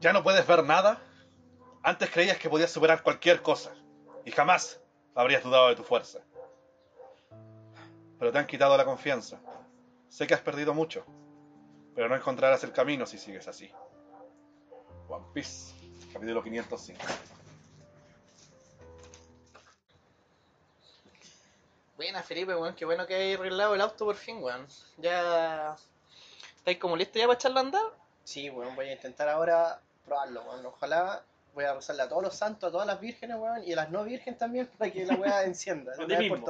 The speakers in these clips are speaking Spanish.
Ya no puedes ver nada. Antes creías que podías superar cualquier cosa y jamás habrías dudado de tu fuerza. Pero te han quitado la confianza. Sé que has perdido mucho, pero no encontrarás el camino si sigues así. One Piece, capítulo 505. Buena, Felipe, weón. Qué bueno que hay arreglado el auto por fin, weón. Ya. ¿Estáis como listos ya para echarlo a andar? Sí, weón, voy a intentar ahora probarlo, weón. Ojalá voy a rezarle a todos los santos, a todas las vírgenes, weón, y a las no virgen también, para que la weá encienda. de Donde una vez por mismo.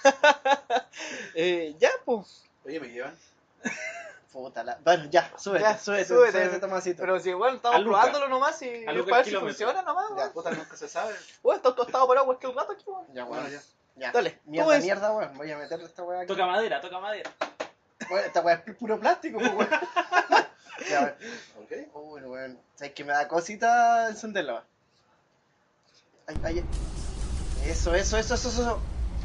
todas. Eh, ya, pues. Oye, me llevan. Puta la... Bueno, ya, súbete, Ya, súbete, súbete. súbete, este Tomasito. Pero si, weón, estamos A Luca. probándolo nomás y A Luca para ver el si kilómetro. funciona nomás, Ya. weón. Puta, nunca se sabe. Weón, está acostado por agua, es que un gato aquí, weón. Ya, Bueno, weón, ya. ya. Dale, ¿cómo Mierda, es? mierda, weón, voy a meterle esta weá aquí. Toca madera, toca madera. Weón, esta weá es pu- puro plástico, po, weón. ya, weón. Ok. Uy, weón. Sabes que me da cosita encenderla, weón. Ay, ay, ay. Eso, eso, eso, eso, eso.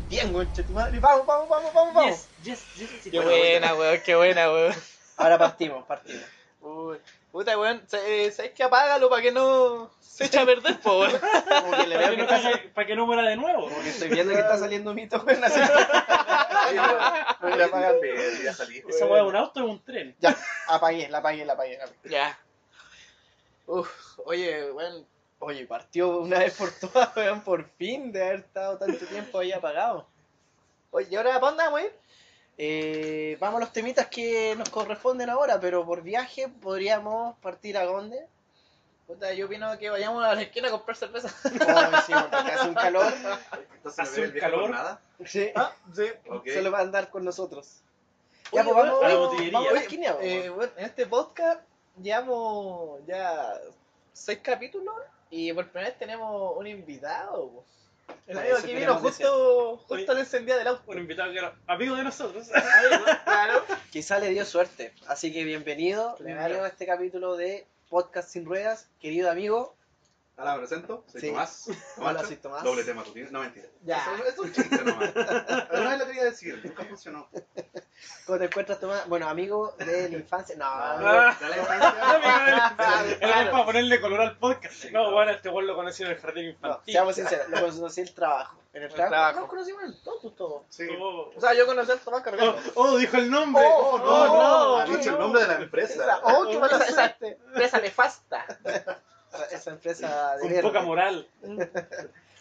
Bien, weón, che, tu madre. Vamos, vamos, vamos, vamos, vamos. Yes, yes, yes. sí, Qué bueno, buena, weón, qué buena, weón. Ahora partimos, partimos. Uy, puta, weón, sa- eh, ¿sabes qué? Apágalo para que no se eche a perder, po, weón. Como que le veo Para que, que no está, caiga- para que no muera de nuevo. como que estoy viendo que está saliendo un mito, weón. Así. No le apagan. ya salí. Esa hueá es un auto o un tren. Ya, apagué, la apagué, la apagué, la apagué. Ya. Uf, oye, weón, Oye, partió una vez por todas, weón, por fin, de haber estado tanto tiempo ahí apagado. oye, ¿y ahora para dónde vamos a ir? Eh, vamos a los temitas que nos corresponden ahora, pero por viaje podríamos partir a dónde. Puta, yo opino que vayamos a la esquina a comprar cerveza. Oh, sí, porque hace un calor. Entonces Hace un calor. nada. Sí, Ah, sí. Ok. solo va a andar con nosotros. Ya, pues Ya, pues, vamos, vamos- A la vamos, botillería. Vamos a la oye, esquina, eh, weón. bueno, en este podcast llevamos ya seis capítulos y por primera vez tenemos un invitado. po. El Bueno, amigo eso aquí vino queremos justo, justo Oye. al encendida del auto. Un invitado que era amigo de nosotros. claro. Eh, Quizá le dio suerte, así que bienvenido, bienvenido a este capítulo de Podcast Sin Ruedas, querido amigo. Hola, me Ah, presento. Soy Sí. Tomás. Hola, Camacho. soy Tomás. Doble tema, tú tienes. No, mentira. Ya. Eso Es un chiste nomás. Alguna vez lo quería decir, nunca funcionó. ¿Cómo te encuentras, Tomás? Bueno, amigo de la infancia. No, amigo- Ah, Dale, dale. amigo de- Claro, Era para ponerle color al podcast. Sí, no, claro. bueno, este weón lo conocí en el jardín No, infantil. seamos sinceros, lo conocí el trabajo. En el, El trabajo, trabajo. nos conocimos en el tonto todo. Sí. Oh, O sea, yo conocí al Tomás oh, Cargando. oh, dijo el nombre. Oh, no, no, no. Ha dicho el nombre de la empresa. ¡Oh, qué mala suerte! Presa nefasta. Esa, esa empresa de Con mierda. poca moral.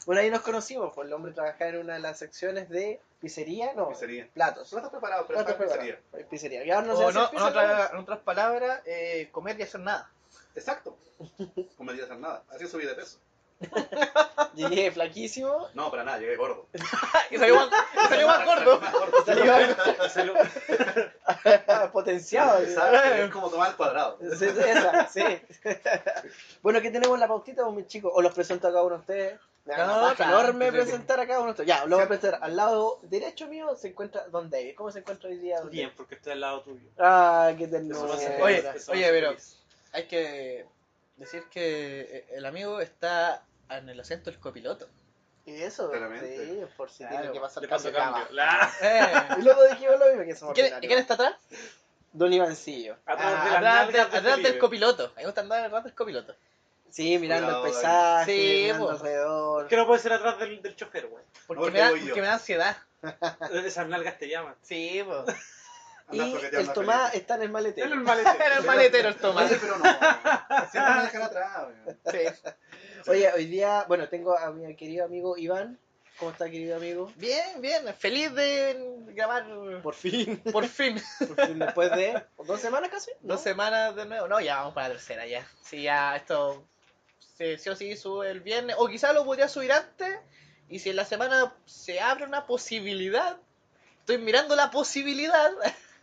Bueno, ahí nos conocimos, pues el hombre trabajaba en una de las secciones de pizzería, no, Pizzería. platos. No estás preparado, pero Platos estás en preparados. pizzería. Pizzería. Y ahora no O sé no, hacer en, pizza, otra- en otras palabras, eh, comer y hacer nada. Exacto. No me digas nada. Así subí de peso. ¿no? Llegué flaquísimo. No, para nada, llegué gordo. y salió más, y salió más gordo. Salió Se lo- potenciado. ¿sí? Exacto, Es como tomar al cuadrado. Sí, sí, esa, sí. bueno, ¿qué tenemos en la pautita, pues, mis chicos? ¿O los presento a cada uno de ustedes? Me da No, una paja tanto, enorme sí, sí. presentar a cada uno de ustedes. Ya, lo voy a presentar. Al lado derecho mío se encuentra Don David. ¿Cómo se encuentra hoy día? Don Bien, porque estoy al lado tuyo. David? Ah, qué Eso me ternura. hace feliz, Oye, eso me hace oye, pero- feliz. Hay que decir que eh, el amigo está en el asiento del copiloto. ¿y eso? Claramente. Sí, por si Claro, tiene que pasar Le paso cambio de cambio. cama. La- Eh. Y luego dijimos lo mismo que ¿Y somos quién, y quién ordinarios. está atrás? Don Ivancillo. Atrás Ah, de las atrás, de- nalgas de atrás del Felipe. copiloto. A mí me gusta andar atrás del copiloto. Sí, mirando Cuidado, el David. paisaje, Sí, mirando po. alrededor. Que no puede ser atrás del, del chofer, güey. Porque, Porque me, da, voy yo. porque me da ansiedad. Esas nalgas te llaman. Sí, pues. Y Andar el toqueteando Tomás a Felipe. está en el Es el maletero. maletero. Era el maletero el Tomás. Oye, pero no. Siempre me dejan atrás, weón. Sí. Oye, hoy día, bueno, tengo a mi querido amigo Iván. ¿Cómo está, querido amigo? Bien, bien. Feliz de grabar Por fin. por fin. Por fin, después de dos semanas casi. ¿no? Dos semanas de nuevo. No, ya vamos para la tercera ya. Sí, ya esto. Sí, sí o sí sube el viernes. O quizá lo podría subir antes. Y si en la semana se abre una posibilidad. Estoy mirando la posibilidad.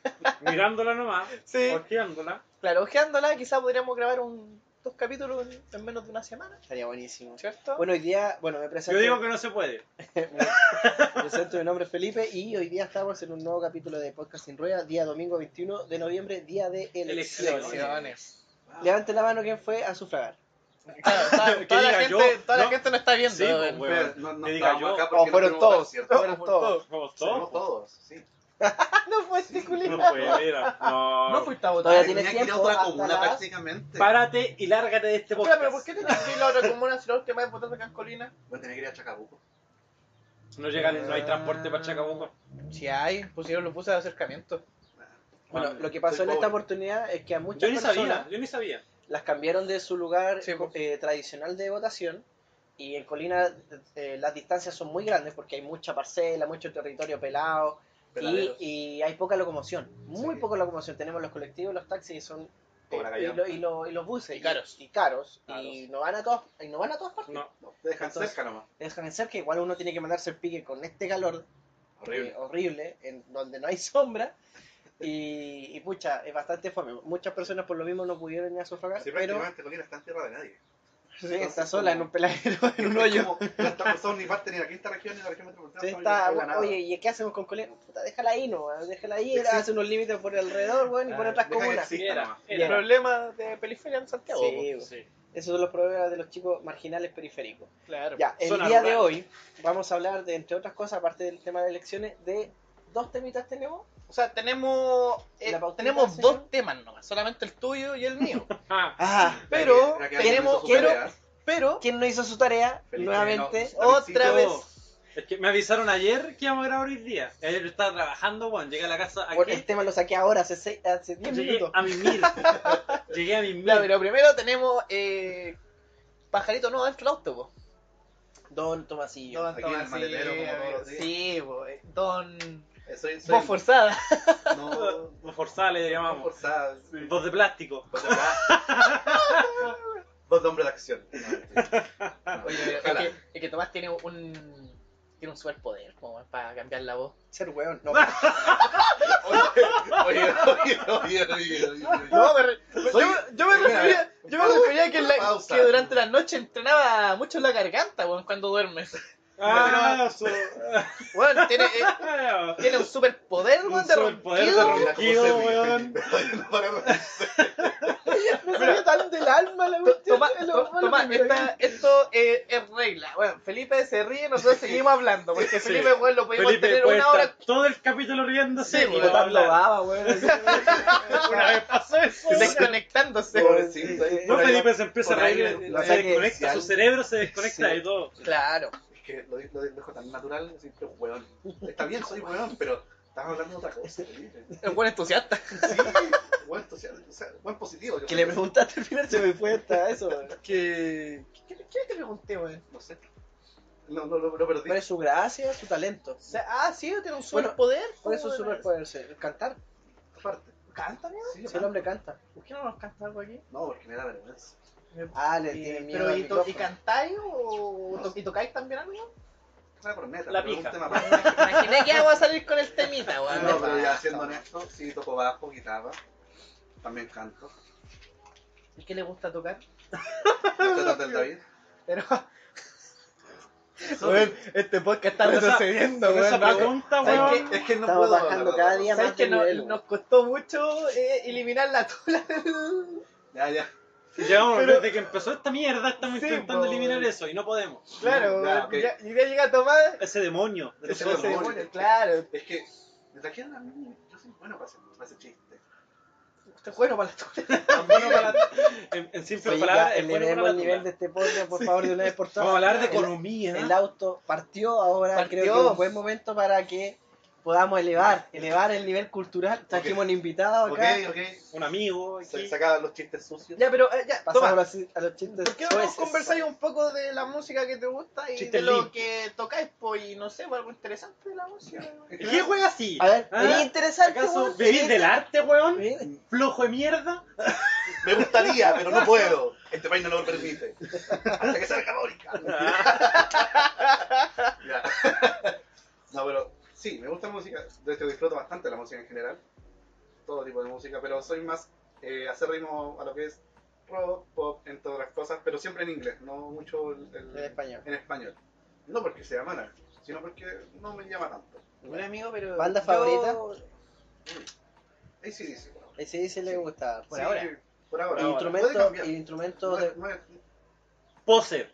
Mirándola nomás. Sí. Ojeándola. Claro, ojeándola, quizá podríamos grabar un, dos capítulos en, en menos de una semana, Estaría buenísimo. ¿cierto? Bueno, hoy día, bueno, me presento. Yo digo que no se puede. me presento, mi nombre es Felipe y hoy día estamos en un nuevo capítulo de Podcast Sin Ruedas, día domingo 21 de noviembre, día de elecciones. Elecciones. Levante la mano quien fue a sufragar. Claro, toda, Que toda la, diga gente, yo, toda la no. gente no está viendo. Sí, pues, eh. weón. No, no Que diga estábamos yo. acá porque Oh, fueron no tenemos todos. acierto. Fueron todos. Vamos Fueron todos. todos, sí. no fue este culiao. No fue, mira. No. No fuiste a votar. Todavía tienes Tenía que ir a tiempo otra hasta comuna las- prácticamente. Párate y lárgate de este Espera, podcast. pero ¿por qué tenés que ir a otra comuna si la última vez votaste acá en Colina? Voy a tener que ir a Chacabuco. No llega, no hay transporte para Chacabuco. Si hay, pues pusieron los buses de acercamiento. Bueno, lo que pasó soy en esta pobre. oportunidad es que a Ah, Yo muchas ni personas sabía, yo ni sabía. las cambiaron de su lugar Sí, pues. eh, tradicional de votación y en Colina eh, las distancias son muy grandes porque hay mucha parcela, mucho territorio pelado y, Peladeros. y hay poca locomoción, muy Sí. poca locomoción. Tenemos los colectivos, los taxis y son eh, Cobra y, Callao. lo- y lo- y los buses Y caros. y, caros, Caros. y no van a todas y no van a todas partes. No. No, te dejan Entonces- cerca nomás. Dejan ser que igual uno tiene que mandarse el pique con este calor eh, Horrible. horrible, en donde no hay sombra. Y, y, pucha, es bastante fome. Muchas personas por lo mismo no pudieron ir a sufragar, Sí, pero prácticamente Colina está en tierra de nadie. sí, está sola en un peladero, en un Es hoyo. como, no estamos son ni parte ni la quinta región ni la región metropolitana. Sí, no está, llega a nada. oye, ¿y qué hacemos con Colina? Puta, déjala ahí, no, weón, déjala ahí, Existe. hace unos límites por alrededor, bueno, y por Ah, otras deja que comunas. exista. Sí, Era, nomás. El era. problema de periferia en Santiago. Sí, po. Sí. Esos son los problemas de los chicos marginales periféricos. claro. Ya, el Zona día de rural. hoy vamos a hablar, de, entre otras cosas, aparte del tema de elecciones, de dos temitas tenemos. O sea, tenemos, eh, La pautita, tenemos señor. dos temas nomás, solamente el tuyo y el mío. Ah, Ah, Pero La que- la que tenemos, hizo su pero, tarea. pero, ¿quién no hizo su tarea? Felipe, Nuevamente. no. otra Felicito. vez. es que me avisaron ayer que íbamos a grabar hoy día. Y Ayer yo estaba trabajando, bueno, llegué a la casa Bueno, el este aquí. tema lo saqué ahora, hace, seis- hace 10 Llegué minutos. a mi mil. Llegué a mi mil. Ya, pero primero tenemos eh, Pajarito no dentro del auto, po. Don Tomasillo. Don Aquí en el Tomasí, maletero, como todos los días. Sí, po, eh, Don. Eh, Soy, soy, Voz forzada. No, Los forzales le no llamamos. forzada. sí. Dos de plástico. Dos de verdad. Pues Dos de hombre de acción. Oye, pero es Ojalá. que, es que Tomás tiene un. Tiene un superpoder, como para cambiar la voz. Ser weón, no. Oye, oye, oye, oye, oye, oye. No, me re- Soy- yo, me- yo me refería, yo me refería que, en la- Pausa. que durante la noche entrenaba mucho la garganta, weón, cuando duermes. Ah, su... Weón, tiene, eh, tiene un superpoder, Un weón, de superpoder de ronquido. ronquido. Mira cómo Quedo, se ríe, weón. Felipe. No paramos. Me salió tan del alma la cuestión. Toma, es lo to- malo toma, que me lo esta- esto eh, es regla. Bueno, Felipe se ríe, nosotros seguimos hablando. Porque Sí. Felipe, bueno, lo pudimos Felipe tener puede una hora. estar todo el capítulo riéndose Sí, ah, y no weón. va a Botando hablar. baba, weón. Una ah, vez pasó eso. desconectándose. Pobrecito, ahí. No, Por ahí Felipe va- se empieza a por ahí reír, la- se saque desconecta, social. su cerebro se desconecta Sí. de todo. Claro. Es que lo, lo dejo tan natural, así que weón. Está bien, soy weón, pero estás hablando de otra cosa. Felipe. Es buen entusiasta. Sí, weón, social, o sea, weón positivo. yo Que creo. le preguntaste al final, se me fue hasta eso, weón. ¿Qué, qué, qué te pregunté, weón? No sé. No, no, no, lo perdí. ¿Cuál es su gracia, su talento? O sea, ah, sí, tiene un Bueno, superpoder. ¿Cuál es su weón. superpoder? Cantar. Aparte. ¿Canta, amigo? Sí, Si el hombre canta. ¿Por qué no nos canta algo aquí? No, porque me da vergüenza. Ah, le tiene Eh, miedo pero al ¿y, to- y micrófono. cantáis o to- y tocáis también algo? Una corneta, La pero es un pija. tema aparte. Imaginé que iba a salir con el temita, weón. No, pero ya siendo honesto, sí toco bajo, guitarra, también canto. ¿Y qué le gusta tocar? No sé tanto el David. Pero. este podcast está Con esa- retrocediendo, Con esa weón. Baja- pregunta, ¿sabes weón. qué? Es que no Estamos puedo bajando hablar, cada no día puedo. ¿Sabes más que de no- nivel, nos costó mucho eh, eliminar la tula del... Ya, ya. Llevamos Pero- desde que empezó esta mierda, estamos Sí, intentando po. eliminar eso y no podemos. Claro, Ya, ok. ya- y ya llega Tomás... Ese demonio. de Ese se nosotros. demonio. pone- Claro, Es que me trajeron a mí, yo soy bueno para hacer, para hacer chistes. usted este es bueno para la tula. Tan bueno para- en, en simples Oye, palabras, ya, es bueno para elevemos la el nivel de tula. este podcast, por favor, de una vez por todas. Vamos a hablar de El- economía. El auto partió ahora, Partió. creo que es un buen momento para que podamos elevar, elevar el nivel cultural. Trajimos un invitado acá. Ok, ok. Un amigo. aquí. Se sacaban los chistes sucios. Ya, pero eh, ya, Pasamos Tomás, así a los chistes. ¿por qué no nos jueces. conversáis un poco de la música que te gusta y Chistes de lo limpios. que tocáis, po, y no sé, po, algo interesante de la música? ¿Y ¿Qué juega así? A ver, Ah, sería interesante. ¿Acaso weón, vivir del arte, weón? sería- Mira, ¿Flojo de mierda? Me gustaría, pero no puedo. Este país no lo permite. Hasta que sea católica. Ya. No, pero sí, me gusta la música. De hecho, disfruto bastante la música en general. Todo tipo de música, pero soy más eh, hacer ritmo a lo que es rock, pop, entre otras cosas, pero siempre en inglés, no mucho el- el- En español. en español. No porque sea mala, sino porque no me llama tanto. Un amigo, pero... ¿Banda yo- favorita? Ahí sí dice. Por ahora. Ese dice le gusta. Por ahora. Por ahora. El Puede instrumento, cambiar. el instrumento No de- es- no es- Poser.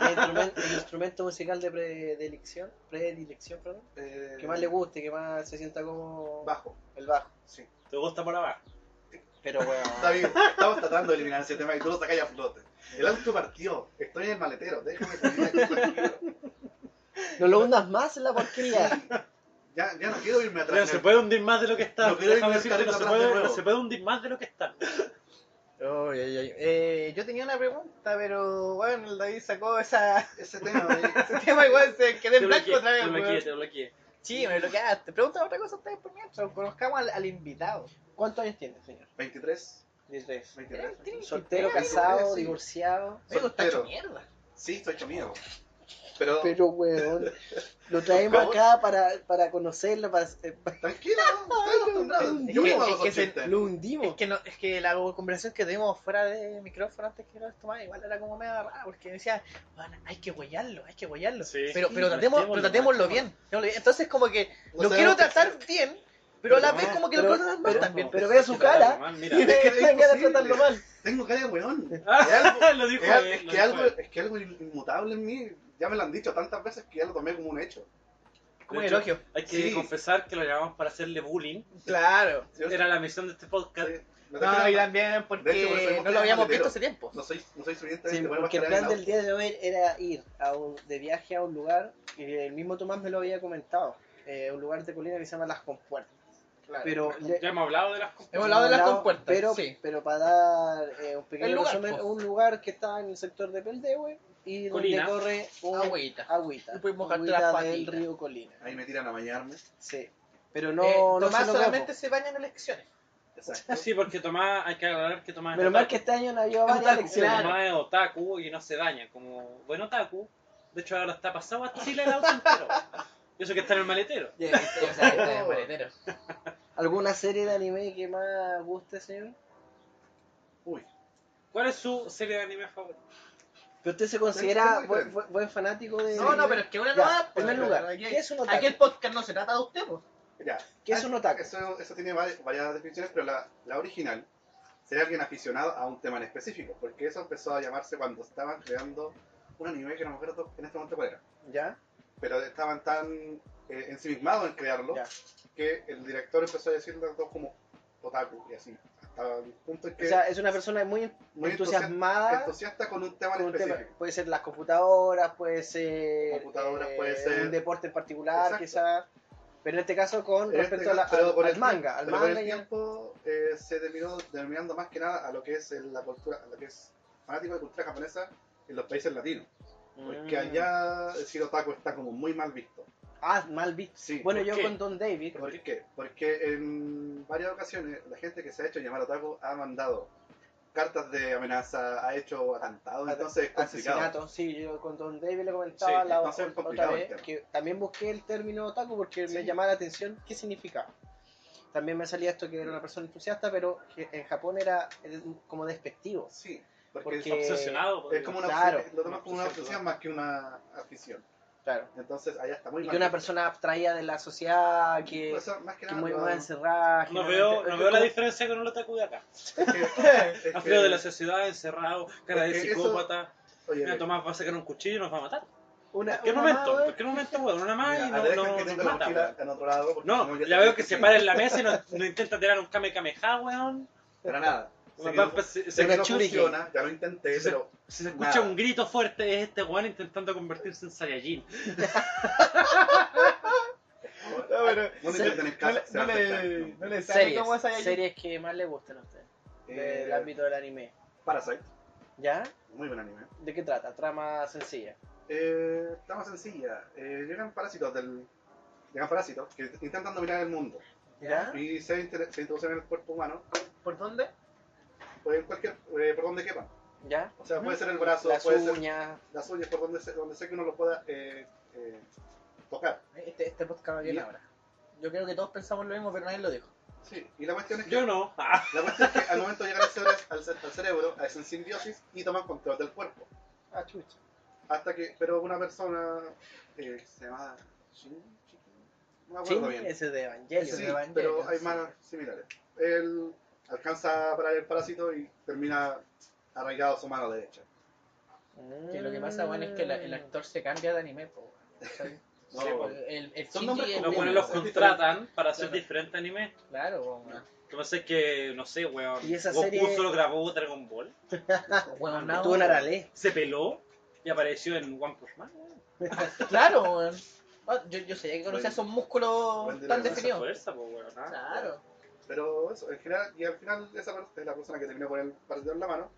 El instrumento, el instrumento musical de predilección, predilección perdón, Eh, que más le guste, que más se sienta como Bajo, el bajo. sí. ¿Te gusta por abajo? Pero bueno, David, estamos tratando de eliminar ese tema y tú lo sacas a flote. El auto partió, estoy en el maletero, déjame salir de aquí tranquilo. no lo hundas más en la porquería. Ya, ya no quiero irme atrás. Pero se puede hundir más de lo que está. No quiero Déjame irme al decirte, carril no se atrás de puede- nuevo. no se puede hundir más de lo que está. Ay, ay, ay. Eh, yo tenía una pregunta, pero bueno, el David sacó esa, Ese tema, eh, ese tema igual se quedé en Te blanco bloqueé, otra vez. te bloqueé, weón. te bloqueé. Sí, me bloqueaste. Pregunta otra cosa a ustedes por mientras. Conozcamos al, al invitado. ¿Cuántos años tiene, señor? 23, 23. 23. Soltero, Sí, casado, sí. divorciado. Amigo, está hecho Soltero. mierda. Sí, estoy hecho miedo. Pero, Pero weón, lo traemos Por favor. acá para, para conocerlo, para, eh, para- tranquilo, estoy acostumbrado. no, Yo es no que- hago es esos que se- chistes. lo Es hundimos. que, no, es que la conversación que tuvimos fuera de micrófono antes que lo tomara igual era como medio rara porque decía, bueno, hay que huellarlo, hay que huellarlo. Sí. pero Sí, pero, tratemos, tratémoslo, pero tratémoslo bien. tratémoslo bien. Entonces como que No lo sabemos quiero qué tratar hacer. bien, pero a la Pero vez no, como que lo pero- quiero tratar mal pero- también. pero vea su cara. Man, mira. Y Es que ve es que tenga que imposible. tratarlo mal. Tengo cara de weón. Es algo- Lo dijo Es, él, es lo que dijo algo, él. es que algo inmutable en mí, ya me lo han dicho tantas veces que ya lo tomé como un hecho. Como un De hecho, elogio. Hay que Sí. confesar que lo llamamos para hacerle bullying. Claro. Yo- Era la misión de este podcast. eh, me No, y refiero a- también De hecho, por eso porque hemos no lo habíamos tenido visto hace tiempo. no soy, no soy suficiente Sí, de bueno, porque el para estar plan del en el día de hoy era ir a un- de viaje a un lugar, y el mismo Tomás me lo había comentado, eh, un lugar de colina que se llama Las Compuertas. Claro. Pero le- Ya hemos hablado de las cosas. Hemos hablado de las compuertas. Pero, eh, sí. pero para dar eh, un pequeño El lugar, resumen, po. un lugar que está en el sector de Peldehue y donde Colina. corre un Agüita. agüita, Y puedes mojarte agüita las del patitas. río Colina. Ahí me tiran a bañarme. Sí. Pero no, Eh, no se Tomás lo solamente tomo. se baña en elecciones. Exacto. Sí, porque Tomás, hay que aclarar que Tomás es Menos mal otaku. que este año no ha habido Es varias otaku, elecciones. claro. Tomás es otaku y no se daña. Como buen otaku. De hecho, ahora está pasado a Chile el auto entero. Y eso que está en el maletero. Ya, o sea, está en maletero. ¿Alguna serie de anime que más guste, señor? Uy, ¿Cuál es su serie de anime favorita? ¿Pero usted se considera Tengo- tengo buen, diferente. buen- buen fanático de.? No, no, pero es que una Ya, no va. en primer lugar, ¿qué es un otaku? Aquí el podcast no se trata de usted, pues. ya. Ah, ¿Qué es un otaku? Eso, eso tiene vari- varias definiciones, pero la, la original sería alguien aficionado a un tema en específico, porque eso empezó a llamarse cuando estaban creando un anime que no me acuerdo en este momento cuál era. ¿Ya? Pero estaban tan eh, ensimismados en crearlo Ya. que el director empezó a decirlo a todos como otaku y así. Hasta el punto en que O sea, es una persona muy, muy entusiasmada. entusiasta con un tema en con un tema. específico. Puede ser las computadoras, puede ser, Computadoras, eh, puede ser- un deporte en particular, Exacto. quizás. Pero en este caso con En respecto este a la- caso, pero al, con al el manga. tiempo- Al pero con manga el y al- tiempo eh, se terminó denominando más que nada a lo que es el- la cultura, a lo que es fanático de cultura japonesa en los países latinos. Porque Mm. allá el Shiro Taco está como muy mal visto. Ah, mal visto. Sí. Bueno, ¿por yo qué? con Don David. ¿Por qué? Porque en varias ocasiones la gente que se ha hecho llamar otaku ha mandado cartas de amenaza, ha hecho atentados, entonces es complicado. Asesinato, sí, yo con Don David le comentaba Sí, la entonces es otra complicado el vez tema. que también busqué el término otaku porque me Sí. llamaba la atención qué significaba. También me salía esto que era una persona entusiasta, pero que en Japón era eh, como despectivo. Sí, Porque- porque, Obsesionado. Eh, es como una Claro. obsesión, lo tomas como una obsesión más que una afición. Claro. Entonces allá está muy Y mal que una visto. persona abstraída de la sociedad, que, Pues, más que que nada, muy no- más encerrada. No generalmente- veo, no es veo la como- diferencia con el otaku de acá. es que- es Ha frío de que- la sociedad, encerrado, cara de Es que eso- psicópata. este, Oye, Mira, Tomás va a sacar un cuchillo y nos va a matar. Una, ¿En qué una momento? más, ¿En qué momento, weón? Una más eh. mira, y Andrés, no, que no tengo nos la mata, mochila weón. en otro lado. porque No, como ya ya sabía veo que se para en la mesa y no, no intenta tirar un kamehameha, weón. Para nada. Sé que Va- no- va- se- sé se- que no churique. funciona, ya lo intenté, Se- pero Si se escucha Nada. un grito fuerte, es este weón intentando convertirse en Saiyajin. No, pero. ah, no lo intenten en casa. se va a afectar. no le series, cómo es ahí. series que más le gustan a usted Eh, del ámbito del anime. Parasite, ¿Ya? muy buen anime. ¿De qué trata? Trama sencilla. Eh, está más sencilla. Eh, llegan parásitos del. Llegan parásitos que intentan dominar el mundo ¿Ya? y se, inter- se introducen en el cuerpo humano ¿Por dónde? por, en cualquier, eh, por donde quepan. ¿Ya? O sea, puede ser el brazo, Las puede ser uñas. las uñas, por donde, se- donde sea que uno lo pueda eh, eh, tocar. Este, este podcast no tiene ahora. Yo creo que todos pensamos lo mismo, pero nadie lo dijo. Sí, y la cuestión es que Yo no. Ah, La cuestión es que al momento de llegar al cerebro, al, ce- al cerebro hacen simbiosis y toman control del cuerpo. Ah, chucha. Hasta que, pero una persona eh, que se llama Shin, Shin- no me Sí, acuerdo bien. ese es de Sí, Evangelio. ese de Evangelion, pero hay sí. manos similares. Él alcanza a parar el parásito y termina arraigado a su mano derecha. Que lo que pasa, bueno, es que la- el Ah. actor se cambia de anime, po, weón, ¿cachai? No, Sí, po, el, el Son CGI nombres es Los comunes, Bien, buenos bueno, los es diferente. contratan para hacer Claro. diferentes animes. Claro, po, weón. Lo que pasa es que, no sé, weón. Y esa Goku serie- solo grabó Dragon Ball, Ah, Weón, no, Estuvo en Arale. se peló y apareció en One Punch Man, weón. Claro, weón. Ah, Yo, yo sabía que conocía Buen- esos músculos buen de la tan grasa, Esa definidos. fuerza, pues, weón. ah. Claro. Pero eso, en general, y al final esa per- es la persona que terminó con el partido en la mano.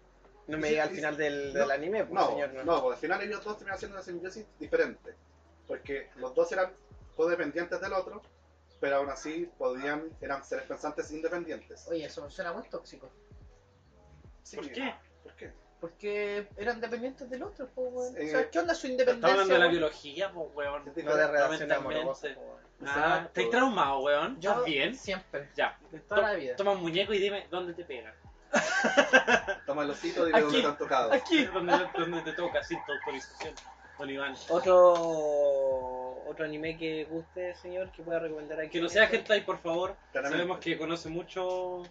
No me diga al final del, del anime, pues, No, señor. no, porque al final ellos dos terminaron haciendo una simbiosis diferente. Porque los dos eran codependientes del otro, pero aún así podían, eran seres pensantes independientes. Oye, eso suena muy tóxico. Sí, ¿Por qué? ¿Por qué? Porque eran dependientes del otro, po, weón. Eh, o sea, ¿qué onda su Estamos independencia? hablando de la weón? biología, pues, weón. Este Es diferente. No de relación Lamentablemente. amorosa. po, weón. Ah, ¿Estás traumado, weón? Yo ¿Estás bien? siempre. Ya. Toda To- la vida. Toma un muñeco y dime dónde te pega. Toma el osito y dime Aquí. dónde te han tocado. Aquí. Donde, donde te toca, sin tu autorización. Don Iván. Otro, otro anime que guste, señor, que pueda recomendar aquí. este Que no sea gente ahí, por favor. Claramente. Sabemos que conoce mucho.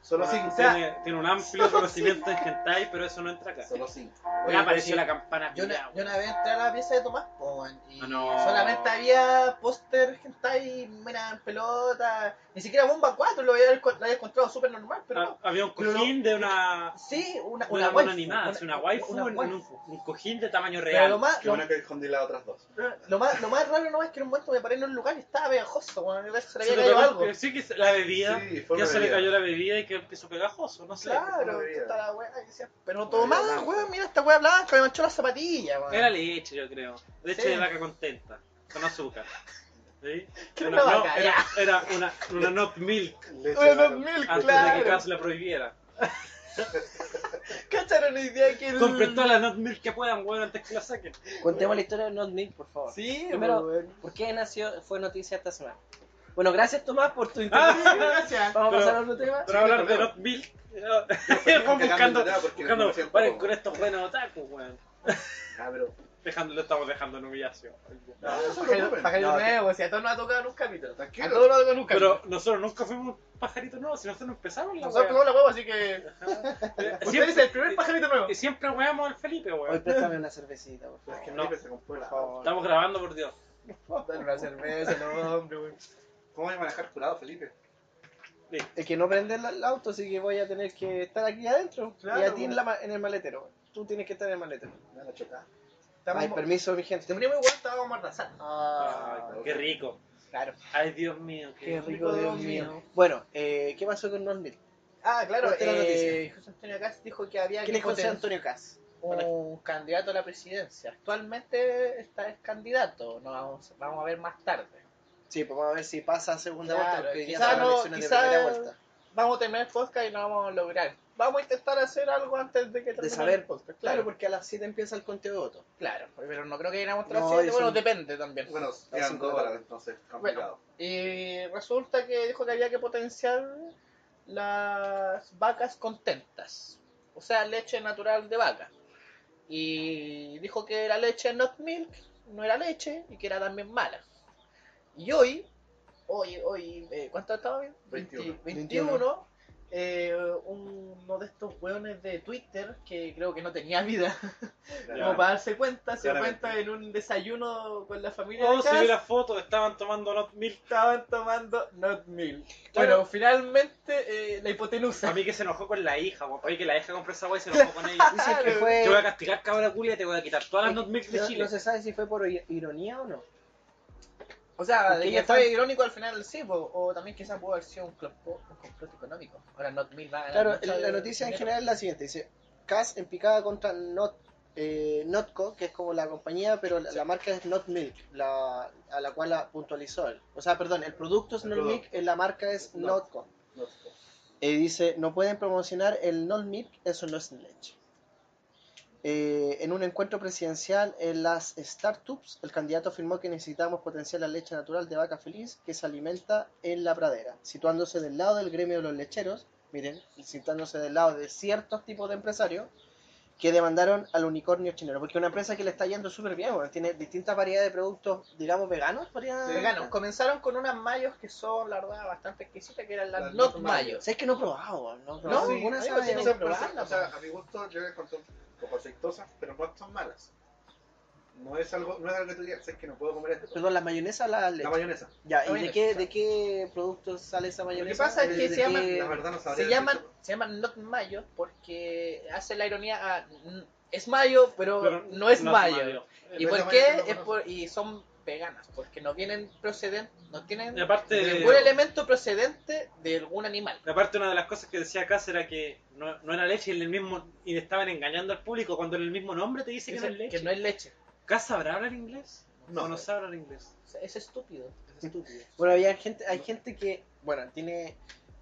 Solo ah, cinco. tiene, tiene un amplio conocimiento en hentai, pero eso no entra acá. Solo cinco. Me Oye, apareció pero la campana. Yo culiao, una, yo una vez entré a la pieza de Tomás, po, weón, y Ah, no. solamente había póster, hentai, mira, en pelota, ni siquiera bomba 4, lo había, lo había encontrado súper normal, pero Ah, Había un Pero no- cojín de una. no. Sí, una, una, de Una waifu, mona animada, sí, una waifu, una en un, waifu. un cojín de tamaño Pero real. lo más, Qué lo, bueno que escondí las otras dos. lo más, lo más raro no es que en un momento me paré en un lugar y estaba pegajoso, weón, y parece que se le Se había le caído pegó- algo. Sí, que se- la bebida. Sí, fue Ya una se le bebida. cayó la bebida y que empezó pegajoso, no sé. Claro, una bebida. puta la weá, y decía, pero Una Tomás, bebida blanca. weón, mira esta weá blanca, me manchó la zapatilla, weón. Era leche, yo creo. Leche Sí. de vaca contenta, con azúcar. ¿Sí? Que era una vaca, era, era una, una not milk Leche, Bueno, claro. mil, antes de que claro. Cass la prohibiera. ¿Cacharon la idea que el... Compren todas las not milk que puedan, weón, antes que la saquen. Contemos la historia de Not Milk, por favor. Sí, pues, Primero- weón. ¿Por qué nació, fue noticia esta semana? Bueno, gracias Tomás por tu intervención. Gracias. Vamos a Ah. Pero- pasar a otro tema. Pero hablar de not milk. Tengo Vamos buscando, que cambiar de idea porque buscando me siento vale, como- con estos buenos otakus, weón. Ah, pero. Dejando, lo estamos dejando en humillación. No, no se preocupen. Pajarito No, nuevo, si a todos nos ha tocado en un capítulo. Tranquilo. A todos nos ha tocado en un capítulo. Pero nosotros nunca fuimos pajaritos nuevos, si nosotros no empezamos la Nosotros weá. somos la huevo, así que. Ajá. Usted dice el primer eh, pajarito nuevo. Y siempre weamos al Felipe, Hoy weón. préstame una cervecita, por favor. Es que No. Felipe se compró la- Por favor. Estamos grabando, por Dios. Dale una cerveza, no, hombre, weón. ¿Cómo voy a manejar curado, Felipe? Es que no prende el, el auto, así que voy a tener que estar aquí adentro. Claro, y a ti bueno. en, la ma- en el maletero. güey. Tú tienes que estar en el maletero. Me van a chocar. Estamos- Ay, permiso, mi Si te gente. poníamos igual, estábamos a arrasar. Ah, Ay, qué rico. claro. Ay, Dios mío, qué, Qué rico. rico, Dios mío. Bueno, eh, ¿qué pasó con Nornil? Ah, claro, Cuenta la eh, José Antonio Cast dijo que había ¿Qué que le José poten- Antonio Cas? un candidato a la presidencia. Actualmente está es candidato, no vamos, vamos a ver más tarde. Sí, pues vamos a ver si pasa a segunda Claro, vuelta, porque hoy día quizá son no, elecciones de quizá- primera vuelta. Vamos a terminar el podcast y no vamos a lograr. Vamos a intentar hacer algo antes de que termine saber, el podcast. Claro, Claro, porque a las 7 empieza el conteo de votos. claro, pero no creo que llegamos a las No, siete, y son- Bueno, depende también. Bueno, Las eran cinco dos de la horas, entonces, complicado. Y resulta que dijo que había que potenciar las vacas contentas, o sea, leche natural de vaca. Y dijo que la leche not milk no era leche y que era también mala. Y hoy, hoy, hoy, eh, ¿cuánto estaba bien? 21. 21, eh, uno de estos hueones de Twitter que creo que no tenía vida, como para darse cuenta, se dio Claramente. cuenta en un desayuno con la familia. Oh, de si Cas, vi la foto, estaban tomando not milk. estaban tomando not milk. Claro. Bueno, finalmente eh, la hipotenusa. A mí que se enojó con la hija, guapo. Oye, que la hija compró esa weá y se enojó con ella. Dicen que fue... Te voy a castigar, cabra culia, y te voy a quitar todas las no, not milk de Chile. no se sabe si fue por i- ironía o no. O sea, Porque de ya que fue están- irónico al final, sí, po, o también quizás pudo haber sido un complot, un complot económico. Ahora not milk va a ganar Claro, mucho el- la dinero. noticia en general es la siguiente. Dice, Cas en picada contra Not, eh, Notco, que es como la compañía, pero la, la marca es Not Milk, la, a la cual la puntualizó él. O sea, perdón, el producto es El Not Milk, producto. eh, la marca es No. Notco. No, no. Y eh, dice, no pueden promocionar el Not Milk, eso no es leche. Eh, en un encuentro presidencial en las startups, el candidato afirmó que necesitamos potenciar la leche natural de vaca feliz que se alimenta en la pradera, situándose del lado del gremio de los lecheros, miren, situándose del lado de ciertos tipos de empresarios que demandaron al unicornio chileno, porque es una empresa que le está yendo súper bien, bueno, tiene distintas variedades de productos, digamos, veganos, podría- Sí, veganos. Comenzaron con unas mayos que son, la verdad, bastante exquisitas, que eran las Las not not mayos. O sea, es que no he probado, no he probado No, ninguna ahí sabe- lo tiene Esa pues. que probarla, persona, o sea, a mi gusto, yo le encontré poco aceitosas, pero no son malas. No es algo, no es algo que tú digas, es que no puedo comer esto. Perdón, la mayonesa o la leche. La mayonesa. Ya, ¿y de Mayonesa, qué, exacto. de qué productos sale esa mayonesa? pasa es que ¿De se qué- llama- La verdad no sabría. Se llaman, decirlo. se llaman not mayo porque hace la ironía a, mm, es mayo, pero, Pero no es mayo. ¿Y No es por la qué? mayo que Es lo por- y son veganas, porque no vienen procedentes, no tienen Y aparte, ningún elemento procedente de algún animal. y aparte una de las cosas que decía Cass era que no, no era leche y, el mismo, y estaban engañando al público cuando en el mismo nombre te dice que no es Dicen leche. que no es leche. ¿Cass sabrá hablar inglés? No. No, no sabe hablar inglés. O sea, es estúpido. Es estúpido. Bueno, había gente, hay gente que, bueno, tiene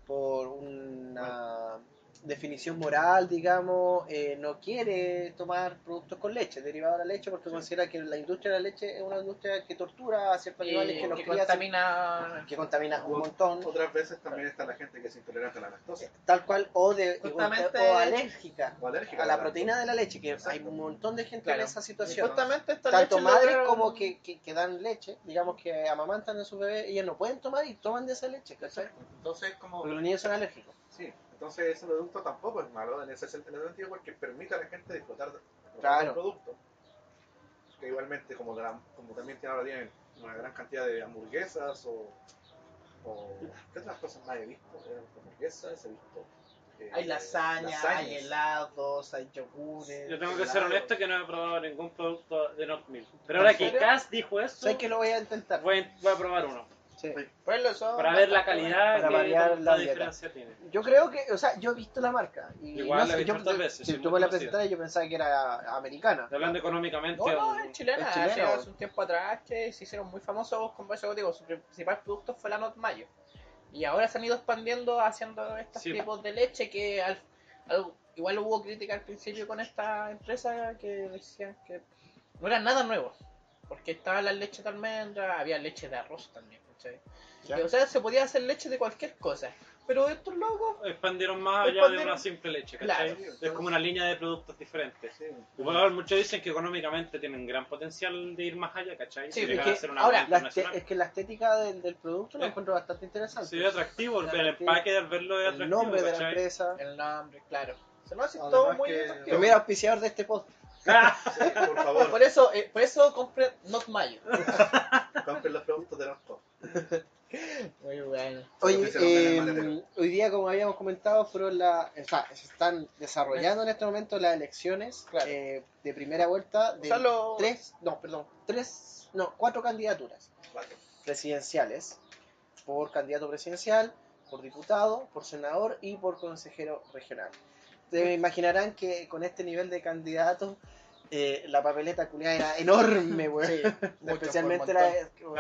por una definición moral, digamos, eh, no quiere tomar productos con leche, derivados de la leche, porque considera que la industria de la leche es una industria que tortura a ciertos animales Y que los Eh, que cría, contamina que contamina un Ot- montón, Otras veces también está la gente que es intolerante a la lactosa tal cual, o, de, o- Justamente- o alérgica o alérgica a la proteína de la leche, que hay Exacto. un montón de gente Claro. en esa Y situación. Justamente esta Tanto leche la madres dieron- como que, que, que dan leche, digamos que amamantan a sus bebés, ellas no pueden tomar y toman de esa leche, ¿cachai? Entonces, como. Porque los niños son alérgicos. Sí, entonces ese producto tampoco es malo en ese, sen- en ese sentido porque permite a la gente disfrutar de- del Claro. producto. Que igualmente, como, gran- como también tiene- ahora tienen una gran cantidad de hamburguesas o. o- ¿Qué otras cosas más he visto? Eh, hamburguesas, he visto. eh, Hay lasaña, hay lasañas. helados, hay yogures. Yo tengo que ser Claro. honesto que no he probado ningún producto de Not Milk. Pero ahora que serio? Cass dijo eso, Sé que lo voy a intentar. voy, a, voy a probar uno. Sí. Ponlo, son Para ver la bastante calidad, Para que- variar cuánta la dieta. diferencia tiene. Yo creo que, o sea, yo he visto la marca. Y Igual no la sé, he visto yo- hartas veces, Si sí, tú muy me la conocida. presentaras, yo pensaba que era americana. Hablando económicamente, No, no, un- es chilena. Es chilena, Hace- Hace bueno. un tiempo atrás que se hicieron muy famosos con eso digo, su principal producto fue la Not Mayo. Y ahora se han ido expandiendo haciendo estos Sí. tipos de leche que al, al- igual hubo crítica al principio con esta empresa que decían que no era nada nuevo. Porque estaba la leche de almendra, había leche de arroz también. ¿cachai? Ya. Y, O sea, se podía hacer leche de cualquier cosa. Pero estos locos, expandieron más allá Expandieron. de una simple leche, ¿cachai? Claro. Es como una línea de productos diferentes. Sí, Igual muchos dicen que económicamente tienen gran potencial de ir más allá, ¿cachai? Sí, De llegar porque a ser una ahora, marca La este- internacional. es que la estética del, del producto lo Sí. encuentro bastante interesante. Se ve atractivo, Es el atractivo. empaque al verlo es El atractivo, nombre de la ¿cachai? empresa. el nombre, claro. Se nos hace Además todo muy que- El atractivo. primer auspiciador de este post. sí, por favor, Por eso, eh, por eso compré Not Mayo. compren los productos de los cos. Muy bueno. Oye, Oficial de eh, Manera. hoy día, como habíamos comentado, fueron la, o sea, se están desarrollando en este momento las elecciones Claro. eh, de primera vuelta O de sea, lo- tres, no, perdón, tres, no, cuatro candidaturas Cuatro. presidenciales, por candidato presidencial, por diputado, por senador y por consejero regional. Te imaginarán que con este nivel de candidatos eh, la papeleta culiada era enorme, güey. Especialmente la,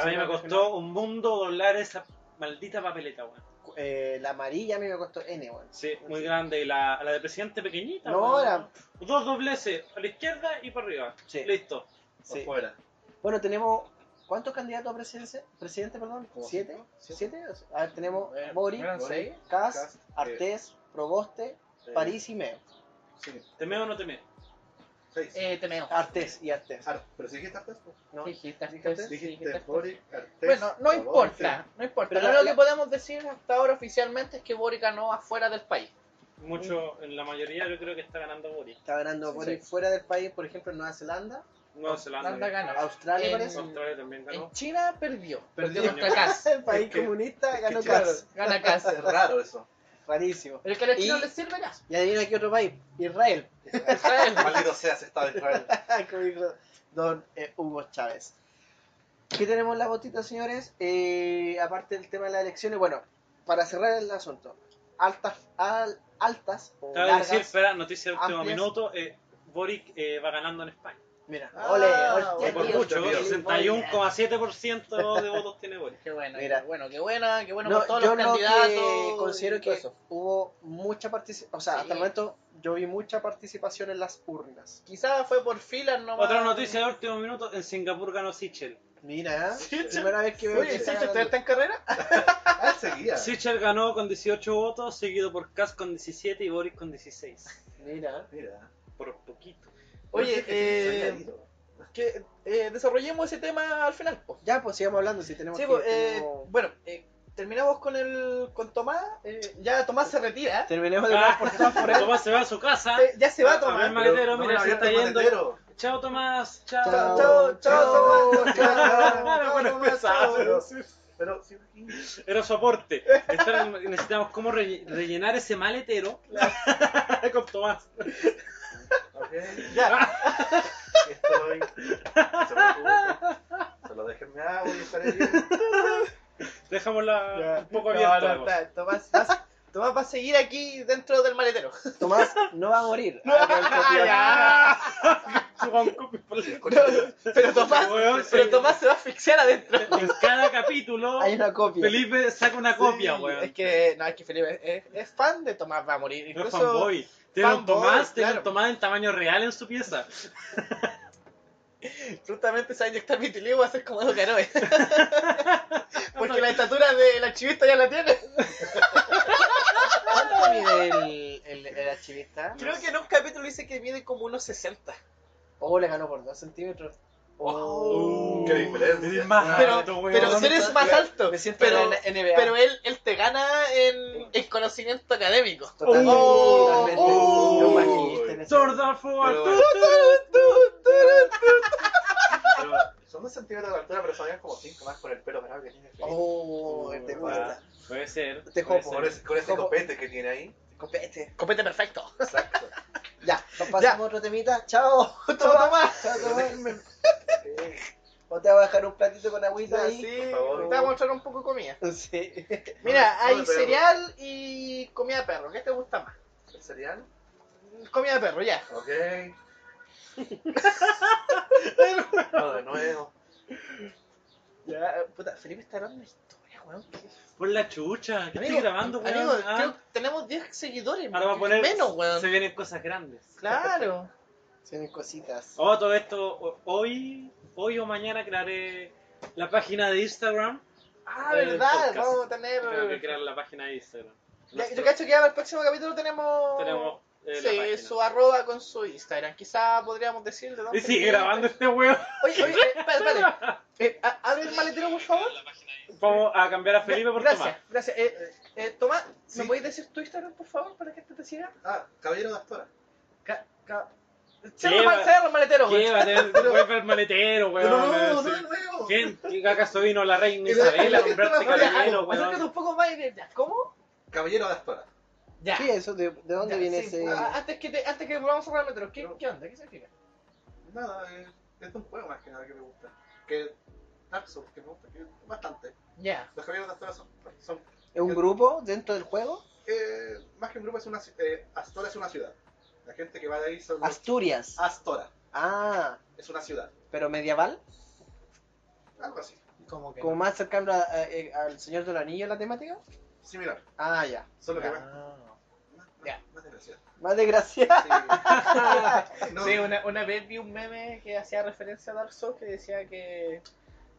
A mí me costó un mundo doblar esa maldita papeleta, weón. eh, la amarilla a mí me costó N, güey. Sí, muy grande. Y la, la de presidente pequeñita, No, weón. era- Dos dobleces, a la izquierda y para arriba. Sí. Listo. Por Sí. fuera. "Pues, Bueno, tenemos. ¿Cuántos candidatos a presidencia- presidente? perdón, Como ¿Siete? cinco, siete. Eh, ¿Siete? A ver, tenemos Boric, eran Boric, seis. Cas, Kast, Artés, Proboste, eh, París y Meo. Sí, ¿Te meo o no te meo? seis. Eh, te meo. Artés y Artés. Ar- pero si dijiste Artes, pues. Ah, ¿no? Dijiste Dijiste- Artes, dijiste dijiste Boric, Artes. Bueno, no Favor, importa, no importa. Pero lo la- único que podemos decir hasta ahora oficialmente es que Boric ganó afuera del país. Mm. Mucho, en la mayoría yo creo que está ganando Boris. Está ganando Sí, Boric fuera del país, por ejemplo, en Nueva Zelanda, Nueva Zelanda. Holanda ganó. Australia, En- parece. Australia también ganó. eh, En China perdió. Perdió. Perdió contra Cas. El país Es que- comunista es ganó que claro. Cas. Gana Cas. Es raro eso. Rarísimo. Pero es que a los Y- chinos les sirve Cas. Y adivina qué otro país. Israel. Maldito seas Estado de Israel. Como dijo don eh, Hugo Chávez. Aquí tenemos las botitas, señores. Eh, aparte del tema de las elecciones, bueno, para cerrar el asunto, altas, al- altas o Te voy a decir, largas- espera, noticia de último amplias. minuto. eh, Boric eh, va ganando en España. Mira, Ah, ole, Qué Y por tío, ole, mucho, qué tío. 61,7% de votos tiene Boric. Qué bueno, Mira. qué bueno, qué bueno, qué bueno No, por todos yo los lo candidatos. que considero y todo que eso. hubo mucha participación, o sea, hasta el Sí. momento yo vi mucha participación en las urnas. Quizás fue por filas nomás. Otra noticia de último minuto, en Singapur ganó Sichel. Mira, ¿eh? Sí, primera vez que veo que Oye, está Sergio, ¿usted ganando. está en carrera? Ah, seguía. Sichel ganó con 18 votos, seguido por Kass con 17 y Boris con 16. Mira, Mira. Por poquito. Oye, Parece que sí, soy eh, leído. que, eh, desarrollemos ese tema al final. po. ya pues sigamos hablando si tenemos Sí, que po, eh, tenemos- bueno, eh, terminamos con el con Tomás. eh, ya Tomás se retira. Terminemos de hablar por Ah, Tomás se va a su casa. Se- ya se va A ver, Tomás. maletero, Ah, no me mira, se lo está abierto el yendo. maletero. Chao, Tomás. Chao. Chao. Chao, chao, Tomás. Chao, Chao, Claro, bueno, Tomás, empezaba, chao. pero- Pero sí, sí, Era soporte. Esta- necesitamos cómo re- rellenar ese maletero con Tomás. ok, Ya, aquí estoy. No se preocupen. Solo déjenme agua y estaré bien. Dejámosla ya. un poco No, abierta. no, está, Tomás, vas- Tomás va a seguir aquí dentro del maletero. Tomás no va a morir. Ah, Suban copias por la- ya. No, pero Tomás, Weón, pero sí. Tomás se va a asfixiar adentro. En cada capítulo, Hay una copia. Felipe saca una copia, Sí, weón. Es que, no, es que Felipe es, es fan de Tomás va a morir. No es Incluso, fanboy. Tiene un fanboy, Tomás, tiene claro. un Tomás en tamaño real en su pieza. justamente se va a inyectar vitiligo y va a ser como Edo Caroe. Porque la estatura del archivista ya la tiene. ¿Cuánto mide el, el, el archivista? Creo que en un capítulo dice que mide como unos 60. Oh, le ganó por 2 centímetros. Oh, qué diferencia. Eres más Pero- alto, weón. Pero no, si eres no, más me- alto, Me siento Oh. pero, en la NBA. pero él, él te gana en el conocimiento académico. totalmente, Oh, totalmente. oh, Es un magista en ese- Sorda for Pero- tu, tu, tu, tu, tu. Pero son 2 centímetros de altura, pero sabían como 5 más por el pelo grave que tiene. Felipe. Oh, el de este Ah. cuerda. Puede ser. Te puede jopo, Con ser. ese, con ese ¿Cómo? copete que tiene ahí. Copete. Copete perfecto. Exacto. Ya, nos pasamos a otro temita. Chao. Toma, Chao, Pero Tomás. déjenme- O te voy a dejar un platito con agüita ahí. Así, te por favor. voy a mostrar un poco de comida. Sí. Mira, no, hay pero- cereal y comida de perro. ¿Qué te gusta más? ¿El cereal? Comida de perro, ya. Ok. no, de nuevo. Ya, puta, Felipe está dando una historia, weón. Por la chucha, que estoy grabando, weón. amigo, Ah, creo que tenemos 10 seguidores. ahora va a poner. Menos, weón. Se vienen cosas grandes. Claro. Tienen cositas. Oh, todo esto. o- Hoy, hoy o mañana crearé la página de Instagram. Ah, El verdad, podcast. vamos a Tengo que tener. crear la página de Instagram. Ya, Yo Nosotros cacho que ya para el próximo capítulo tenemos. tenemos. eh, la Sí, página. su arroba con su Instagram. Quizá podríamos decir de dónde. Y sigue grabando este weón. Oye, oye, eh, espera, espera. Eh, a- abre el maletero, por favor. Vamos a cambiar a Felipe por gracias, Tomás. gracias. Eh, eh, Tomás, ¿me Sí. podéis decir tu Instagram, por favor, para que este te siga? Ah, caballero de Astora. Ca- ca- Lleva- Cierra el mal- cierra el maletero, güey. Llévate, vuelve el maletero, weón. no, no, Sí. de nuevo. ¿Quién? ¿Qué acaso vino la reina Que- Isabel a que- comprarte que- caballero, Oye, acércate weón? un poco más y ya. ¿Cómo? Caballero de Astora. Ya. ¿Qué es eso? ¿De, de dónde Ya, viene sí, ese...? ah, Antes que, te, antes que volvamos a cerrar el metro, ¿qué, No. ¿qué onda? ¿Qué significa? Nada, eh, es un juego más que nada que me gusta. Que Dark Souls, que me gusta, que bastante. Ya. Los caballeros de Astora son. son ¿Es un grupo dentro del juego? eh, más que un grupo, es una, ci- eh, Astora es una ciudad. La gente que va de ahí son. los- Asturias. Astora Ah, es una ciudad. pero medieval. Algo así. Como que. Como más cercano a- a- eh, al Señor del Anillo la temática. Similar. Ah, ya. Solo que Ya. más. Más, Ya. más desgraciado. Más desgraciado. Sí. No, Sí, una, una vez vi un meme que hacía referencia a Dark Souls que decía que,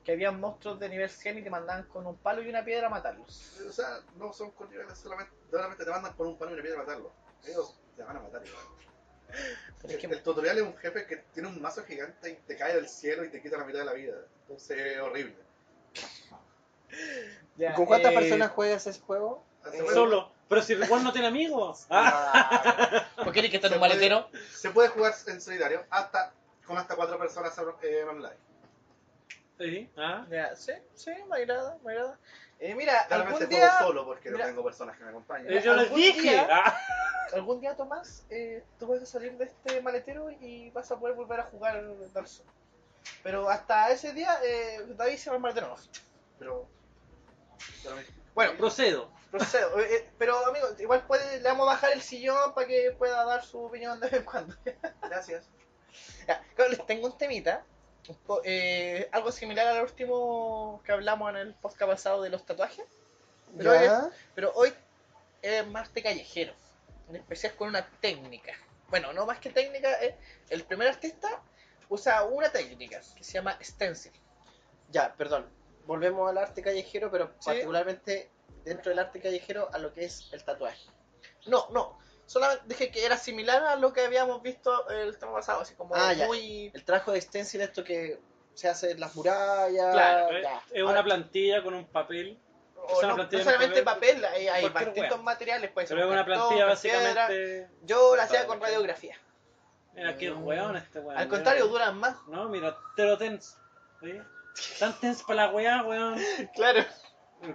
que había monstruos de nivel 100 y te mandaban con un palo y una piedra a matarlos. O sea, no son con niveles, solamente, solamente te mandan con un palo y una piedra a matarlo. Ellos te van a matar igual. Pero es El, que el tutorial es un jefe que tiene un mazo gigante y te cae del cielo y te quita la mitad de la vida. Entonces es horrible. Ya, ¿Con cuántas eh, personas juegas ese juego? Se puede- Solo. Pero si el weón no tiene amigos. Ah, Ah, ¿Por qué eres que está en Se un maletero? se puede jugar en solitario hasta con hasta cuatro personas eh, online. sí, ah. Ya, sí, sí, me agrada, me agrada. Eh, mira, Claramente algún juego día, solo porque mira. no tengo personas que me Eh, acompañen. Yo les algún dije. día- Ah. algún día Tomás, eh, tú vas a salir de este maletero y vas a poder volver a jugar Dark Souls. Pero hasta ese día, eh, David se va al maletero. Pero, pero me- Bueno, Procedo. Procedo. Eh, eh, pero amigo, igual puede, le vamos a bajar el sillón para que pueda dar su opinión de vez en cuando. gracias. Ya, claro, les tengo un temita. un po- eh, algo similar al último que hablamos en el podcast pasado de los tatuajes. Pero, Ya. Pero hoy es más de callejero. En especial con una técnica. Bueno, no más que técnica, es el primer artista usa una técnica que se llama stencil. Ya, perdón. Volvemos al arte callejero, pero Sí. particularmente dentro del arte callejero a lo que es el tatuaje. No, no. Solamente dije que era similar a lo que habíamos visto el tema pasado, así como Ah, ya. muy El trabajo de stencil, esto que se hace en las murallas. eh, Claro, eh. ya. Es una plantilla con un papel O una no, plantilla no de solamente papel, papel, hay, hay cualquier distintos wea. materiales, puede ser Pero es un una cartón, plantilla piedra. básicamente. Yo la hacía con radiografía. Mira qué weón este weón. Al mira. contrario, duran más. No, mira, lo tens. ¿sí? Tan tens para la weá, weón. Claro.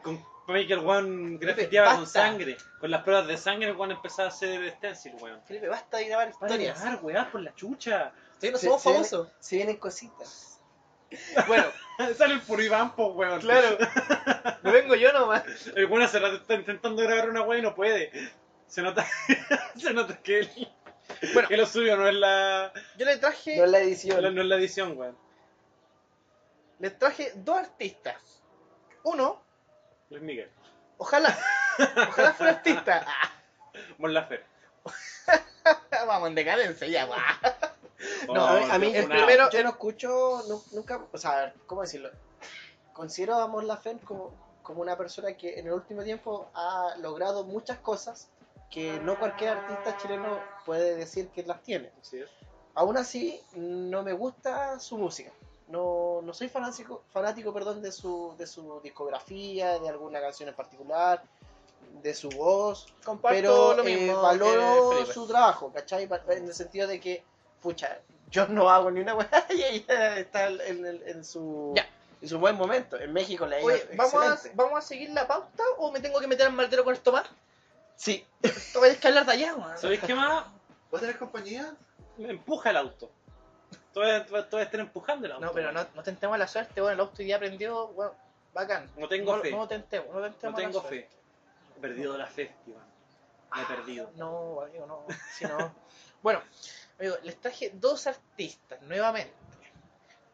Con para que el weón grafiteaba Basta. con sangre. Con las pruebas de sangre, el weón empezaba a hacer stencil, weón. Felipe, basta de grabar Para de historias. grabar, weá, por la chucha. Sí, no Se- somos se vienen- famosos. Se vienen cositas. Bueno, Sale el puribampo, weón. claro. No vengo yo nomás. El weón hace rato está intentando grabar una weá y no puede. Se nota, se nota que, el- Bueno. que lo suyo no es la, Yo le traje, No es la edición. no es la edición, weón. les traje dos artistas. Uno, Luis Miguel. ojalá, ojalá fuera artista. Ah, Mon Laferte. vamos en decadencia ya, guau. No, a mí- a mí qué el funado. primero- Yo no escucho nu- nunca, o sea, a ver, ¿cómo decirlo? Considero a Amor Laferte como, como una persona que en el último tiempo ha logrado muchas cosas que no cualquier artista chileno puede decir que las tiene. Sí, es. Aún así, no me gusta su música. No, no soy fanático, fanático perdón, de, su, de su discografía, de alguna canción en particular, de su voz Comparto pero lo eh, mismo. que valoro Felipe. su trabajo, ¿cachai? Va- En el sentido de que, pucha, yo no hago ni una weá y ella está en, el- en su, Ya. en su buen momento. En México la Oye, ¿vamos a, excelente. ¿vamos a seguir la pauta o me tengo que meter al martero con esto más? Sí, No vayas que hablar de allá, weón. ¿Sabéis qué más? ¿Vos tenés compañía? Empuja el auto. Tú vas tú vas a estar empujando el auto. No, pero no, no tentemos la suerte, bueno, el auto hoy día aprendió, bueno, bacán. No tengo no, fe. No tentemos, no No tentemos la tengo suerte. Ah, fe. He perdido la fe, Iván. Me he perdido. No, amigo, no, si no. bueno, amigo, les traje dos artistas nuevamente.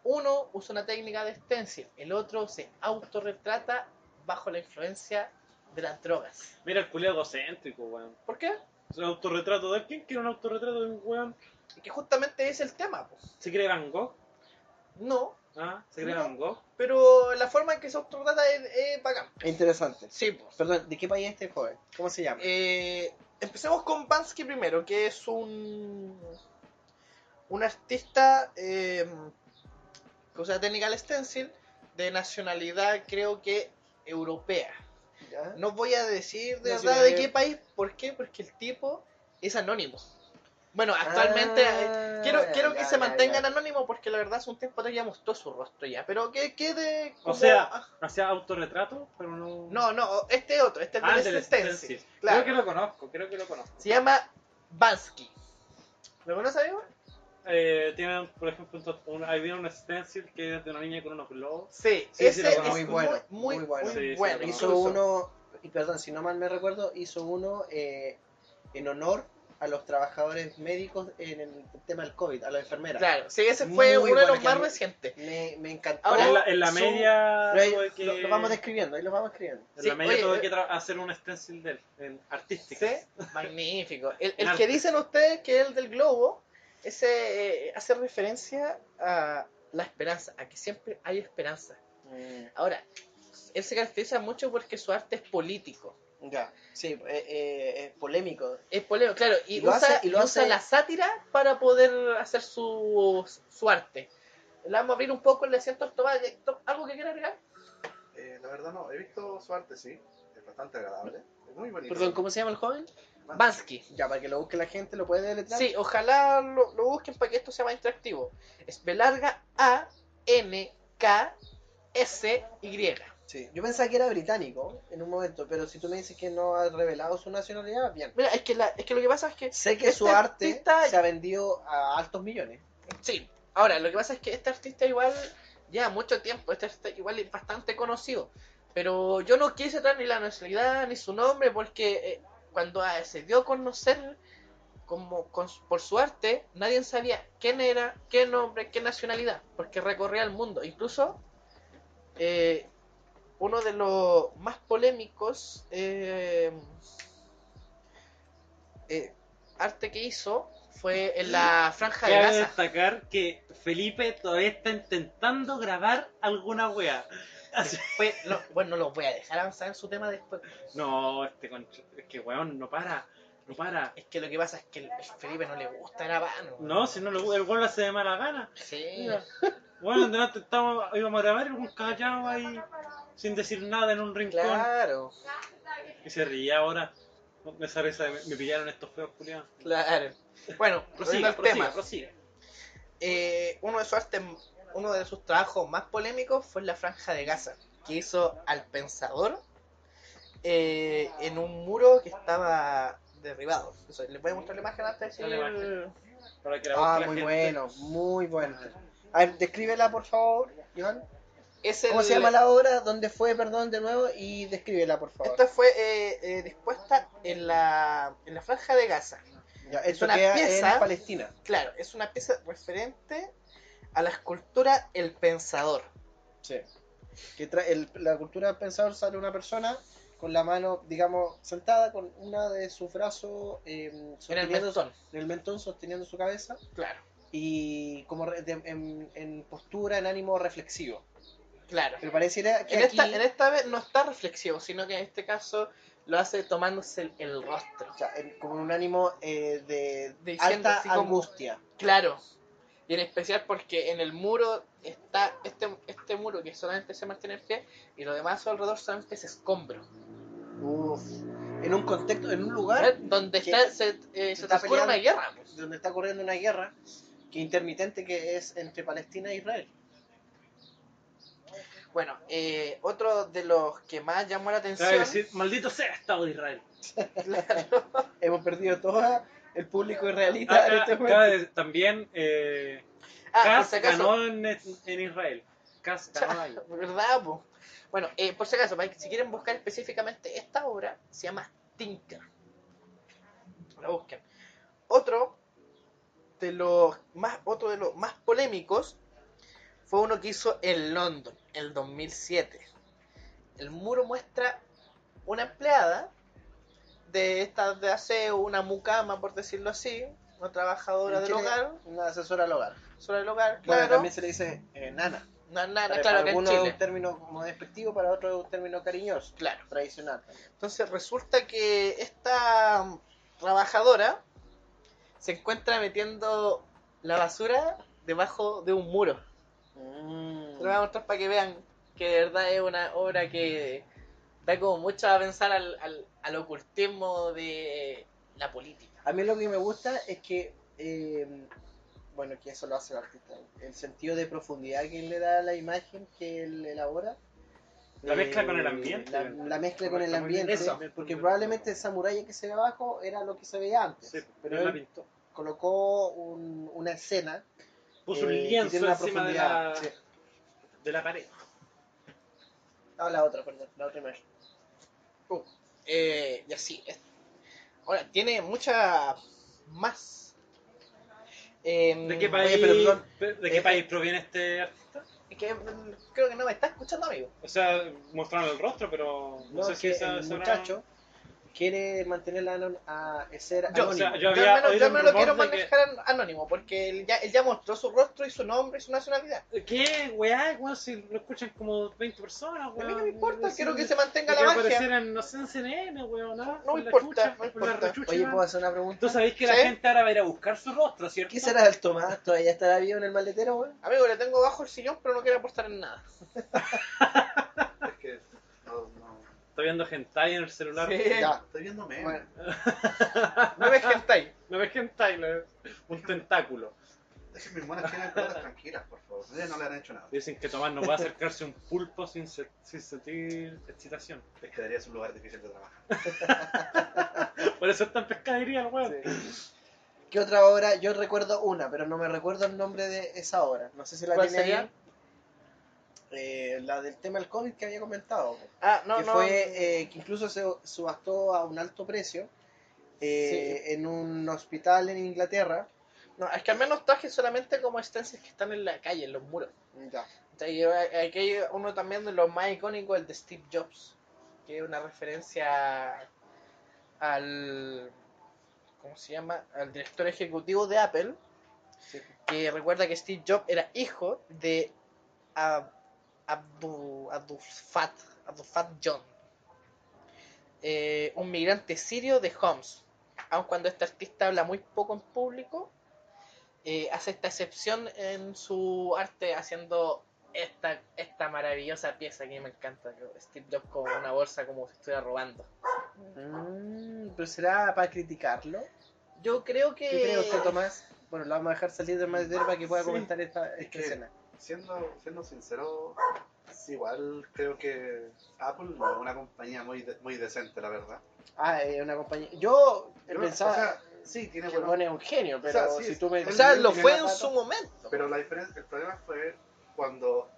Uno usa una técnica de stencil, el otro se autorretrata bajo la influencia de las drogas. Mira el culeo egocéntrico, weón. ¿Por qué? Es un autorretrato de quién quiere un autorretrato de un weón. Que justamente es el tema, pues. ¿Se cree Van Gogh? No, ¿Ah? ¿Se cree No. Van Gogh? pero la forma en que se autorretrata es, es bacán. interesante. Sí, pues. Perdón, ¿de qué país es este joven? ¿Cómo se llama? Eh, empecemos con Bansky primero, que es un un artista eh, que usa técnica del stencil de nacionalidad creo que europea. ¿Ya? No voy a decir de verdad de Nacionalidad- qué país, ¿por qué? Porque el tipo es anónimo. Bueno, actualmente Ah, eh, quiero, quiero que ya, se ya, mantengan ya. anónimos porque la verdad hace un tiempo atrás ya mostró su rostro ya, pero que quede O como- sea, ah, hacía autorretrato, pero no. no, no, este otro, este es Ah, del del stencil. stencil. Claro. Creo que lo conozco, creo que lo conozco. Se llama Bansky. ¿Lo conoces, amigo? Eh, tienen, por ejemplo, un tot- un, había un stencil que es de una niña con unos globos. Sí, Sí, sí, ese lo es conozco. muy Muy bueno, bueno. Muy, muy bueno. Sí, sí, bueno, lo hizo incluso. uno, y perdón, si no mal me recuerdo, hizo uno eh, en honor a los trabajadores médicos en el tema del COVID, a las enfermeras. Claro, sí, ese Muy fue uno de bueno, los que más a mí- recientes. Me, me encantó. Ahora- en la, en la Ah, su- media. Pero ahí tuve que- lo, lo vamos describiendo, ahí lo vamos escribiendo. En Sí, la media oye, tuve eh. que tra- hacer un stencil de él, en artística. Magnífico. El, el Un que arte. dicen ustedes que es el del globo, ese eh, hace referencia a la esperanza, a que siempre hay esperanza. Mm, Ahora, él se caracteriza mucho porque su arte es político. Ya, sí, eh, eh, es polémico. Es polémico, claro, y, Y lo usa, hace- y y lo usa hace- la sátira para poder hacer su, su arte. Le vamos a abrir un poco el asiento Tomás. Tom, ¿Algo que quiera agregar? Eh, la verdad no, he visto su arte, sí. Es bastante agradable. Es muy bonito. Perdón, ¿cómo se llama el joven? Bansky. Ya, para que lo busque la gente, lo puede deletrear. Sí, ojalá lo, lo busquen para que esto sea más interactivo. Es B larga A N K S Y. Sí. Yo pensaba que era británico en un momento, pero si tú me dices que no ha revelado su nacionalidad, bien. Mira, es que, la- es que lo que pasa es que. Sé que su Este arte artista- se ha vendido a altos millones. Sí, ahora, lo que pasa es que este artista igual lleva mucho tiempo, este artista igual es bastante conocido. Pero yo no quise traer ni la nacionalidad ni su nombre porque eh, cuando ah, se dio a conocer como con- por su arte, nadie sabía quién era, qué nombre, qué nacionalidad, porque recorría el mundo. Incluso eh, uno de los más polémicos eh, eh, arte que hizo fue en la franja de Cabe Gaza. destacar que Felipe todavía está intentando grabar alguna wea. Así- Fue- no, Pues, bueno, los voy a dejar avanzar en su tema después. No, este concha- es que weón no para, no para. Es que lo que pasa es que el- el Felipe no le gusta grabar. ¿no? No, si no lo, el weón lo hace de mala gana. Sí. Mira. Bueno, delante estábamos, íbamos a grabar y el weón callado pues, ahí. sin decir nada en un rincón. Claro, Y se ría ahora. Con Esa risa de, me pillaron estos feos culiados. claro. Bueno, volviendo Prosiga, al prosiga, tema. prosiga. Eh, uno de sus artes, uno de sus trabajos más polémicos fue la franja de Gaza, que hizo al pensador eh, en un muro que estaba derribado. Eso, ¿Les voy a mostrar la imagen antes? de Dale, decir- imagen. Para que la Ah, busque la muy gente. bueno, muy bueno. A ver, descríbela por favor, Iván. Es el- ¿Cómo se llama la obra? ¿Dónde fue, perdón, de nuevo? Y descríbela por favor. Esta fue eh, eh, dispuesta en la, en la franja de Gaza. Ya, esto una queda pieza. en Palestina. Claro, es una pieza referente a la escultura El Pensador. Sí. Que tra- el- la cultura del pensador sale una persona con la mano, digamos, sentada, con una de sus brazos eh, En el sosteniendo- mentón. en el mentón, sosteniendo su cabeza Claro, y como re- de- en, en postura, en ánimo reflexivo. claro. Pero pareciera que En esta, aquí- en esta vez no está reflexivo, sino que en este caso lo hace tomándose el, el rostro. o sea, en- como un ánimo eh, de Diciendo alta así como- angustia. Claro. Y en especial porque en el muro está este, este muro que solamente se mantiene en pie y lo demás a su alrededor solamente es escombro. Uf. En un contexto, en un lugar ¿Ves? Donde ¿Qué? está, se, eh, se Ah, Está transcurre una peleando. guerra. pues. donde está ocurriendo una guerra que intermitente que es entre Palestina e Israel. Bueno, eh, otro de los que más llamó la Te va a atención. decir, maldito sea Estado de Israel. Hemos perdido todo el público israelita Ah, en ah, este momento. acaba de- también eh, Ah, por Kass si acaso. ganó en, en Israel. Kass ganó ahí. ¿Verdad, po? Bueno, eh, por si acaso, para que- si quieren buscar específicamente esta obra, se llama Tinka. La busquen. Otro de los más, otro de los más polémicos fue uno que hizo en London, el 2007. El muro muestra una empleada de estas de aseo, una mucama, por decirlo así, una trabajadora En del Chile, hogar, Una asesora al hogar. sobre el hogar, Bueno, claro, también se le dice eh, nana. una nana, Para- claro, para acá en algunos es Chile, un término como despectivo, para otros es un término cariñoso, claro. tradicional. Entonces resulta que esta mm, trabajadora se encuentra metiendo la basura debajo de un muro. Se Lo voy a mostrar para que vean que de verdad es una obra que da como mucho a pensar al, al, al ocultismo de la política. A mí lo que me gusta es que, eh, bueno, que eso lo hace el artista, el sentido de profundidad que él le da a la imagen que él elabora. Eh, La mezcla con el ambiente. La, la mezcla con el Está muy bien ambiente. eso. Porque probablemente esa muralla que se ve abajo era lo que se veía antes. Sí, pero él la él pintó. colocó un- una escena Puso un eh, que lienzo tiene una encima de la, profundidad. sí. de la pared. Ah, la otra, perdón, la otra imagen. Eh, y así. es. Ahora, tiene mucha más. Em, ¿De qué Mm. Oye, país, pero perdón. ¿de qué Eh, país proviene este artista? es que, mm, creo que no me está escuchando, amigo. O sea, mostraron el rostro, pero no, No, sé es si que esa- el sabrá- muchacho quiere mantenerla anon- a, a ser Yo, anónimo. o sea, yo Yo había al menos, yo oído al un menos lo rumor quiero de que- manejar an- anónimo, porque él ya, él ya mostró su rostro y su nombre y su nacionalidad. ¿Qué, weá? weón? si lo escuchan como 20 A personas, weón. mí no me importa, Sí, quiero que Ah, sí, se mantenga que la apareciera magia. en, no sé, en CNN, weón. No, No Por la importa, chucha, no por la importa. rechucha, Oye, weón. ¿puedo hacer una pregunta? Tú sabes que la ¿Sí? gente ahora va a ir a buscar su rostro, ¿cierto? ¿Qué será el Tomás? ¿Todavía estará vivo en el maletero, güey? Amigo, le tengo bajo el sillón, pero no quiero apostar en nada. Es que. No, no. Estoy viendo hentai en el celular. Sí. Ya. Estoy viendo memes. Bueno, No me gentáis. No ves hentai, no es un tentáculo. Déjenme monas tienen cosas tranquilas, por favor. Ustedes no le han hecho nada. Dicen que Tomás no puede acercarse a un pulpo sin, se- sin sentir excitación. Les quedaría un lugar difícil de trabajar. Por eso está en pescadería el weón. sí. ¿Qué otra obra? Yo recuerdo una, pero no me recuerdo el nombre de esa obra. No sé si la ¿Cuál tiene sería? ahí. Eh, la del tema del COVID que había comentado. Ah, no, que no. fue eh, que incluso se subastó a un alto precio eh, en un hospital en Inglaterra. No, es que al menos traje solamente como estancias que están en la calle, en los muros. Ya. O sea, y Aquí hay uno también de los más icónicos, el de Steve Jobs, que es una referencia al. ¿Cómo se llama? Al director ejecutivo de Apple, que recuerda que Steve Jobs era hijo de Ab- Abdu, Abdulfat, Abdulfat John, eh, un migrante sirio de Homs. Aun cuando este artista habla muy poco en público, eh, hace esta excepción en su arte haciendo esta, esta maravillosa pieza que me encanta. que Steve Jobs con una bolsa como si estuviera robando. Mm, pero será para criticarlo. Yo creo que... ¿Qué cree usted, Tomás? Bueno, lo vamos a dejar salir del madero para que pueda Sí. comentar esta, esta que- escena. Siendo, siendo sincero, es igual creo que Apple no es una compañía muy, de- muy decente, la verdad. Ah, eh, una compañía. Yo eh, Yo- pensaba o sea, sí, tiene que el buenos- bueno es un genio, pero o sea, sí, si tú me. O sea, Él- lo él fue era en su momento. Pero la diferencia, el problema fue cuando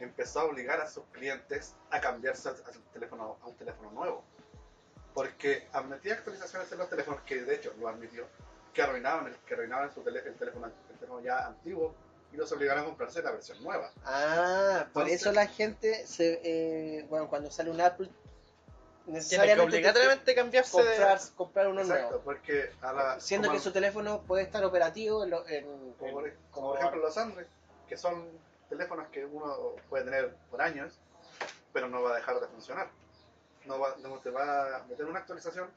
empezó a obligar a sus clientes a cambiarse a, a un teléfono, a un teléfono nuevo. Porque admitía actualizaciones en los teléfonos, que de hecho lo admitió, que arruinaban, el, que arruinaban su tele- el, teléfono, el teléfono ya antiguo y los obligaron a comprarse la versión nueva. Ah, por Entonces- eso la gente se. eh, bueno, cuando sale un Apple. Tiene que Necesariamente. obligatoriamente cambiarse de... comprar, comprar uno Exacto, nuevo. porque a la, Siendo como que su teléfono puede estar operativo en. lo- en- como en- por, como por ejemplo los Android, que son teléfonos que uno puede tener por años, pero no va a dejar de funcionar. No, va, no te va a meter una actualización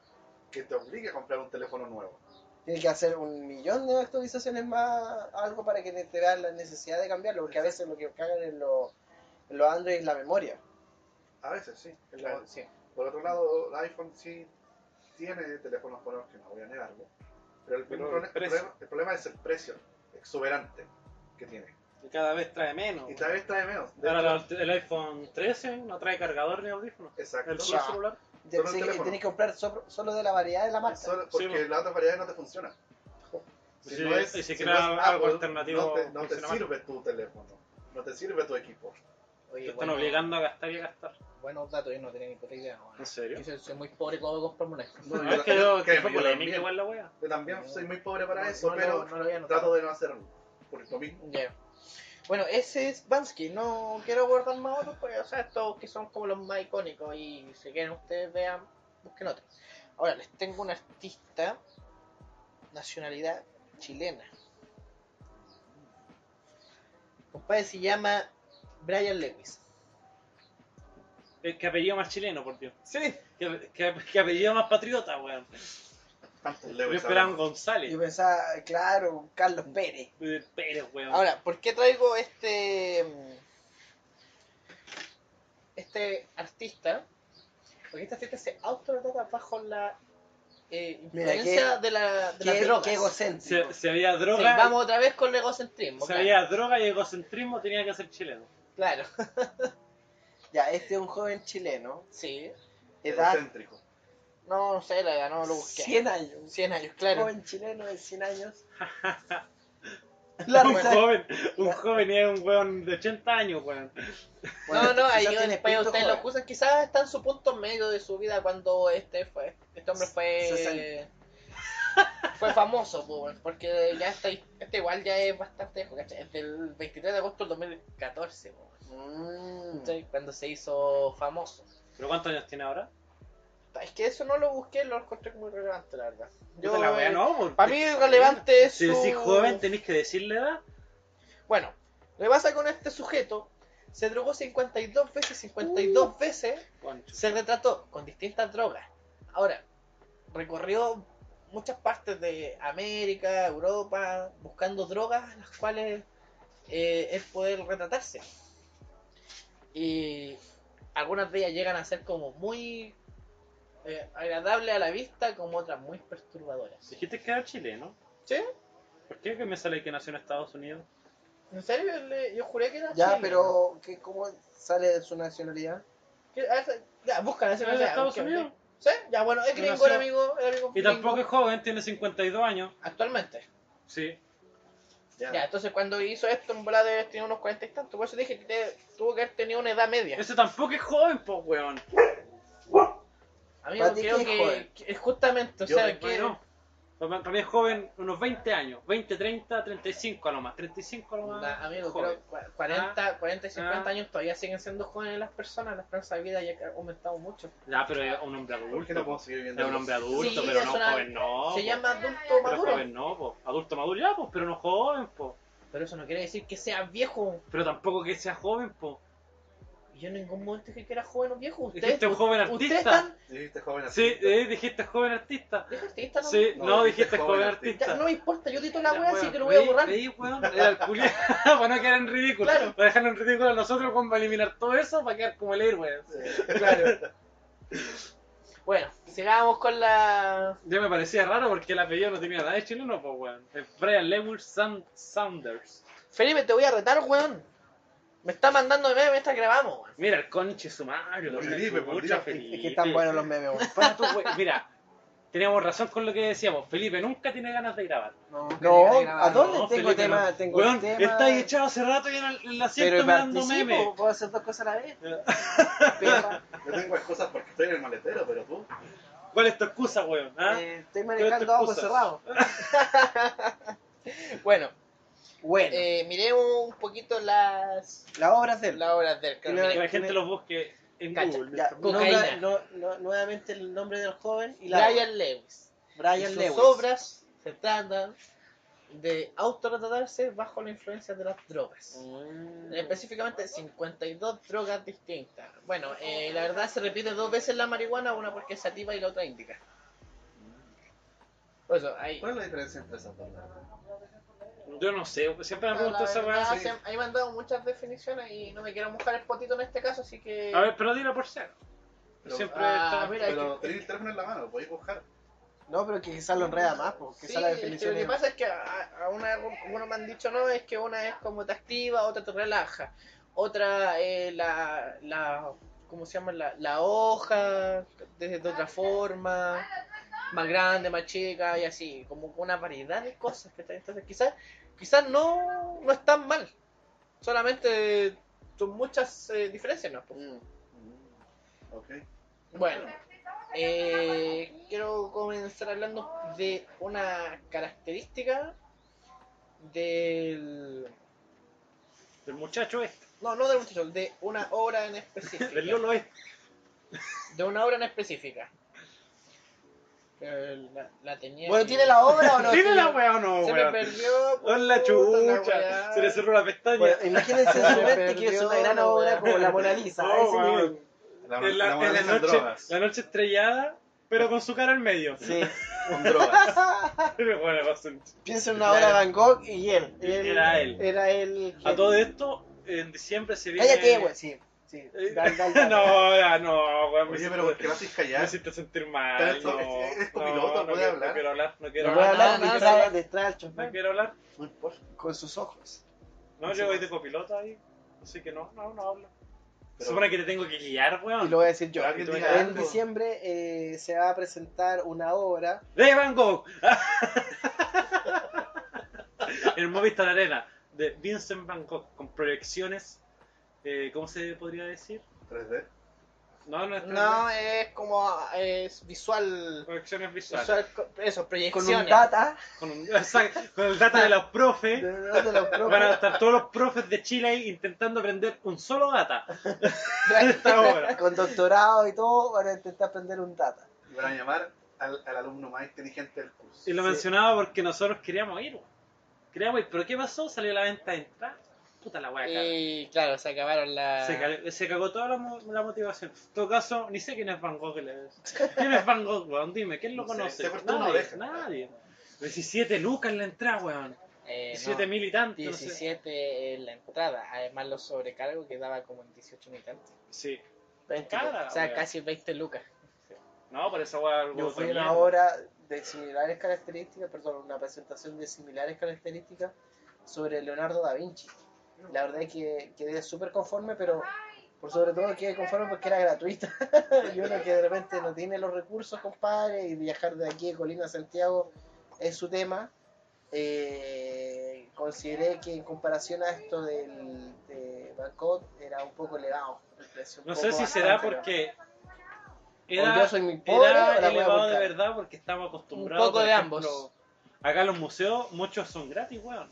que te obligue a comprar un teléfono nuevo. Tiene que hacer un millón de actualizaciones más, algo para que te vean la necesidad de cambiarlo, porque a veces lo que cagan en los en los Android es la memoria. A veces sí. El- Claro, sí. Por otro lado, el iPhone sí tiene teléfonos buenos que no voy a negarlo, pero el, Pero problema- el precio. el problema- el problema es el precio exuberante que tiene. Que cada vez trae menos. Y tal vez trae menos. De Ahora hecho, la- el iPhone 13 no trae cargador ni audífono. exacto. El solo Ya. celular. Ya, Solo el sí, que teléfono. tienes que comprar solo, solo de la variedad de la marca. Solo- Sí, porque bueno. las otras variedades no te funcionan. Sí, y se crea es algo alternativo No te, no te funciona mal. sirve tu teléfono, no te sirve tu equipo. Oye, Te están bueno, obligando a gastar y a gastar. Buenos datos, yo no tenía ni puta idea. weón. ¿En serio? Yo soy- soy muy pobre y puedo comprarme una. No, No, es que yo, que créeme, fue yo polémica también. igual la wea. Yo también soy muy pobre para No, eso, no lo- pero no lo había notado. trato de no hacerlo. Por lo mismo. Ya. Bueno, ese es Bansky. No quiero guardar más otros, porque, o sea, estos que son como los más icónicos. Y si quieren ustedes vean, busquen otros. Ahora, les tengo un artista, nacionalidad chilena. Compadre se llama Brian Lewis. Eh, Que apellido más chileno, por Dios. Sí. Que, que, que apellido más patriota, weón. Tanto Yo leo esperaba un Yo González. pensaba, claro, Carlos Pérez. Eh, Pérez, weón. Ahora, ¿por qué traigo este mm, este artista? Porque este artista se autorrelata bajo la eh, Mira, influencia de, la, de las Qué, drogas. qué egocéntrico. Se, se había droga. Sí, vamos otra vez con el egocentrismo. se claro. había droga y egocentrismo tenía que ser chileno. Claro, Ya, este es un joven chileno, sí. edad Egocéntrico. No, no sé, la verdad, no lo busqué. 100, 100 años. años, Un claro. joven chileno de 100 años. pues, un risa- joven, eh. un joven es un weón de 80 años, weón. no, no, ahí quizás tiene después espíritu ustedes lo joven. acusan. Quizás está en su punto medio de su vida cuando este fue este hombre fue Sesenta. fue famoso, po, weón, porque ya está, este igual ya es bastante viejo, ¿cachai? Es del 23 de agosto del 2014, po, weón, Mm. ¿cachai? cuando se hizo famoso. ¿Pero cuántos años tiene ahora? Es que eso no lo busqué, lo encontré muy relevante, la verdad. Puta la wea, eh, no, porque- Para mí relevante es Si su- decís joven, tenéis que decirle edad. Bueno, lo que pasa con este sujeto, se drogó 52 veces, 52 Uh. veces Concho. se retrató con distintas drogas. Ahora, recorrió muchas partes de América, Europa, buscando drogas las cuales eh, es poder retratarse. Y algunas de ellas llegan a ser como muy eh, agradables a la vista, como otras muy perturbadoras. Dijiste que era chileno. ¿Sí? ¿Por qué que me sale que nació en Estados Unidos? ¿En serio? Yo le- Yo juré que era Ya, chileno. pero ¿qué, ¿cómo sale de su nacionalidad? ¿Qué? Ah, Ya, búscala, se ¿Es me de Estados búscala. Unidos? ¿Sí? Ya, bueno, es gringo el Nació- amigo, el amigo Y gringo. tampoco es joven, tiene 52 años. Actualmente. Sí. Ya. Ya, entonces cuando hizo esto en bola debe tenía unos 40 y tantos. Por eso dije que te- tuvo que haber tenido una edad media. Ese tampoco es joven, po, weón. Amigo, Para ti, creo ¿qué es que, joven? que es justamente, o Yo sea, me que... Bueno, para para mí es joven unos 20 años. 20, 30, 35 a lo más. 35 a lo más. Nah, amigo, joven. creo cua- 40, 40 y 50 Ah. años todavía siguen siendo jóvenes las personas, la esperanza de vida ya ha aumentado mucho. Ya, pero es un hombre ¿Por qué no adulto. puedo po. seguir Es viendo? un hombre adulto, Sí, pero es no una- joven, no. Se po. llama adulto Oh, pues. Pero maduro, joven no, po. Adulto maduro ya, po, pero no joven, po. pero eso no quiere decir que sea viejo. Pero tampoco que sea joven, po. Yo en ningún momento dije que era joven o viejo. Usted, Dijiste un joven Ustedes artista. están. Dijiste este joven así. Sí, eh, dijiste joven artista. ¿Es artista? No, Sí, No, no, dijiste dijiste joven joven artista. Ya, artista. no me importa, yo dito la Ya, wea, así que lo voy a veí- borrar. veí, weón, era el culiao, para no quedar en ridículo. Claro. Para dejarlo en ridículo a nosotros, vamos a eliminar todo eso para quedar como el héroe. Claro. Bueno, sigamos con la. Ya me parecía raro porque el apellido no tenía nada de chileno, pues weón. Es Brian Lewis Sam- Saunders. Felipe, te voy a retar, weón. Me está mandando de meme mientras grabamos, weón. Mira, el conche sumario. Por Felipe, por Dios. Es que están buenos los memes, weón. Mira, teníamos razón con lo que decíamos. Felipe nunca tiene ganas de grabar. No, No, ¿a dónde No, tengo Felipe, tema? no. Tengo Weón, tema. estáis echado hace rato y en el, en el asiento pero mirando participo, memes. puedo hacer dos cosas a la vez. Pero- Yo tengo las cosas porque estoy en el maletero, pero tú. ¿Cuál es tu excusa, weón? ah? Eh, estoy Pero manejando te a ojos excusas. cerrados. bueno, Bueno, eh, miremos un poquito las, las obras de él. las obras del Y la- que Carmen. la gente los busque en Cacha, Google. Ya, Cocaína. nombra- no- no- nuevamente el nombre del joven y la Brian Lewis. Y Brian sus Lewis. obras se tratan de autorretratarse bajo la influencia de las drogas. Mm. Específicamente 52 drogas distintas. Bueno, eh, la verdad se repite dos veces la marihuana, una porque es sativa y la otra indica. Mm. Por eso, ahí. ¿Cuál es la diferencia entre esas dos? Yo no sé, siempre Ah, me La pregunto esa weá. verdad, se- ahí me han dado muchas definiciones y no me quiero mojar el potito en este caso, así que... A ver, pero dila por cero. Pero- Siempre Ah, está. mira, es que- Pero tenéis el teléfono en la mano, podéis buscar. No, pero que quizás lo enreda más, porque Sí, esa es la es que definición. lo que de- pasa es que a, a una, algunos me han dicho no, es que una es como te activa, otra te relaja, otra eh, la, la, ¿cómo se llama? La, la hoja, desde de otra forma, más grande, más chica y así, como una variedad de cosas que están. Entonces quizás, quizás no, no están mal, solamente son muchas eh, diferencias, ¿no? Mm, Ok. Bueno, eh, quiero comenzar hablando de una característica del... El muchacho este, No, no del muchacho, de una obra en específico. del Lolo este. De una obra en específica. Eh, La, la tenía... Bueno, que- ¿tiene la obra o no? Dile la weá o no, Se me weón. perdió. Con la puta la chucha. weá. Se le cerró la pestaña. Bueno, imagínense en Se su mente que perdió es una gran la obra weá. como la Mona Lisa, No, a ese Oh, weón. nivel. La, en la, la en la moraleja son noche, drogas. la noche estrellada, pero con su cara en medio. Sí. Son drogas. Bueno, pasó un- Piensa en una obra de Van Gogh y él. Era él. Era él. A todo esto, en diciembre se viene. Cállate, güey. Sí, sí. Eh, Dale, dale, dale. no, ya, no, weón. me Oye, siento- pero ¿por qué lo haces Me callar? hiciste sentir mal. Pero No, esto- es- es no, copiloto, no puede quiero- hablar. No quiero hablar, no quiero No voy a ah, hablar. hablar nada, detrás- nada. detrás del chofer, No quiero hablar. No importa. con sus ojos. No, yo voy de copiloto ahí. Así que no, no, no hablo. Pero- Supone que te tengo que guiar, Y weón. lo voy a decir yo. Pero Ah, alguien tú diga En algo. diciembre eh, se va a presentar una obra. ¡De Van Gogh! el Movistar Arena de Vincent Van Gogh con proyecciones. eh, ¿Cómo se podría decir? 3D. No, no es 3D, No, eh, es como... Es visual... Proyecciones visuales. visual eso, Con un proyecciones. data Con, un- exacto, con el data de los de, profes. de los propios. Van a estar todos los profes de Chile ahí intentando aprender un solo data. Esta hora. con doctorado y todo, van a intentar aprender un data. Y van a llamar al, al alumno más inteligente del curso. Y lo mencionaba porque nosotros queríamos ir, weón. Queríamos ir, pero ¿qué pasó? Salió la venta de entrada. Puta la wea, Eh, cara. Y claro, se acabaron las... Se, cal- se cagó toda la, mo- la motivación. En todo caso, ni sé quién es Van Gogh. le- ¿Quién es Van Gogh, weón? Dime, ¿quién lo No sé, conoce? se cortó una nadie, oreja. nadie. 17 lucas en la entrada, weón. Eh, no. 17 mil y tanto. no sé. 17 en la entrada, además los sobrecargos que daba como en 18 mil tanto. Sí. 20 Cara, lucas. o sea, weón. casi 20 lucas. No, por esa weá. algo Yo fui a de una mierda. obra de similares características, perdón, una presentación de similares características sobre Leonardo da Vinci. La verdad es que quedé súper conforme, pero por sobre todo quedé conforme porque era gratuita. y uno que de repente no tiene los recursos, compadre, y viajar de aquí de Colina a Santiago es su tema. Eh, consideré que en comparación a esto del, de Bangkok era un poco elevado el precio. un No sé poco si será bastante elevado. porque. O Era, yo soy muy pobre, era o la voy a elevado de buscar. verdad porque estamos acostumbrados. Un poco por de ejemplo, ambos. Acá los museos, muchos son gratis, weón.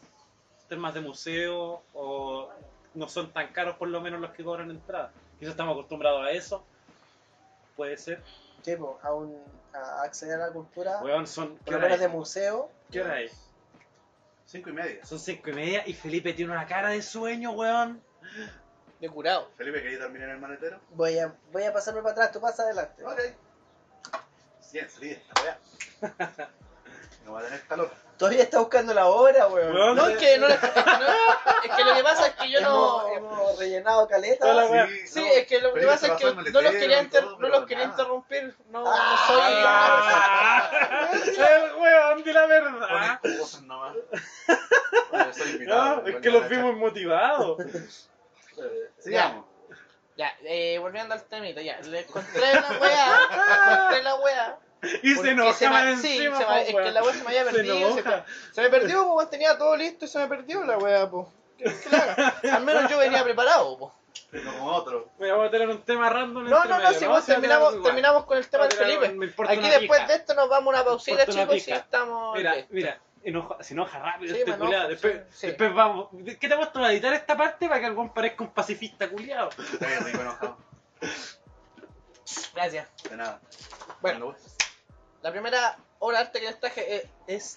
Temas de museo o no son tan caros por lo menos los que cobran entrada. Quizás estamos acostumbrados a eso. Puede ser. Sí, po, a, un- a acceder a la cultura. Weón, son. por ¿Qué lo hora menos de es? museo. ¿Qué hora es? Cinco y media. Son cinco y media y Felipe tiene una cara de sueño, weón. de curado. Felipe, ¿querías terminar el maletero? Voy a, voy a pasarme para atrás, tú pasa adelante. Ok. Bien, salí de esta weá. No va a tener calor. Todavía está buscando la hora, weón. Weón, No, es que no, la- no, es que lo que pasa es que yo hemos, no. eh, hemos rellenado caleta. Hola, weón. Sí, es que lo que Felipe pasa es trabajó que no en los maletero quería, y inter- todo, no pero los quería nada. interrumpir. No, no soy. Ah, el weón de la verdad. Ponen cosas nomás. Bueno, soy invitado, No, es vuelvo que a los la vimos motivados. charla. Eh, Sigamos. Ya, eh, volviendo al temita, ya. Le encontré la weá. encontré la weá. Y porque se enoja se me- más sí, encima. se me- po, es weón. que la weá se me había perdido, Se se enoja. Se me perdió, po, weón, tenía todo listo y se me perdió la weá, po. ¿Qué querés que le haga? Al menos yo venía preparado, pues. po. Pero como otro. Me voy a tener un tema random. No, entre no, no, Este medio, si vos Se va a tener algo terminamos, igual. terminamos con el tema del Pero me Felipe. importa Aquí una después pija. de esto nos vamos a una pausita, importa una chicos, y pija. estamos. Mira, listos. mira, enoja- se enoja rápido Sí, este me enojo, culiado. sí, Después, sí. después vamos. ¿Qué te ha puesto a editar esta parte para que algún parezca un pacifista culiado? Está rico enojado. Gracias. De nada. Bueno. Cuando- La primera obra de arte que les traje es,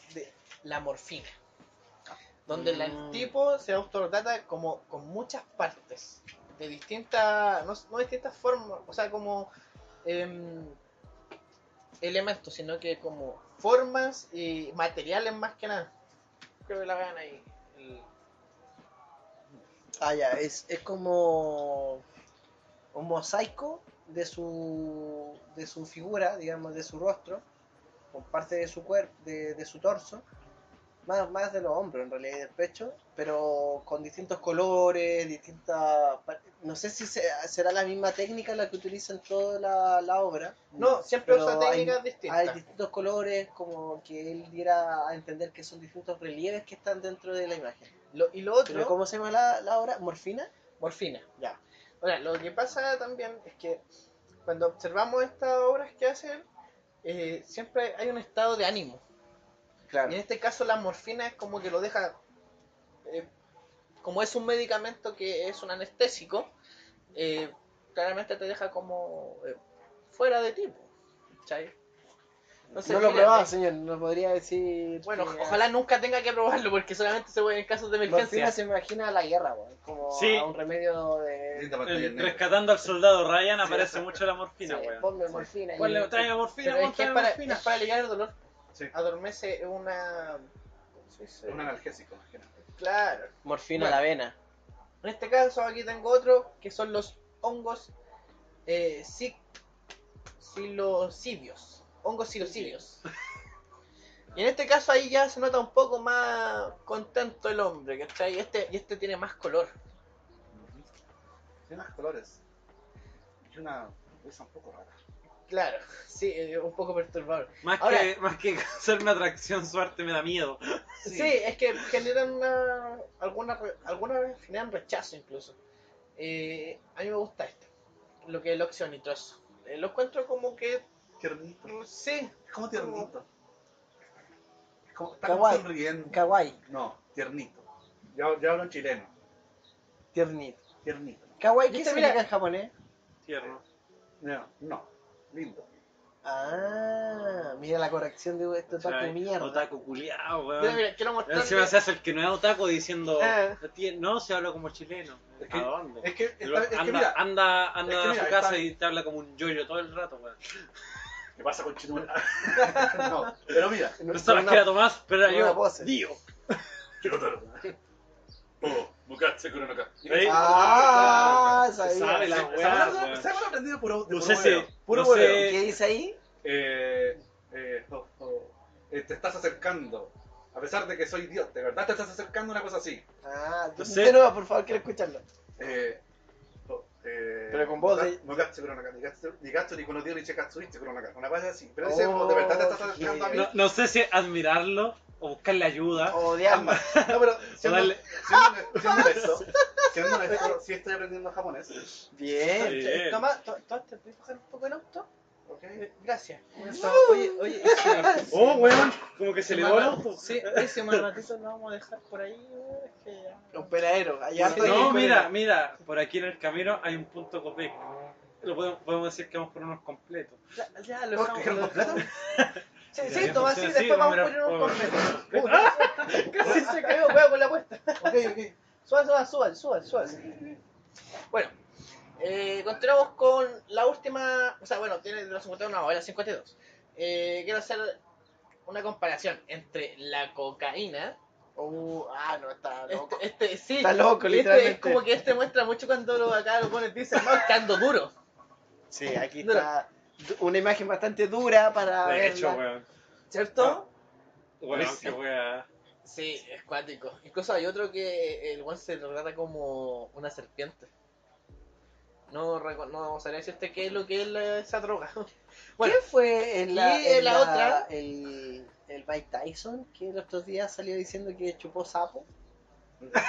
es de la morfina. Donde la- el tipo se autotrata como con muchas partes. De distintas. No, no distintas formas. O sea, como. em, elementos, sino que como formas y materiales más que nada. Creo que la vean ahí. el- Ah, ya, es, es como un mosaico de su, de su figura, digamos, de su rostro, con parte de su cuerpo, de, de su torso, más, más de los hombros en realidad y del pecho, pero con distintos colores, distintas... par- No sé si se- será la misma técnica la que utiliza en toda la, la obra. No, siempre Pero usa hay- técnicas Hay distintas. distintos colores, como que él diera a entender que son distintos relieves que están dentro de la imagen. Lo- y lo ¿Pero otro, cómo se llama la, la obra? ¿Morfina? morfina, ya. Ahora, lo que pasa también es que cuando observamos estas obras que hacen, eh, siempre hay un estado de ánimo. Claro. Y en ¿Eh? este caso la morfina es como que lo deja, eh, como es un medicamento que es un anestésico, eh, claramente te deja como eh, fuera de tipo. ¿cachai? Entonces, no lo mira, probaba, señor. No podría decir. Bueno, que- ojalá nunca tenga que probarlo porque solamente se puede en casos de emergencia. Morfina se imagina la guerra, weón. Como Sí. a un remedio de. Linda pantalla El- negra. rescatando al soldado Ryan aparece mucho la morfina, Sí, weón. ponme morfina. y- Ponle, tráeme morfina, Pero weón, es que es tráeme para, morfina. es para aliviar el dolor. Sí. Adormece una. ¿cómo se dice? Un analgésico, imagínate. Claro. Morfina Bueno. a la vena. En este caso, aquí tengo otro que son los hongos eh, si- silocidios. Hongos silocidios. Y en este caso ahí ya se nota un poco más contento el hombre, ¿cachai? Y este, y este tiene más color. Tiene más colores. Y una esa un poco rara. Claro, sí, eh, un poco perturbador. Más, Ahora- que, más que causar una atracción, su arte me da miedo. Sí, es que generan una. Algunas re- algunas veces generan rechazo incluso. Eh, a mí me gusta esto, lo que es el óxido nitroso. Eh, lo encuentro como que. Tiernito. Sí, Es como tiernito. Es como, está como Kawaii. sonriendo. Kawaii. No, tiernito. Yo, yo hablo en chileno. Tiernito. Tiernito. Kawaii, ¿qué Viste, significa mira. en japonés? Tierno. No, no. Lindo. Ah, mira la corrección de este taco Ay, mierda. Otaku culiao, Mira, weón. mira, quiero mostrar. Ah. Encima se hace el que no es otaku diciendo. Ah. "Tie- No, se habla como chileno. Es que- ¿A dónde? Es que, está- Lo- es que anda, mira, anda, anda es que a mira, su casa está- y te habla como un yoyo todo el rato, weón. ¿qué pasa con Chitumal? no, pero mira, No- No se las no- que era Tomás, pero era no la yo. pose. Dio. Chirotaro. Oh, Bukatse Kuronaka. Ahí. Ah, Se sabía. sabe la Se habrá weón. se habrá aprendido puro de No puro sé hueveo. si- Puro no hueveo. sé- ¿Qué dice ahí? eh, eh, oh, oh, eh, te estás acercando. A pesar de que soy Dios, de verdad te estás acercando a una cosa así. Ah, No tú- sé. de nuevo, por favor, quiero escucharlo. Eh, oh, eh, Pero con voz de- Mogatsu Kuronaka, Nigatsu- Nigatsu ni Kono Dio ni Shikatsu Ichi Kuronaka. Una cosa así. Pero dice, como, de verdad te estás Oh, acercando a mí. No, no sé si admirarlo o buscarle ayuda. O Ambas. No, pero siendo, dale. siendo, siendo honesto, siendo honesto, sí estoy aprendiendo japonés. Bien. Bien. Toma, to- toma, ¿te puedes bajar un poco el auto? ¿ok? Eh, Gracias. Oye, oye, Oh, weón, como que se le va el auto. Sí, ese malmatito lo vamos a dejar por ahí. weón, es que ya- los peladeros. Allá No, No, mira, mira, por aquí en el camino hay un punto copec. Lo podemos, podemos decir que vamos por unos completos. Ya, ya lo ¿No dejamos. queremos lo dejamos. Sí, Ya, sí, ya toma así, funciona así, después vamos a número- poner un vamos. completo. Casi se cayó, weón, con la apuesta. Ok, ok. Suban, suban, suban, suban, suban. Bueno, eh, continuamos con la última. O sea, bueno, tiene de los 51 ahora 52. Eh, quiero hacer una comparación entre la cocaína. Uh, ah, no, está loco. Este, este- sí, Está loco, este literalmente. es como que este muestra mucho cuando lo, acá lo ponen, dice, no, que ando duro. Sí, aquí está du- una imagen bastante dura para De verla. hecho, ah, weón. ¿Cierto? Weón, qué weá. Sí, es cuático. Incluso hay otro que el one se trata como una serpiente. No, reco- no sabría decirte qué es lo que es la- esa droga. Bueno, ¿Qué fue en la, y en en la la- otra- El, el Mike Tyson que los otros días salió diciendo que chupó sapo.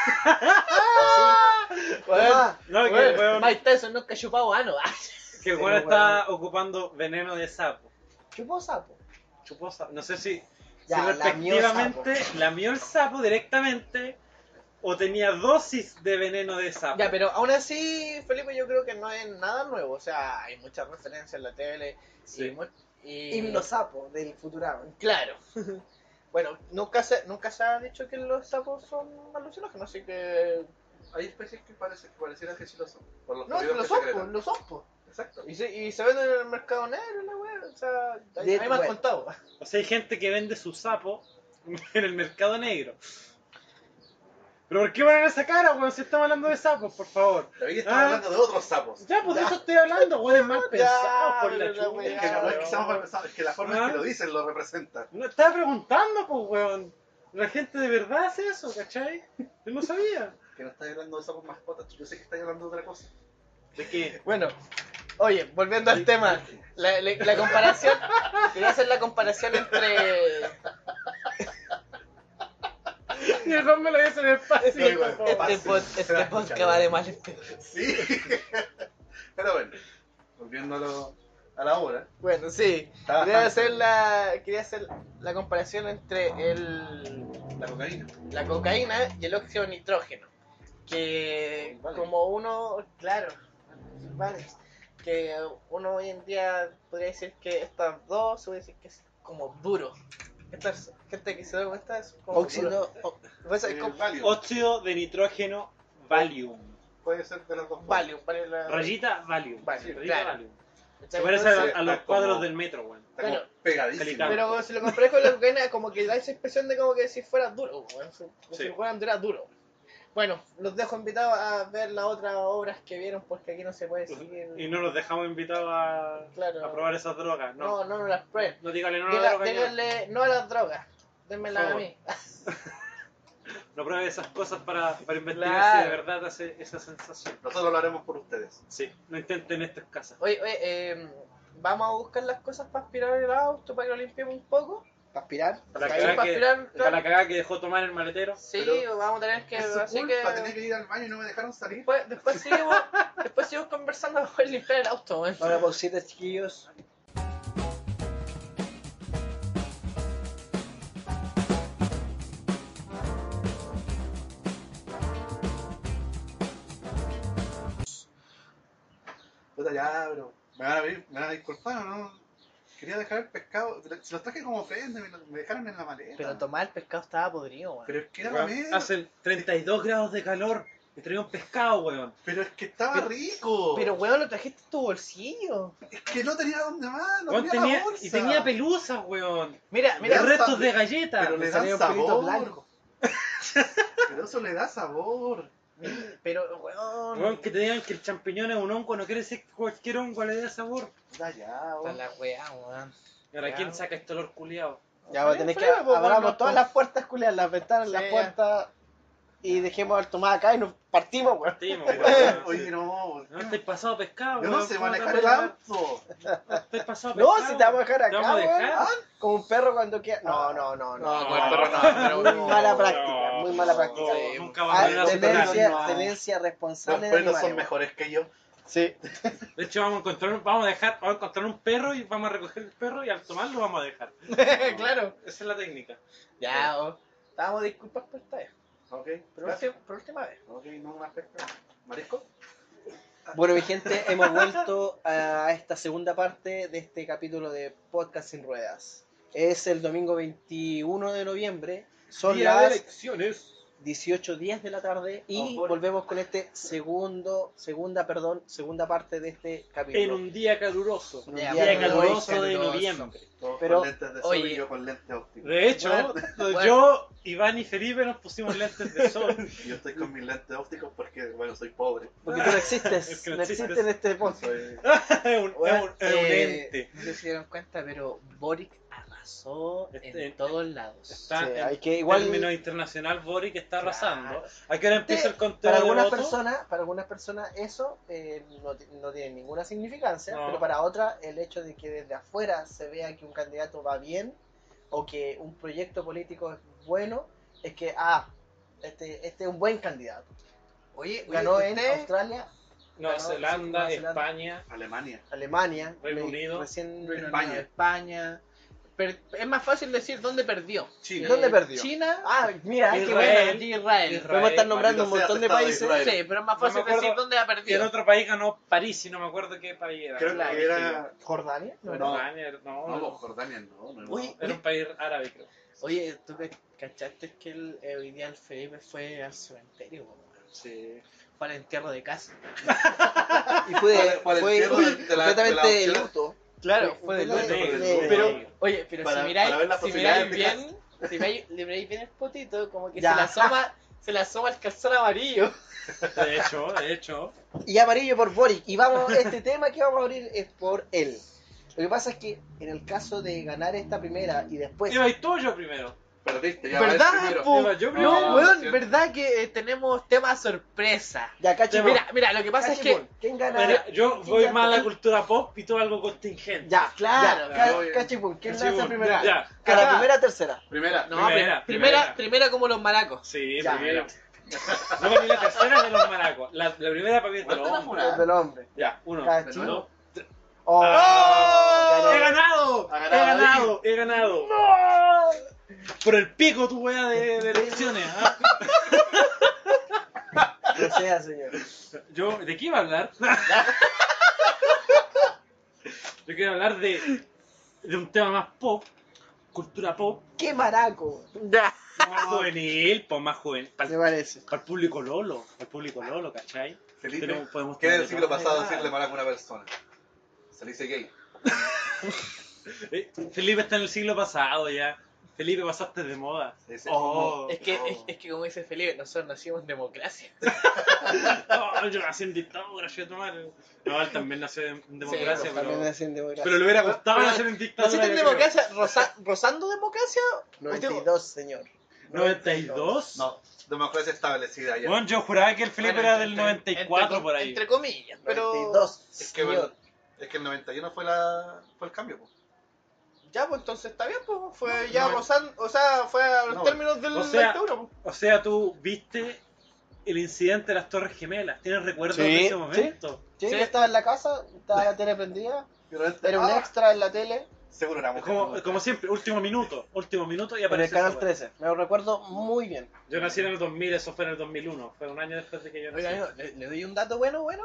Ah, Bueno, No, que bueno, weón. Mike Tyson nunca ha chupado ano. Que el weón está ocupando veneno de sapo. Chupó sapo. Chupó sapo. No sé si, Ya, si lamió respectivamente lamió el sapo directamente o tenía dosis de veneno de sapo. Ya, pero aún así, Felipe, yo creo que no es nada nuevo. O sea, hay muchas referencias en la tele. Sí. Y, mu- y- Himno sapo del Futurama. Claro. bueno, nunca se, nunca se ha dicho que los sapos son alucinógenos, así que... Hay especies que, parece, que pareciera que sí lo son. Por los No, peligros los que son, po, pues, secretan. los son, po. Exacto. Y se, y se venden en el mercado negro, la wea. O sea, a mí De- me han bueno. contado. O sea, hay gente que vende su sapo en el mercado negro. Pero ¿por qué ponen esa cara, weón? Si estamos hablando de sapos, por favor. David estaba Ah. hablando de otros sapos. Ya, pues de eso estoy hablando, weón, es mal pensado por pero la la chucha, Es que no es que weón. seamos mal pensados, es que la forma en que Ah. lo dicen lo representan. No, estaba preguntando, pues, weón. La gente de verdad hace eso, ¿cachai? Yo no sabía. Que no está hablando de sapos mascotas, yo sé que está hablando de otra cosa. ¿De qué? Bueno, oye, volviendo al tema. La, la- la comparación... Quería hacer la comparación entre... Y el me lo dice en el Sí, pasillo, weón. por favor. Este, pod, Se este va a escuchar, podcast va de mal en peor. Sí. Pero bueno, volviendo a, lo- a la obra. Bueno, sí. Está Quería bastante- hacer la, quería hacer la comparación entre el, La cocaína. la cocaína y el óxido nitrógeno. Que Vale. como uno, claro, vale, que uno hoy en día podría decir que estas dos, se puede decir que es como duro. Esta gente que se da cuenta es como duro. Óxido, o- Pues es Eh, como Valium. Óxido de nitrógeno Valium. Puede ser de las dos. formas. Valium, vale la- Rayita Valium. Vale, Sí, rayita claro. Valium. Se ¿cachai? parece Entonces, a, a los cuadros del metro, weón. Está como Claro. pegadísimo. Delicado. Pero si lo compré con la cocaína, como que da esa impresión de como que si fuera duro, weón. Si- Sí. Si fueran duro, duro. Bueno, los dejo invitados a ver las otras obras que vieron, porque aquí no se puede seguir. Y no los dejamos invitados a, Claro. a probar esas drogas. No, No, no, no las prueben. no díganle no a la Diga- droga. ya. Díganle no a las drogas. Denmela a Por mí. No pruebe esas cosas para, para investigar si Claro. de verdad hace esa sensación. Nosotros lo haremos por ustedes. Sí, no intenten esto en casa. Oye, oye, eh, vamos a buscar las cosas para aspirar el auto, para que lo limpiemos un poco. para aspirar. Para Sí, cagar para que- aspirar, Para la claro. cagada que dejó tomar el maletero. Sí, Pero vamos a tener que. es su así culpa, que. Pues- tenía que ir al baño y no me dejaron salir. Después, después, seguimos, después seguimos conversando para poder limpiar el auto, weón. Ahora pausita, chiquillos. Puta, ya, bro. Me van a, venir- me van a disculpar, ¿no? Quería dejar el pescado. Se los traje como ofrenda, me, lo- me dejaron en la maleta. Pero tomar el pescado estaba podrido, weón. Pero es que era Weón, comer. Hacen 32 grados de calor y traían pescado, weón. Pero es que estaba rico. Pero, weón, lo trajiste en tu bolsillo. Es que no tenía dónde más, no Weón, tenía, tenía- la bolsa. y tenía pelusas, weón. Mira, Y mira, Pero- restos de galletas. Pero le dan salieron pelitos sabor. blancos. Pero eso le da sabor. pero, weón. Weón, que te digan que el champiñón es un hongo, no quiere decir que cualquier hongo le dé sabor. Puta, ya, Está weón. la weá, weón. Y ahora, Ya. ¿quién saca este olor culiado? Ya va a Fue- tener fue, que pues, abramos bueno, todas pues. las puertas, culias, las ventanas, Sí, las ya. puertas y dejemos el tomate acá y nos partimos, weón. Partimos, weón. Oye, no. No, estáis pasado pescado, Yo weón. no sé ¿Cómo te manejar el vas a llevar? auto. Estáis pasado No, pescado. si te vamos a dejar Te acá, vamos a dejar. weón. Como un perro cuando quiera. No, no, no, no. No, con el perro no, pero Muy mala práctica, No, muy mala práctica. no, Sí. nunca va a Ah, volver a superar. tenencia, no. tenencia Los responsable de perros son animales. mejores que yo. Sí. De hecho, vamos a encontrar, un- vamos a dejar, vamos a encontrar un perro y vamos a recoger el perro y al tomarlo vamos a dejar. claro. Esa es la técnica. Ya, weón. Estábamos disculpas por esta vez. Ok, Por, gracias. última- por última vez. Ok, no más pesca. ¿Marisco? Bueno, mi gente, hemos vuelto a esta segunda parte de este capítulo de Podcast sin Ruedas. Es el domingo 21 de noviembre. Son las elecciones. 18.10 de la tarde y Ojo. volvemos con este segundo, segunda, perdón, segunda parte de este capítulo. En un día caluroso. Un Ya, día muy caluroso de caluroso. noviembre. Todos Pero, con lentes de sol oye. y yo con lentes ópticos. De hecho, Bueno, yo, Iván y Felipe nos pusimos lentes de sol. Yo estoy con mis lentes ópticos porque, bueno, soy pobre. Porque tú no existes, Es que no no existes existes. en este podcast. Soy... es un, es un- es un Eh, ente. no sé si se dieron cuenta, pero Boric arrasó Este- en todos lados. Está Sí, en hay que igual términos internacional Boric está Claro. arrasando. ¿A qué hora empieza el conteo para de algunas votos? personas, para algunas personas eso eh, no, ti- no tiene ninguna significancia, No. pero para otras el hecho de que desde afuera se vea que un candidato va bien o que un proyecto político es bueno, es que ah, este, este es un buen candidato. Oye, Ganó oye, en ¿usted- Australia, Nueva Claro, sí, Zelanda, Nueva Zelanda. España. Alemania. Alemania, Reino me- Unido, recién Reino España. España. España. Per- es más fácil decir dónde perdió. China. ¿Dónde perdió? China. Ah, mira, Israel. qué Bueno, buena. y Israel. Israel. Podemos estar nombrando un maldito sea, montón de Estado de países. Israel. Sí, pero es más No me fácil acuerdo. decir dónde ha Y en perdido. otro país ganó París, y no me acuerdo qué país era. Creo Claro, que era. Jordania, no, No. Jordania, no, No, Jordania no. no, no. Uy, era un país árabe, creo. Oye, ¿tú ca- cachaste que el, eh, hoy día el Felipe fue al cementerio? po, weón? Sí. Fue al entierro de casa. y fue, Para- para el fue cierre de la- de la completamente opción. luto. Claro, fue de luto. Pero, oye, pero Para- si miráis, para ver las si miráis posibilidades de bien, si miráis, le miráis bien el potito, como que Ya. se le asoma, se le asoma el calzón amarillo. De hecho, de hecho. y amarillo por Boric. Y vamos, este tema que vamos a abrir es por él. Lo que pasa es que en el caso de ganar esta primera y después Pues, Iba y tú o yo primero. Perdiste, ya va el ¿Verdad, primero. po? Mira, yo No, primero. weón, verdad que eh, tenemos tema sorpresa. ya Cachipol. Mira, mira, lo que pasa es que. Cachipol, ¿quién gana? Mira, yo ¿Quién voy gana? más a la cultura pop y todo algo contingente. Ya, Claro, claro. claro. Cachipul, ¿quién Así, lanza bueno, primera? Ya. A la Cachá. primera tercera. Primera. No, Primera, primera, primera, primera. primera como los maracos. Sí, Ya. primera. No, para mí la tercera es de los maracos. La, la primera para mí es de los ¿Cuánto hombres. la El jurada? del hombre. Ya, uno. Cachi. dos. Ah. Oh, ¡Oh! ganó. ¡He ganado! Ha ¡He ganado ganado! ¡He ganado! Por el pico tu wea de, de elecciones. ¿ah? Lo sea, señor. Yo, ¿De qué iba a hablar? Yo quiero hablar de, de un tema más pop, cultura pop, ¡Qué maraco! más juvenil, pues más juvenil. Para Me el, parece. público lolo, para el público lolo, ¿cachai? Felipe, Tenemos- podemos ¿Qué tener en el siglo más pasado edad. decirle mal a una persona? Se le dice gay. Eh, Felipe está en el siglo pasado ya. Felipe, pasaste de moda. Se dice Oh. homo. Es que, es, Oh. es que como dice Felipe, nosotros nacimos en democracia. No, yo nací en dictadura, yo tu madre. No, él también nació en en democracia, Sí, pues, También pero, hacen democracia. pero le hubiera gustado Pero- nacer en dictadura. ¿Naciste en yo creo. democracia? roza- ¿Rozando democracia? 92, señor. 92. No, democracia establecida ya. Bueno, yo juraba que el Felipe Bueno, era del entre- 94 entre- por ahí. Entre comillas, pero. 92, es, que, señor. es que el 91 fue, la, fue el cambio. po. Ya, pues entonces está bien, pues. Fue No, ya no. rozando. O sea, fue a los No, términos del o sea- dictadura, pues. O sea, tú viste el incidente de las Torres Gemelas. ¿Tienes recuerdos Sí, de ese sí. momento? Yo Sí. estaba en la casa, estaba la tele prendida, Pero este- era un ah, extra en la tele, Seguro era mujer. Como, como siempre, último minuto, último minuto y en el aparece. canal esa 13. Me lo recuerdo muy bien. weá. Yo nací en el 2000, eso fue en el 2001. Fue un año después de que yo nací. Oiga, amigo, le, le doy un dato bueno, bueno.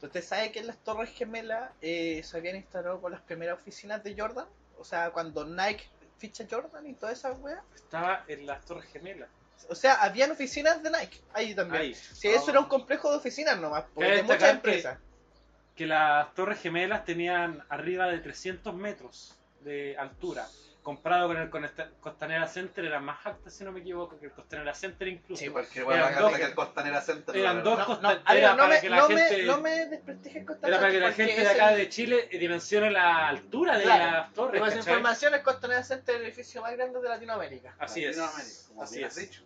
Usted sabe que en las Torres Gemelas eh, se habían instalado con las primeras oficinas de Jordan. O sea, cuando Nike ficha Jordan y todas esas weas. Estaba en las Torres Gemelas. O sea, habían oficinas de Nike ahí también. Ahí. Oh. este Si eso era un complejo de oficinas nomás, porque Cabe de muchas destacar empresas. que las torres gemelas tenían arriba de 300 metros de altura. Comparado con el Conesta- Costanera Center, era más alta, si no me equivoco, que el Costanera Center incluso. Sí, Porque bueno, Eran la carta dos- que el Costanera Center. eran la dos verdad. No, costa- no, a ver, era no para me, que la no gente- me, no me desprestigies Costanera Era para que la porque gente de ese- acá de Chile dimensione la altura de Claro. las torres. Por esa ¿cachai? información, el Costanera Center es el edificio más grande de Latinoamérica. Así es. Latinoamérica, como Así bien es. has dicho.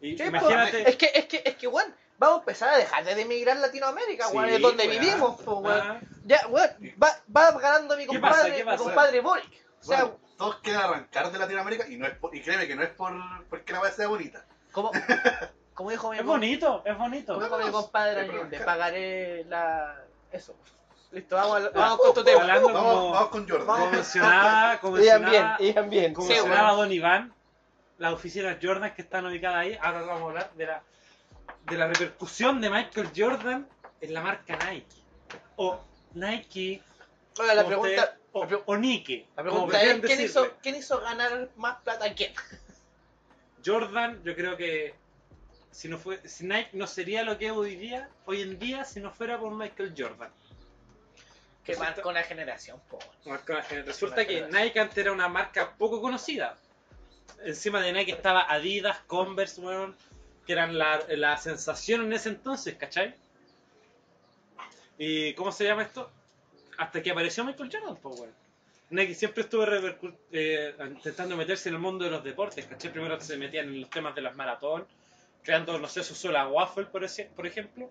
Y Sí, imagínate. po. Es que, es que, es que, weón, vamos a empezar a dejar de emigrar a Latinoamérica, weón, Sí, es donde weón. vivimos, po, weón. Ah, Ya, weón, va, va ganando mi ¿Qué compadre, pasa? ¿Qué mi pasa? compadre Boric. O sea, Bueno, todos quieren arrancar de Latinoamérica y, no es por- y créeme que no es por, porque la weá sea bonita. como, como dijo mi es bonito, es bonito. Como dijo mi compadre Sí, pero Allende, acá. pagaré la... eso. Listo, vamos, al- vamos con tu tema. Hablando Vamos, vamos como, con Jordan. como Vamos. mencionaba, como Iban bien, mencionaba, iban bien. como Sí, mencionaba bueno. Don Iván, las oficinas Jordan que están ubicadas ahí, ahora vamos a hablar de la, de la repercusión de Michael Jordan en la marca Nike. O Nike, Ahora, la como usted- pregunta, o, o Nike. la como pregunta es, prefieren ¿quién decirle. hizo, ¿quién hizo ganar más plata a quién? Jordan, yo creo que si no fue, si Nike no sería lo que es hoy día, hoy en día si no fuera por Michael Jordan. Que marcó una generación, po. Marcó una generación. Resulta que Nike antes era una marca poco conocida. Encima de Nike estaba Adidas, Converse, weón, que eran la, la sensación en ese entonces, ¿cachai? ¿Y cómo se llama esto? Hasta que apareció Michael Jordan, pues, weón. Nike siempre estuvo repercu- eh, intentando meterse en el mundo de los deportes, ¿cachai? Primero se metían en los temas de las maratón, creando, no sé, su sola waffle, por, ese- por ejemplo.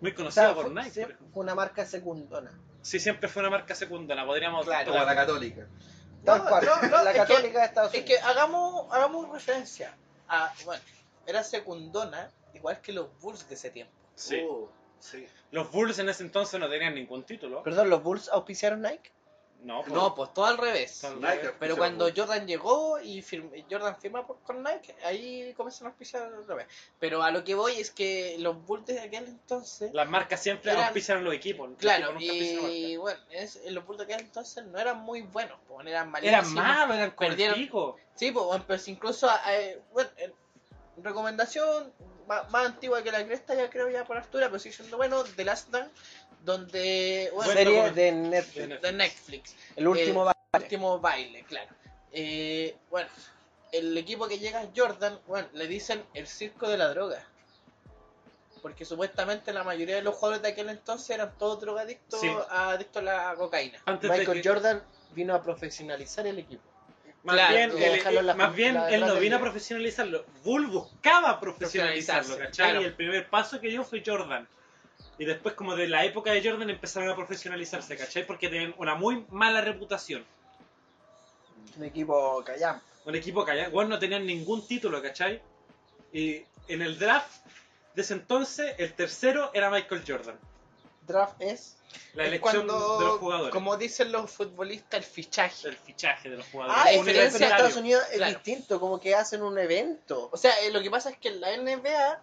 Muy conocida O sea, por fue- Nike. sí, por ejemplo. fue una marca secundona. Sí, siempre fue una marca secundaria, podríamos Claro. Como a tocar. la católica. Tal No, cual, no, no, la es que- católica de Estados Es Unidos. que hagamos, hagamos referencia a, bueno, era secundona, igual que los Bulls de ese tiempo. Sí. Oh, Uh, sí. Los Bulls en ese entonces no tenían ningún título. Perdón, ¿los Bulls auspiciaron Nike? No, pues, No, pues todo al revés. Todo al Nike, Pero pusieron cuando mucho. Jordan llegó y firm- Jordan firma por- con Nike, ahí comienzan a auspiciar otra vez. Pero a lo que voy es que los Bulls de aquel entonces las marcas siempre Eran- auspiciaron los equipos. los Claro, equipos nunca auspiciaron y bueno, es- los Bulls de aquel entonces no eran muy buenos, po, eran marcas. malísimos. Eran malos, eran Perdieron- corticos. Sí, po, bueno, pero si incluso, eh, bueno, eh, recomendación ma- más antigua que la cresta, ya creo, ya por altura, pero sigue siendo bueno, The Last Dance, donde, bueno, Bueno, Serie bueno. de Netflix. Netflix. de Netflix, El último Eh, va- último baile, claro. Eh, bueno, el equipo que llega es Jordan, bueno, le dicen el circo de la droga. Porque supuestamente la mayoría de los jugadores de aquel entonces eran todos drogadictos, Sí. adictos a la cocaína. Antes de Michael que- Jordan vino a profesionalizar el equipo. Más Claro, bien, y él, dejarlo en la- más bien, la- él la- no la- vino a profesionalizarlo. Bull buscaba profesionalizarlo, Profesionalizarse, ¿cachai? claro. Y el primer paso que dio fue Jordan. Y después, como de la época de Jordan, empezaron a profesionalizarse, ¿cachai? Porque tenían una muy mala reputación. Un equipo callam. un equipo que allá igual no tenían ningún título, ¿cachai? Y en el draft de ese entonces, el tercero era Michael Jordan. Draft es. La Es elección cuando, de los jugadores. Como dicen los futbolistas, el fichaje. El fichaje de los jugadores. Ah, Ah, es pero en universitario. Estados Unidos es Claro. distinto, como que hacen un evento. O sea, eh, lo que pasa es que en la NBA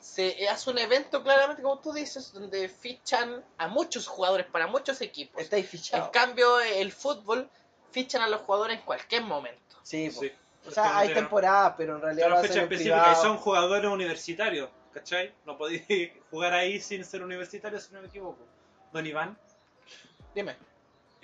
se eh, hace un evento claramente, como tú dices, donde fichan a muchos jugadores para muchos equipos. Estáis Pues, En fichados. cambio, eh, el fútbol fichan a los jugadores en cualquier momento. Sí, po. Sí. o sea, hay Entonces, temporadas, pero en realidad Tiene lo una hacen fecha en específica y privado. son jugadores universitarios, ¿cachai? No podéis jugar ahí sin ser universitario, si no me equivoco. Don Iván. Dime. eh,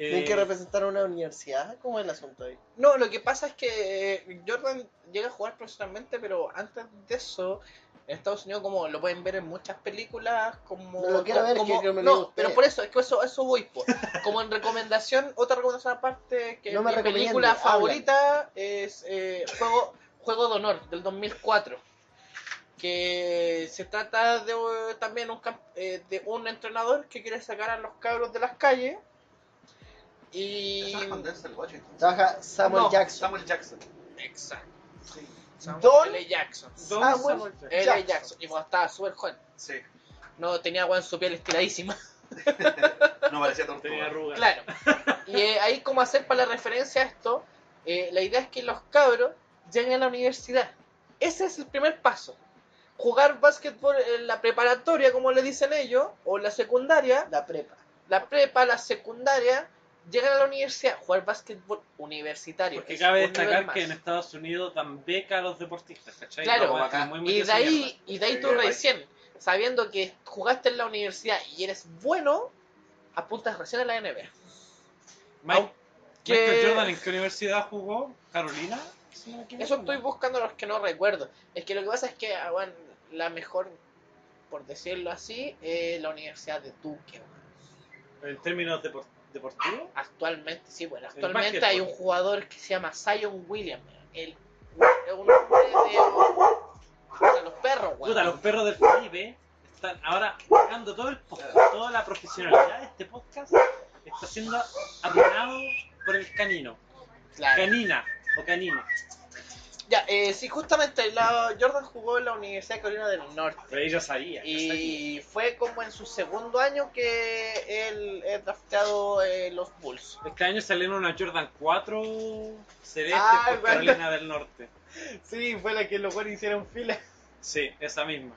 Tienen que representar a una universidad. ¿Cómo es el asunto ahí? No, lo que pasa es que eh, Jordan llega a jugar profesionalmente, pero antes de eso, en Estados Unidos, como lo pueden ver en muchas películas, como. No lo quiero ver, como- que yo me lo digo a No, usted. pero por eso, es que eso, eso voy. po. Como en recomendación, otra recomendación aparte, que No me mi recomiende, película háblame. favorita es eh, Juego, Juego de Honor, del 2004. Que se trata de eh, también un, camp- eh, de un entrenador que quiere sacar a los cabros de las calles. Y. Eso es con Denzel Washington. Trabaja Samuel No, Jackson. Samuel Jackson. Exacto. Sí. Samuel Don- L. Jackson. Don Ah, Samuel bueno. Jackson. L. Jackson. Jackson. Y cuando estaba súper joven. Sí. No tenía weón su piel estiradísima. No Tenía parecía tortuga. arrugas. Claro. Y eh, ahí como hacer para la referencia a esto, eh, la idea es que los cabros lleguen a la universidad. Ese es el primer paso. Jugar básquetbol en la preparatoria, como le dicen ellos, o la secundaria, La prepa. la prepa, la secundaria, llegan a la universidad, jugar básquetbol universitario. Porque Es cabe un nivel destacar más. que en Estados Unidos dan beca a los deportistas, ¿cachai? Claro, Lo cual es acá. muy, muy Y de esa mierda. ahí, y de ahí tú Sí, recién, sabiendo que jugaste en la universidad y eres bueno, apuntas recién a la NBA. Mike, Aunque- Michael Jordan, ¿en qué universidad jugó? ¿Carolina? Si no me equivoco. Eso estoy buscando los que no recuerdo. Es que lo que pasa es que, ah, bueno, la mejor, por decirlo así, es la Universidad de Duque. bueno. En términos depor- deportivos, Actualmente, sí, bueno, El actualmente básquetbol. hay un jugador que se llama Zion Williams. El, es un hombre de... Para los perros, weón. puta, los perros del Felipe están ahora pagando todo el podcast. Toda la profesionalidad de este podcast está siendo arruinado por el canino. Claro. Canina o canino. Ya, eh, sí, justamente la Jordan jugó en la Universidad de Carolina del Norte. Pero ella sabía. ¿cachai? Y fue como en su segundo año que él es drafteado eh, los Bulls. Este año salieron una Jordan 4 celeste Ah, por bueno. Carolina del Norte. Sí, fue la que los buenos hicieron fila. Sí, esa misma.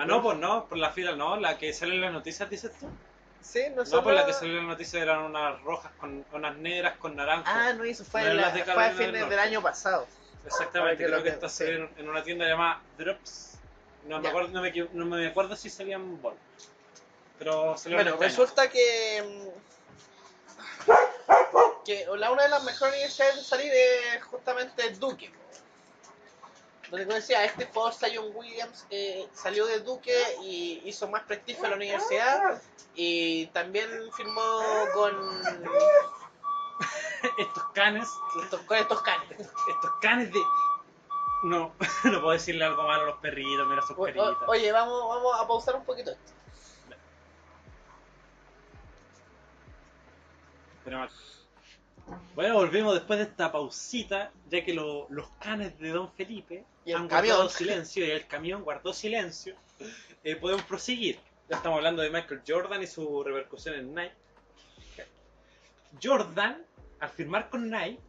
Ah, no, pues no, por la fila no, la que sale en las noticias, dices tú. Sí, no sé. No, por la que salió en la noticia eran unas rojas con unas negras con naranjas. Ah, no, eso fue, No, en las la, de fue a Carolina del fines Norte. del año pasado. Exactamente, Para que lo creo que que- estas sí. salieron en una tienda llamada Drops. No me Ya. acuerdo, no me, equivo- no me acuerdo si salían Ball. Pero salieron Bueno, este año. resulta que. mm, que la, una de las mejores universidades de salir es justamente Duque. Donde como decía, este jugador Zion Williams eh, salió de Duque y hizo más prestigio en la universidad. Y también firmó con, Estos canes, con estos canes. estos canes de. No, no puedo decirle algo malo a los perritos, mira sus O- perritas. o- oye, vamos, vamos a pausar un poquito esto. Pero mal. Bueno, volvemos después de esta pausita, ya que lo- los canes de Don Felipe Y el han camión. guardado silencio y el camión guardó silencio. Eh, podemos proseguir. Ya estamos hablando de Michael Jordan y su repercusión en Nike. Jordan, al firmar con Nike,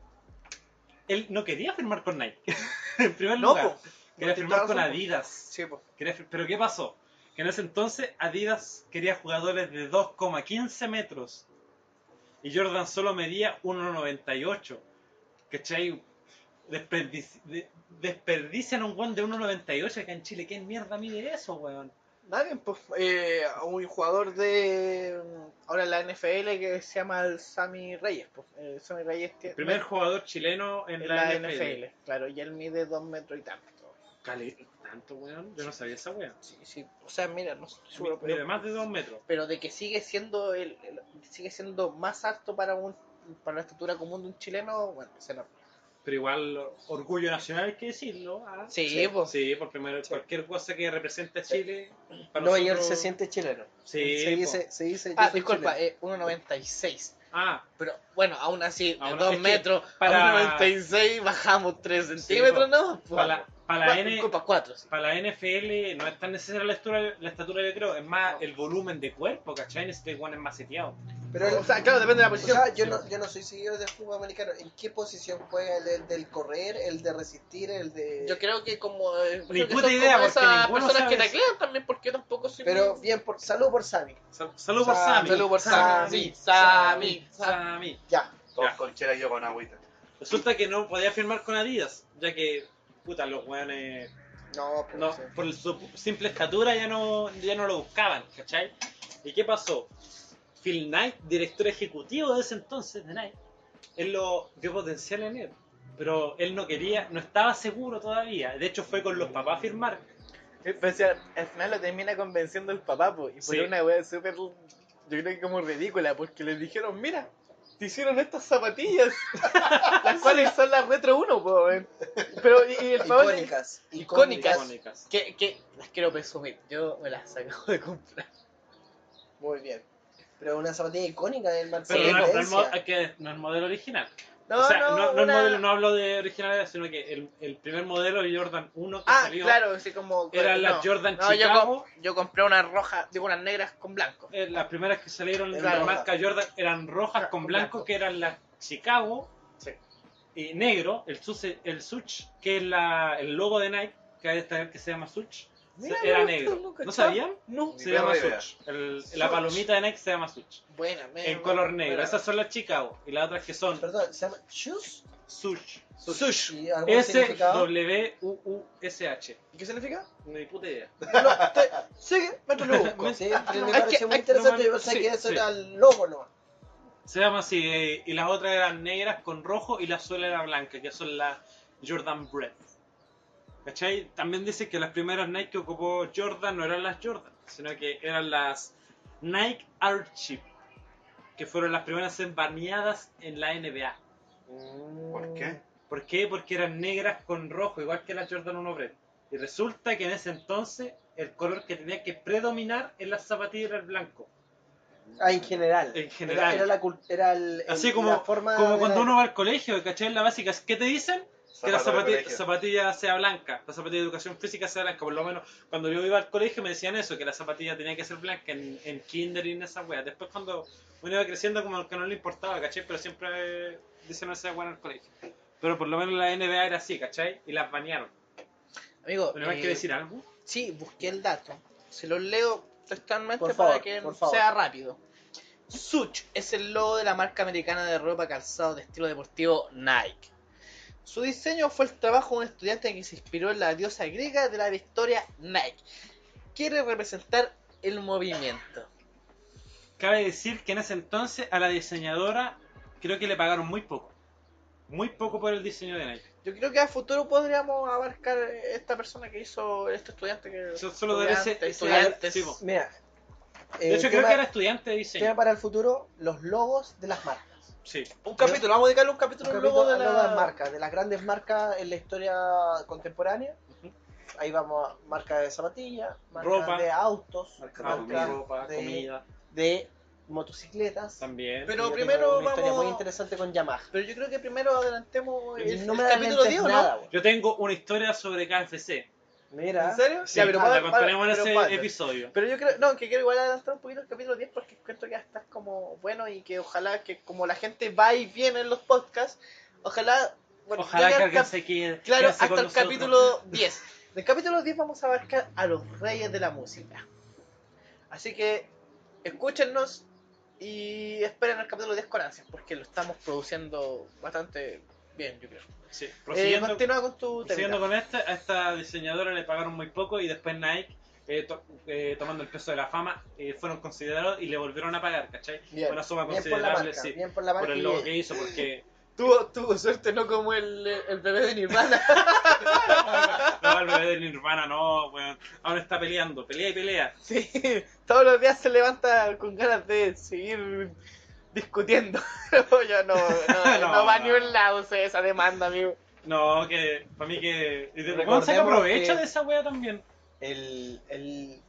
él no quería firmar con Nike. en primer No, lugar, po. quería No, firmar tenía con razón, po. Adidas. Sí, po. Quería fir- Pero ¿qué pasó? Que en ese entonces Adidas quería jugadores de 2,15 metros y Jordan solo medía 1,98. ¿Cachai? Desperdici- de- desperdician a un guan de 1,98 acá en Chile. ¿Qué mierda mide eso, weón? Nadie, pues, eh, un jugador de mm, ahora en la NFL que se llama el Sammy Reyes. Pues, eh, Sammy Reyes tiene, El primer jugador chileno en en la, la, NFL. NFL. claro, y él mide dos metros y tanto. Cale- ¿Tanto, weón? Yo no sabía esa weón. Sí, sí, o sea, mira, no estoy seguro, Mide pero, más de 2 metros. pero de que sigue siendo el, el- sigue siendo más alto para un para la estatura común de un chileno, bueno, es enorme. Pero igual, orgullo nacional hay que decirlo. ¿ah? Sí, sí, po. por primero, Sí. cualquier cosa que represente a Chile. para No, y él nosotros- se siente chileno. Sí, se po. dice, se dice yo Ah, soy disculpa, chileno. eh, 1.96. Ah, Pero bueno, aún así, de Aún- es dos que metros para- a 1.96 bajamos 3 centímetros, ¿no? Pues, para la, para, la cua- N, disculpa, 4. para la NFL no es tan necesaria la estatura, la estatura, yo creo. Es más, No. el volumen de cuerpo, ¿cachai? En este one es maceteado. Pero él- o sea, claro, depende de la o posición. sea, yo no, yo no soy seguidor del fútbol americano. ¿En qué posición juega el, el del correr, el de resistir, el de...? Yo creo que como. eh, creo que puta son idea, como porque esas ninguno personas que sabe taclean también, porque yo tampoco soy. Pero muy- bien, por, salud por Sammy. Sal- Salud por Sa- Sammy. salud por Sammy, Sammy, Sammy. Ya. Todos Ya. con chela y yo con agüita. Resulta que no podía firmar con Adidas, ya que, puta, los weones, No, pues, no, sí. por su simple estatura ya no, ya no lo buscaban, ¿cachai? ¿Y qué pasó? Phil Knight, director ejecutivo de ese entonces de Knight, él lo vio potencial en él, pero él no quería, no estaba seguro todavía. De hecho, fue con los papás a firmar. Pero si al, al final lo termina convenciendo el papá, po, y por Sí. una wea súper, yo creo que como ridícula, porque le dijeron, mira, te hicieron estas zapatillas, las cuales son las Retro 1, po, weón. Pero, y, y el papá le- Icónicas. Icónicas. Icónicas. que, que las quiero presumir, yo me las acabo de comprar. Muy bien. Pero una zapatilla icónica del Marcelo. Pero no, no el, mo- Valencia. que no el modelo original. No, o sea, no, no el una- modelo, no hablo de original, sino que el, el primer modelo de Jordan 1 que Ah, salió claro, sí, como. era la no. Jordan No, yo, Chicago. com- yo compré unas rojas, digo unas negras con blanco. eh, las primeras que salieron de Claro. la marca Jordan eran rojas con Con blanco, blanco. que eran las Chicago, Sí. y negro, el, Such, el Such, que es la, el logo de Nike, que hay esta que se llama Such, Mira, era no, negro. esto nunca ¿No estaba- sabían? No. Ni Se llama perra idea. Such. El- La palomita de Nike se llama Such. Buena, me- En color negro. buena. Esas son las Chicago. Y las otras que son Perdón, se llama Shoes. Such. ¿Y algún significado? S-W-U-U-S-H. ¿Y ¿Qué significa? No hay puta idea. No, te- sigue, mételo luego. Sí, me Hay pareció que- muy hay- interesante. no, Yo pensé sí, que eso sí. era el logo, ¿no? Se llama así. eh, y las otras eran negras con rojo y la suela era blanca, que son las Jordan Breath. ¿Cachai? También dice que las primeras Nike que ocupó Jordan no eran las Jordan, sino que eran las Nike Archie, que fueron las primeras en baneadas en la NBA. ¿Por qué? ¿Por qué? Porque eran negras con rojo, igual que la Jordan 1 Bread. Y resulta que en ese entonces el color que tenía que predominar en las zapatillas era el blanco. Ah, en general. En general. Era, era la, cul- era el, el- Así como, la forma como de cuando la- uno va al colegio, ¿cachai? En la básica, ¿qué te dicen? que la Zapato de zapatilla, colegio. zapatilla sea blanca, la zapatilla de educación física sea blanca. Por lo menos cuando yo iba al colegio me decían eso, que la zapatilla tenía que ser blanca en, en kinder y en esa wea. Después cuando uno iba creciendo como que no le importaba, ¿cachai? Pero siempre eh, dicen esa wea en el colegio. Pero por lo menos la NBA era así, ¿cachai? Y las banearon. Amigo, ¿Pero hay eh, que decir algo? sí, busqué el dato. Se los leo textualmente Por para favor, que por favor. sea rápido. Such es el logo de la marca americana de ropa calzado de estilo deportivo Nike. Su diseño fue el trabajo de un estudiante que se inspiró en la diosa griega de la victoria Nike. Quiere representar el movimiento. Cabe decir que en ese entonces a la diseñadora creo que le pagaron muy poco. Muy poco por el diseño de Nike. Yo creo que a futuro podríamos abarcar esta persona que hizo, este estudiante que... Eso solo debe ser- estudiante, estudiantes. sí, po. Mira. De eh, hecho, creo tema- que era estudiante de tema diseño. para el futuro, los logos de las marcas. Sí. Un capítulo, vamos a dedicarle un capítulo, Un al capítulo logo de al logo de las la... marcas, de las grandes marcas en la historia contemporánea. Ahí vamos a marcas de zapatillas, marcas Ropa. de autos, Marca Ah, Claro, marcas claro. ropa, de- comida, de motocicletas. también. Pero Yo tengo primero una historia vamos- muy interesante con Yamaha. Pero yo creo que primero adelantemos el, No el me capítulo adelantes 10, ¿o nada, no? güey. Yo tengo una historia sobre KFC. Mira, ¿En serio? Sí, Ya, pero la para- contaremos en para- ese pero para- episodio. Pero yo creo, no, que quiero igual adelantar un poquito el capítulo 10 porque encuentro que va a estar como bueno y que ojalá que como la gente va y viene en los podcasts, ojalá... bueno, Ojalá llegue que al alguien cap- se quede. Claro, quédese hasta con el nosotros. capítulo 10. Del capítulo 10 vamos a abarcar a los reyes de la música. Así que escúchenos y esperen el capítulo 10 con ansias porque lo estamos produciendo bastante bien, yo creo. Sí, Eh, prosiguiendo, continúa con tu prosiguiendo tema. con este, a esta diseñadora le pagaron muy poco y después Nike, eh, to- eh, tomando el peso de la fama, eh, fueron considerados y le volvieron a pagar, ¿cachai? Bien, Una suma bien por la considerable, marca, sí. bien por la por marca. el y logo bien. que hizo, porque Tuvo, tuvo suerte, no como el, el bebé de Nirvana. no, el bebé de Nirvana no, weón. Ahora está peleando, pelea y pelea. Sí, todos los días se levanta con ganas de seguir discutiendo. No, yo no, no, No, no va a no. ni un lado o sea, esa demanda, amigo. No, que para mí que. y de- Recordemos weón, saca provecho que- de esa wea también. El, el-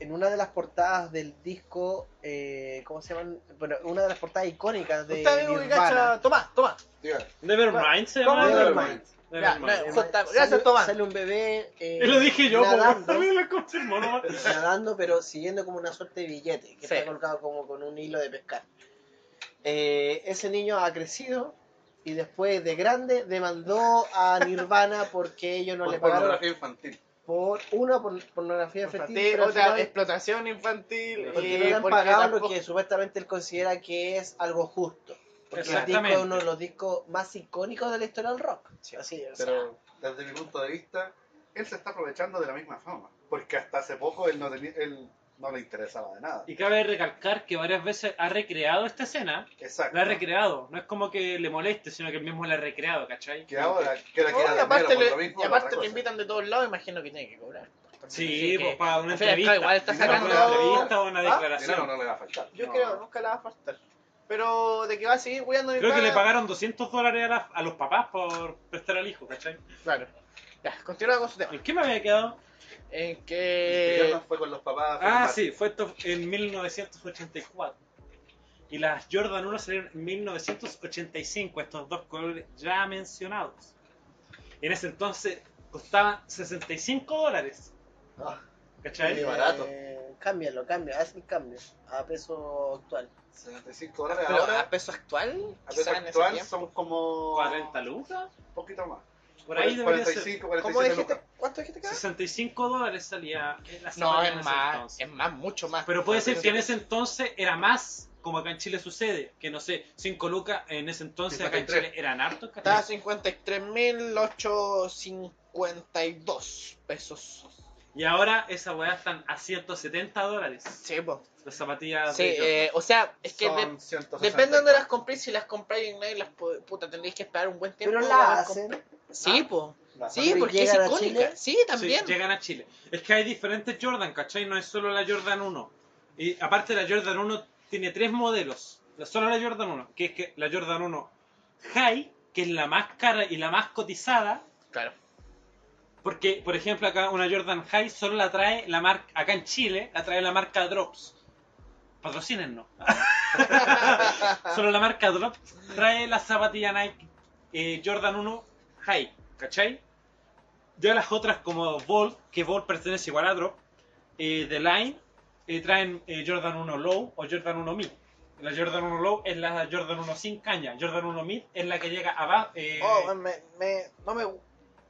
en una de las portadas del disco, eh, ¿cómo se llaman? Bueno, una de las portadas icónicas de Usted, amigo, que Nirvana. cacha, toma, toma. Diga, Nevermind se ¿Cómo llama. es? Nevermind. Ya, Nevermind. no, Jota, Sale- gracias, Tomás. Sale un bebé. eh, Y lo dije yo, po, weón. nadando, También lo confirmó, no más. nadando, pero siguiendo como una suerte de billete que Sí. está colgado como con un hilo de pescar. Eh, ese niño ha crecido y después de grande demandó a Nirvana porque ellos no por le pagaron pornografía infantil. por una por pornografía infantil, Infantil, pero al otra final- explotación infantil. porque y no le han porque pagado tampoco- lo que supuestamente él considera que es algo justo. Porque el disco Exactamente. es uno de los discos más icónicos de la historia del rock. Así, o sea, Pero desde mi punto de vista, él se está aprovechando de la misma fama. Porque hasta hace poco él no, tenía- él no le interesaba de nada. Y cabe recalcar que varias veces ha recreado esta escena. Exacto. La ha recreado. No es como que le moleste, sino que él mismo la ha recreado, ¿cachai? Que ahora, que ahora No, queda y de aparte, aparte por le, lo mismo. y la aparte otra le cosa. invitan de todos lados, imagino que tiene que cobrar. Sí, Así que- pues para una Al fin y al cabo, entrevista. igual está Dinero Para una por la sacando. entrevista o una ¿Ah? declaración. Dinero no le va a faltar. Yo No. creo, nunca la va a faltar. Pero de que va a seguir cuidando Creo que le Nirvana- pagaron 200 dólares a, la- a los papás por prestar al hijo, ¿cachai? Claro. Ya, continúa con su tema. ¿En qué me había quedado? En El que. Jordan fue con los papás. fue Eh, Ah, con sí, fue esto en 1984. Y las Jordan 1 salieron en 1985, estos dos colores ya mencionados. En ese entonces costaban 65 dólares. Ah. ¿Cachai? Muy barato. eh, cámbialo, cambia, haz el cambio a peso actual. Barton. 75 dólares Pero ahora. a peso actual, A peso quizá en ese actual tiempo. son como. 40 lucas. Un poquito más. Por ahí debería ser. 45, ¿Cómo 47 dijiste? lucas. ¿Cuánto dijiste que era? 65 dólares salía la No, semana en es ese más, entonces. es más, mucho más. Pero puede ser que en tienes ese entonces era más, como acá en Chile sucede, que no sé, 5 lucas en ese entonces acá en 53. Chile eran hartos, Está a ¿cachai? 53.852 pesos. Y ahora esa weá están a 170 dólares. Sí, po. Las Ah, zapatillas Sí, de Jordan. eh, o sea, es que de- Son 160 depende de donde las compréis. Si las compráis en Nike, las po- puta, tendréis que esperar un buen tiempo. Pero para la las hacen. comp- Ah, Sí, po. Las Sí, cuando porque es llegan a icónica. Chile- Sí, también. Sí, llegan a Chile. Es que hay diferentes Jordan, ¿cachai? No es solo la Jordan 1. Y aparte la Jordan 1 tiene tres modelos. La- Solo la Jordan 1, que es que la Jordan 1 High, que es la más cara y la más cotizada. Claro. Porque, por ejemplo, acá una Jordan High solo la trae la marca, acá en Chile, la trae la marca Drops. Patrocínennos. solo la marca Drops trae la zapatilla Nike eh, Jordan 1 High, ¿cachai? Ya las otras como Volt, que Volt pertenece igual a Drop, eh, The Line, eh, traen eh, Jordan 1 Low o Jordan 1 Mid. La Jordan 1 Low es la Jordan 1 sin caña, Jordan 1 Mid es la que llega abajo. eh, Oh, me, me- no me,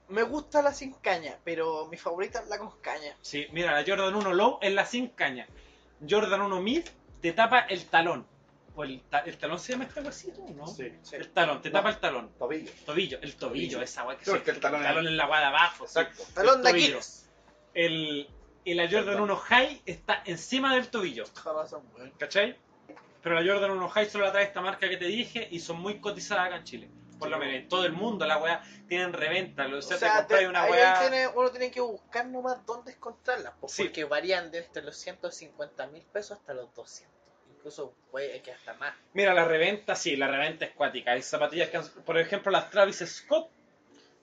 me gusta la sin caña, pero mi favorita es la con caña. Sí, mira, la Jordan 1 Low es la sin caña. Jordan 1 Mid te tapa el talón. o el, ta- el talón se llama esta cosita, ¿no? Sí, sí. El talón, te No. tapa el talón. Tobillo. Tobillo, el tobillo, esa guay que Sí, porque el talón es- en la guay de abajo. sí. Exacto. Talón de Tobillo. Aquiles. El, el la Jordan 1 High está encima del tobillo, ¿cachai? Pero la Jordan 1 High solo la trae esta marca que te dije y son muy cotizadas acá en Chile. Por lo menos en todo el mundo la weá tienen reventa. lo- O O sea, sea, te compras te- una ahí weá. tiene- uno tiene que buscar nomás dónde encontrarlas, po, Sí. porque varían desde los 150 mil pesos hasta los 200. Incluso puede que hasta más. Mira, la reventa, sí, la reventa es cuática. Hay zapatillas que han- por ejemplo, las Travis Scott,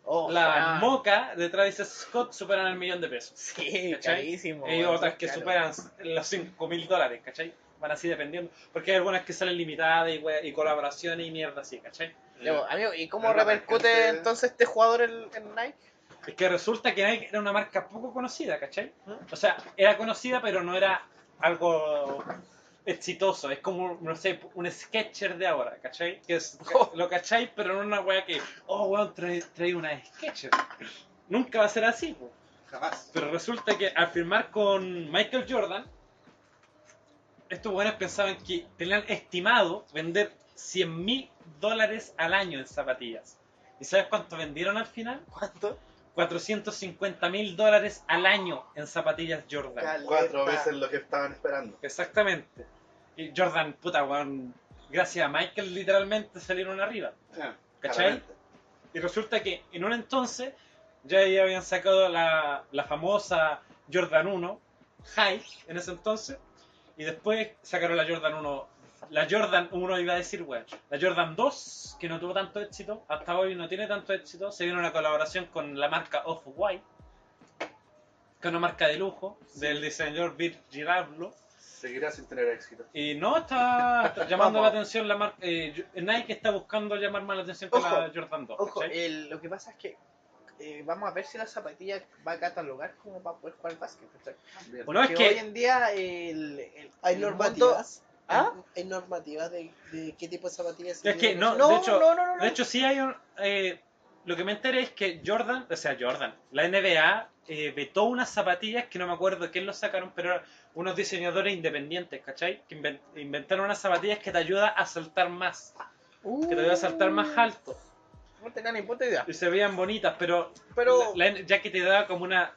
Oh, las ah, moca de Travis Scott superan el millón de pesos. Sí, ¿Cachai? carísimo. Hay weón, otras que caro. superan los 5 mil dólares, ¿cachai? Van así dependiendo. Porque hay algunas que salen limitadas y, wea- y colaboraciones y mierda así, ¿cachai? Luego, amigo, ¿y cómo Pero la repercute gente- entonces este jugador en, en Nike? Es que resulta que Nike era una marca poco conocida, ¿cachai? O sea, era conocida, pero no era algo exitoso. Es como, no sé, un sketcher de ahora, ¿cachai? Que es, Lo cachai, pero no una wea que, oh, weón, trae, trae una sketcher. Nunca va a ser así, po. Jamás. Pero resulta que al firmar con Michael Jordan, estos buenos pensaban que tenían estimado vender 100 mil dólares al año en zapatillas. ¿Y sabes cuánto vendieron al final? ¿Cuánto? 450 mil dólares al año en zapatillas Jordan. Cuatro veces lo que estaban esperando. Exactamente. Y Jordan, puta weón, gracias a Michael literalmente salieron arriba. Ah, ¿Cachai? claramente. Y resulta que en un entonces ya ahí habían sacado la, la famosa Jordan 1 High en ese entonces. Y después sacaron la Jordan 1. La Jordan 1 iba a decir, weón. La Jordan 2, que no tuvo tanto éxito, hasta hoy no tiene tanto éxito. Se viene una colaboración con la marca Off-White, que es una marca de lujo, del diseñador Virgil Abloh. Seguirá sin tener éxito. Y no, está, está llamando Vamos. la atención la marca. Nike está buscando llamar más la atención con la Ojo, Jordan 2. Ojo, ¿cachai? el- lo que pasa es que eh, vamos a ver si la zapatilla va a catalogar como para poder jugar al básquet. ¿cachai? También. Bueno, es Porque que hoy en día el, el- Hay el mundo- normativas. ¿Ah? Hay normativas de, de qué tipo de zapatillas. Es que no, No, de hecho, no, no, no, no. de hecho sí hay un... eh, lo que me enteré es que Jordan, o sea, Jordan, la NBA eh, vetó unas zapatillas que no me acuerdo quién los sacaron, pero eran unos diseñadores independientes, ¿cachai? Que inven- inventaron unas zapatillas que te ayuda a saltar más, que te ayuda a saltar más alto. Uh, No tenía ni puta idea. Y se veían bonitas, pero, Pero la- la- ya que te daba como una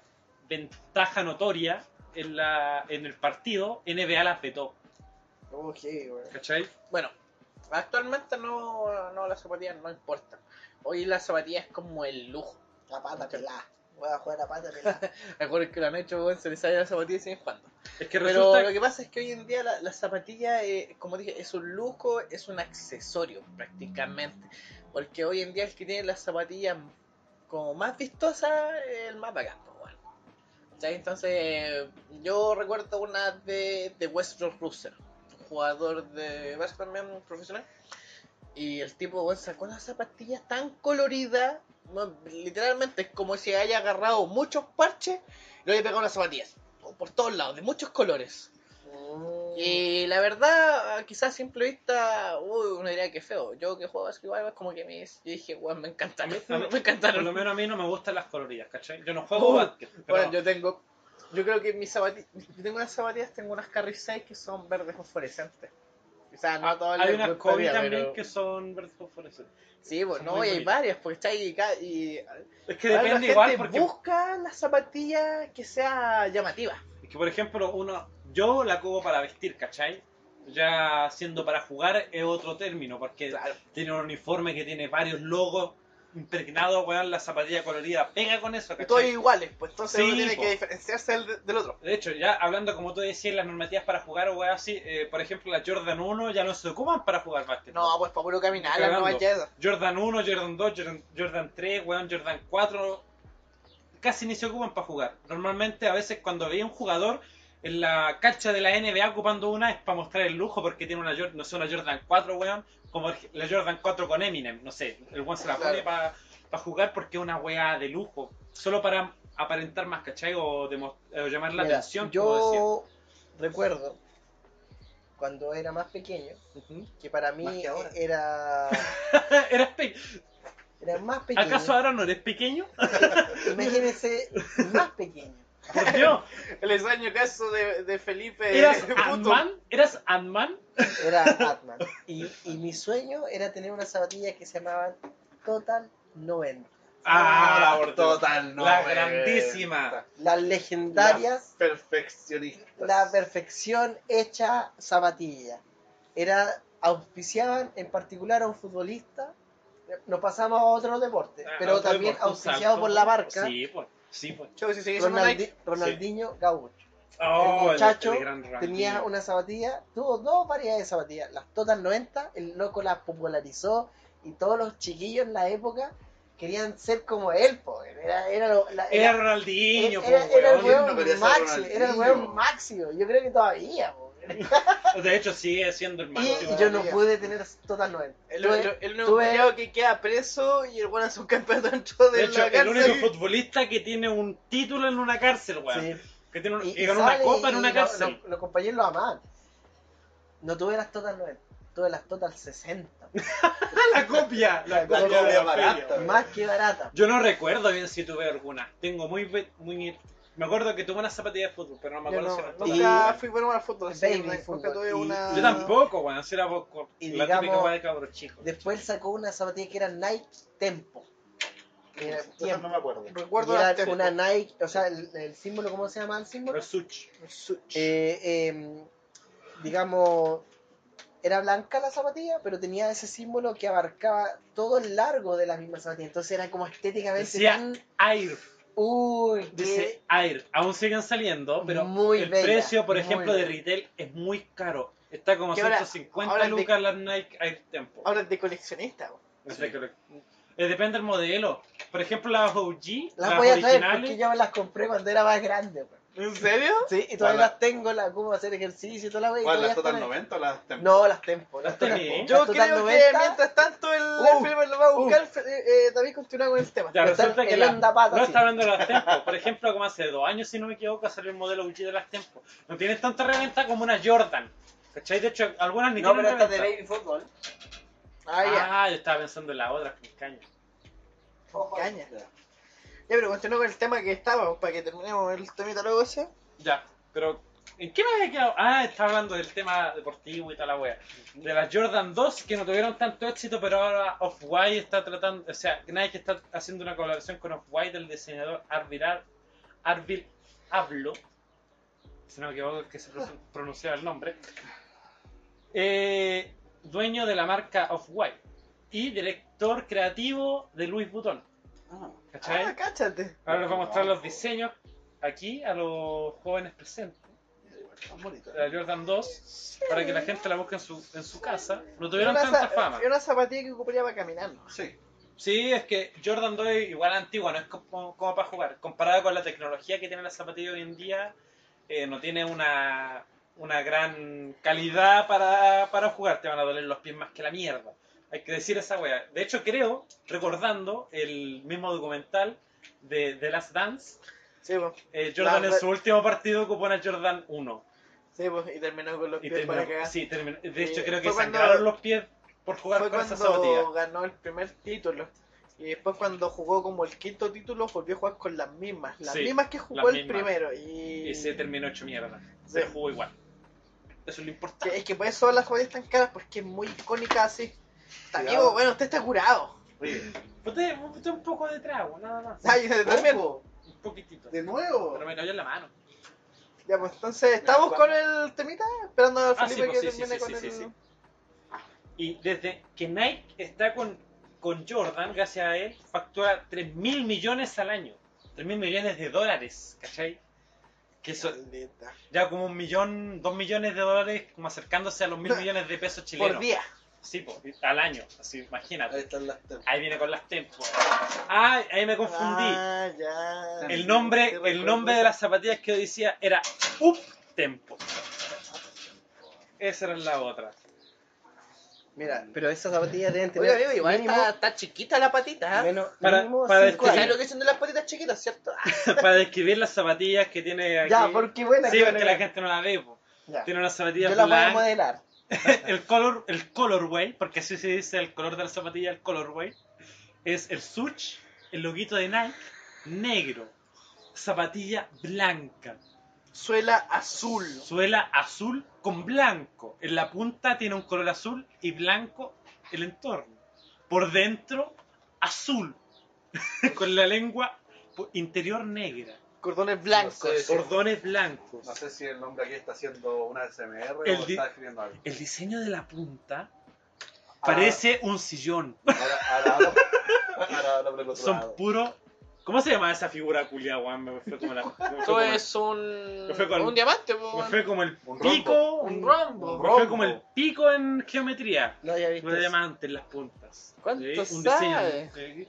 ventaja notoria en, la, en el partido, NBA las vetó, Ok, güey. ¿cachai? bueno, actualmente no, no las zapatillas no importan. Hoy las zapatillas es como el lujo. La pata pelada. Voy a jugar a pata pelada. Recuerden que lo han hecho, weón, se les sale la zapatilla sin cuando. Es que Pero resulta lo que pasa es que hoy en día la, la zapatilla, eh, como dije, es un lujo, es un accesorio prácticamente. Porque hoy en día el que tiene las zapatillas como más vistosas es el más bacán, pues, bueno. ¿Cachai? Entonces, yo recuerdo una de, de Westbrook Russell, jugador de básquet también profesional. Y el tipo weón, sacó unas zapatillas tan coloridas, weón, literalmente es como si haya agarrado muchos parches y le haya pegado unas zapatillas por- por todos lados, de muchos colores. Y la verdad, a- quizás a simple vista, uy, uno diría que feo. Yo que juego básquetbol es como que me yo dije, weón, me A mí- encantaron, a mí- me Por lo encantaron. menos a mí no me gustan las coloridas, ¿cachai? Yo no juego Uh, básquet, pero Bueno, yo tengo, yo creo que mis zapatillas, yo tengo unas zapatillas, tengo unas Carry 6 que son verdes fosforescentes. Quizás no a todos Ah, hay les unas Kobe gustaría, también pero- que son verdes fosforescentes. Sí, pues son no, muy y hay bonitas. varias, porque está ahí ca- y... Es que ahora la depende gente igual porque, busca la zapatilla que sea llamativa. es que, por ejemplo, uno, yo la cobo para vestir, ¿cachai? Ya siendo para jugar es otro término, porque Claro. tiene un uniforme que tiene varios logos impregnados, weón, la zapatilla colorida pega con eso, Y todos ¿cachai? iguales, pues entonces Sí, uno tiene po. que diferenciarse del, del otro. De hecho, ya hablando como tú decías, las normativas para jugar, weón, así, eh, por ejemplo, la Jordan 1 ya no se ocupan para jugar básquet. No, pues para puro caminar, la Cagando. nueva Jordan. Jordan 1, Jordan 2, Jordan, Jordan 3, weón, Jordan 4. Casi ni se ocupan para jugar. Normalmente, a veces, cuando veía un jugador en la cancha de la NBA ocupando una, es para mostrar el lujo porque tiene una, Jor- no sé, una Jordan 4, weón, como la Jordan 4 con Eminem, no sé. El weón se la pone para jugar porque es una weá de lujo. Solo para aparentar más, ¿cachai? O, demo- o llamar la Mira, atención, como decía. yo recuerdo cuando era más pequeño que para Más mí que ahora. era ¿Eres pe- era más pequeño ¿Acaso ahora no eres pequeño? imagínense más pequeño Por Dios, El extraño caso de, de Felipe. eras Puto. Ant-Man, eras Ant-Man. Era Batman. Y, y mi sueño era tener unas zapatillas que se llamaban Total 90. Ah, por Dios. total, no. La güey. grandísima. Las legendarias, Perfeccionista. la, perfección hecha zapatilla. Era, auspiciaban en particular a un futbolista. Nos pasamos a otro deporte, pero Ah, Otro también deporte, un auspiciado salto. por la marca Sí, pues. Sí, pues. Chau, si sigue siendo Ronaldi- Nike. Ronaldinho Gaucho. Oh, el muchacho el- el gran tenía Ronaldinho. una zapatilla, tuvo dos variedades de zapatillas, las Total 90, el loco las popularizó y todos los chiquillos en la época querían ser como él, po, era, era, lo- la- Era era- Ronaldinho, era- era- po, era el weón. ¿Quién weón no quería ser máximo, era el Ronaldinho? weón máximo, yo creo que todavía, po. De hecho, sigue siendo el Y, máximo. y yo no pude tener Total 90. El, Tuve- el, el único tuve- culiao que queda preso y el weón es un campeón dentro de, De hecho, la el cárcel. único futbolista que tiene un título en una cárcel, weón. sí. Que, tiene un- Y- que y ganó una sale copa en y una lo- cárcel. lo- Los compañeros lo amaban. No tuve las Total 90, tuve las Total 60. la copia. La, copia copia de la barata. feria. Más que barata. Yo no recuerdo bien si tuve alguna. Tengo muy. ve- muy me acuerdo que tuve una zapatilla de fútbol, pero no me Yo acuerdo si era no, toda. nunca fui bueno al fútbol. así que Baby pues, nunca fútbol. tuve Y- una... Yo tampoco, weón. si era poco- Y la digamos- típica weá de cabros chicos. Después sacó una zapatilla que era Nike Tempo. Que era Esa tiempo. no me acuerdo. Recuerdo Y era las tempo. una Nike, o sea, el, el símbolo, ¿cómo se llama el símbolo? Los Such. Eh, eh, digamos, era blanca la zapatilla, pero tenía ese símbolo que abarcaba todo el largo de la misma zapatilla. Entonces era como estéticamente Decía- tan... Air. Uy, qué- Dice Air. Aún siguen saliendo, pero Muy el bella, precio, por muy ejemplo, de bella. retail es muy caro. Está como Que ahora- 150 ahora es de- lucas la Nike Air Tempo. Ahora es de coleccionista. weón. No sé qué lo- Eh, depende del modelo. Por ejemplo, las OG, Las las voy a traer porque originales. yo me las compré cuando era más grande. pues. ¿En serio? Sí, y todavía Para- las tengo, las como hacer ejercicio y toda la wea, y ¿Cuál? todavía ¿Las están total ahí. 90 o las tempo? No, las tempo. Las Las tenía. Tempo. Yo Las Total creo 90, que mientras tanto el Uh, Felipe lo va a buscar. eh, David continúa con el tema. uh. Ya, Están resulta que helando la- a patas, no sí. está hablando de las Tempo. Por ejemplo, como hace dos años, si no me equivoco, salió el modelo OG de las Tempo. No tienen tanta reventa como una Jordan. ¿Cachai? De hecho, algunas ni No, pero tienen estas de reventa. Baby Football. Ah, ya. Ah, yo estaba pensando en la otra, con caña. Caña. Ya, pero continúa con el tema que estábamos para que terminemos el temita luego ese. Ya, pero ¿en qué me había quedado? Ah, estaba hablando del tema deportivo y tal la wea. De las Jordan 2 que no tuvieron tanto éxito, pero ahora Off-White está tratando, o sea, Nike está haciendo una colaboración con Off-White del diseñador Arvil, Ar- Arvil Hablo, si no me equivoco es que se pro- pronunciaba el nombre, eh, dueño de la marca Off-White y director creativo de Louis Vuitton. ¿Cachai? Ah, cáchate. Ahora les voy a mostrar los diseños aquí a los jóvenes presentes. La Jordan 2, para que la gente la busque en su, en su casa. No tuvieron Era una tanta za- fama. Era una zapatilla que ocuparía para caminar. ¿no? Sí. Sí, es que Jordan 2 es igual antigua, no es como, como para jugar. Comparada con la tecnología que tiene la zapatilla hoy en día, eh, no tiene una, una gran calidad para, para jugar. Te van a doler los pies más que la mierda. Hay que decir esa wea. De hecho, creo, recordando el mismo documental de The Last Dance, Sí, pues. eh, Jordan La- en su último partido ocupó una Jordan 1. Sí, pues. Y terminó con los Y pies para terminó- cagar. sí, terminó- de Eh, hecho, creo que fue cuando- sangraron los pies por jugar Fue con esa zapatilla. cuando ganó el primer título. Y después cuando jugó como el quinto título, volvió a jugar con las mismas. Las Sí, mismas que jugó las el mismas. primero. Y... Y se terminó hecho mierda. Sí. Se jugó igual. Eso es lo Que- importante. Es que por eso las joyas están caras, porque es muy icónica así. Está Cuidado. vivo, bueno, usted está curado. Oye, Ponte, ponte un poco de trago, nada más. Ay, también. ojo, Un poquitito. De nuevo. Pero me cayó en la mano. Ya, pues entonces, ¿estamos Ya, con el temita? Esperando a Ah, sí, Felipe pues, que sí, sí, termine sí, con sí, el... sí, sí. Y desde que Nike está con, con Jordan, gracias a él, factura 3 mil millones al año. 3 mil millones de dólares, ¿cachai? Que eso, Maldita. ya como un millón, dos millones de dólares, como acercándose a los mil millones de pesos chilenos. Por día. Sí, po, al año, así, Ahí imagínate. están las tempo. Ahí viene con las tempos. Ay, ahí me confundí. Ah, ya. El nombre, el nombre de las zapatillas que yo decía era Up Tempo. Esa era la otra. Mira, pero esas zapatillas deben tener Oiga, amigo, igual mínimo, está, está chiquita la patita. ¿eh? menos- Para- mínimo para cinco describir- ¿Sabes años. lo que son de las patitas chiquitas, cierto? Ah, Para describir las zapatillas que tiene aquí. Ya, porque buena Sí, que porque buena. la gente no la ve. po. Ya. Tiene una zapatilla Yo la voy a blanca. modelar. El color, el colorway, porque así se dice el color de la zapatilla, el colorway, es el such, el loguito de Nike, negro. zapatilla blanca, Suela azul. suela azul con blanco. En la punta tiene un color azul y blanco el entorno. Por dentro, azul, con la lengua po- interior negra, Cordones blancos. No sé. cordones blancos. No sé si el hombre aquí está haciendo una SMR o El di- está escribiendo algo. El diseño de la punta parece un sillón. Ahora, ahora, hablo- ahora hablo por el otro Son lado. puro. ¿Cómo se llama esa figura culia, weón? Me fue como la. me fue Eso como el- es un. Me fue con- Un diamante, po, me fue como el Un rombo. pico. Un rombo. Me fue como el pico en geometría. No había visto. Una eso. diamante en las puntas. ¿Cuánto sabe? eh,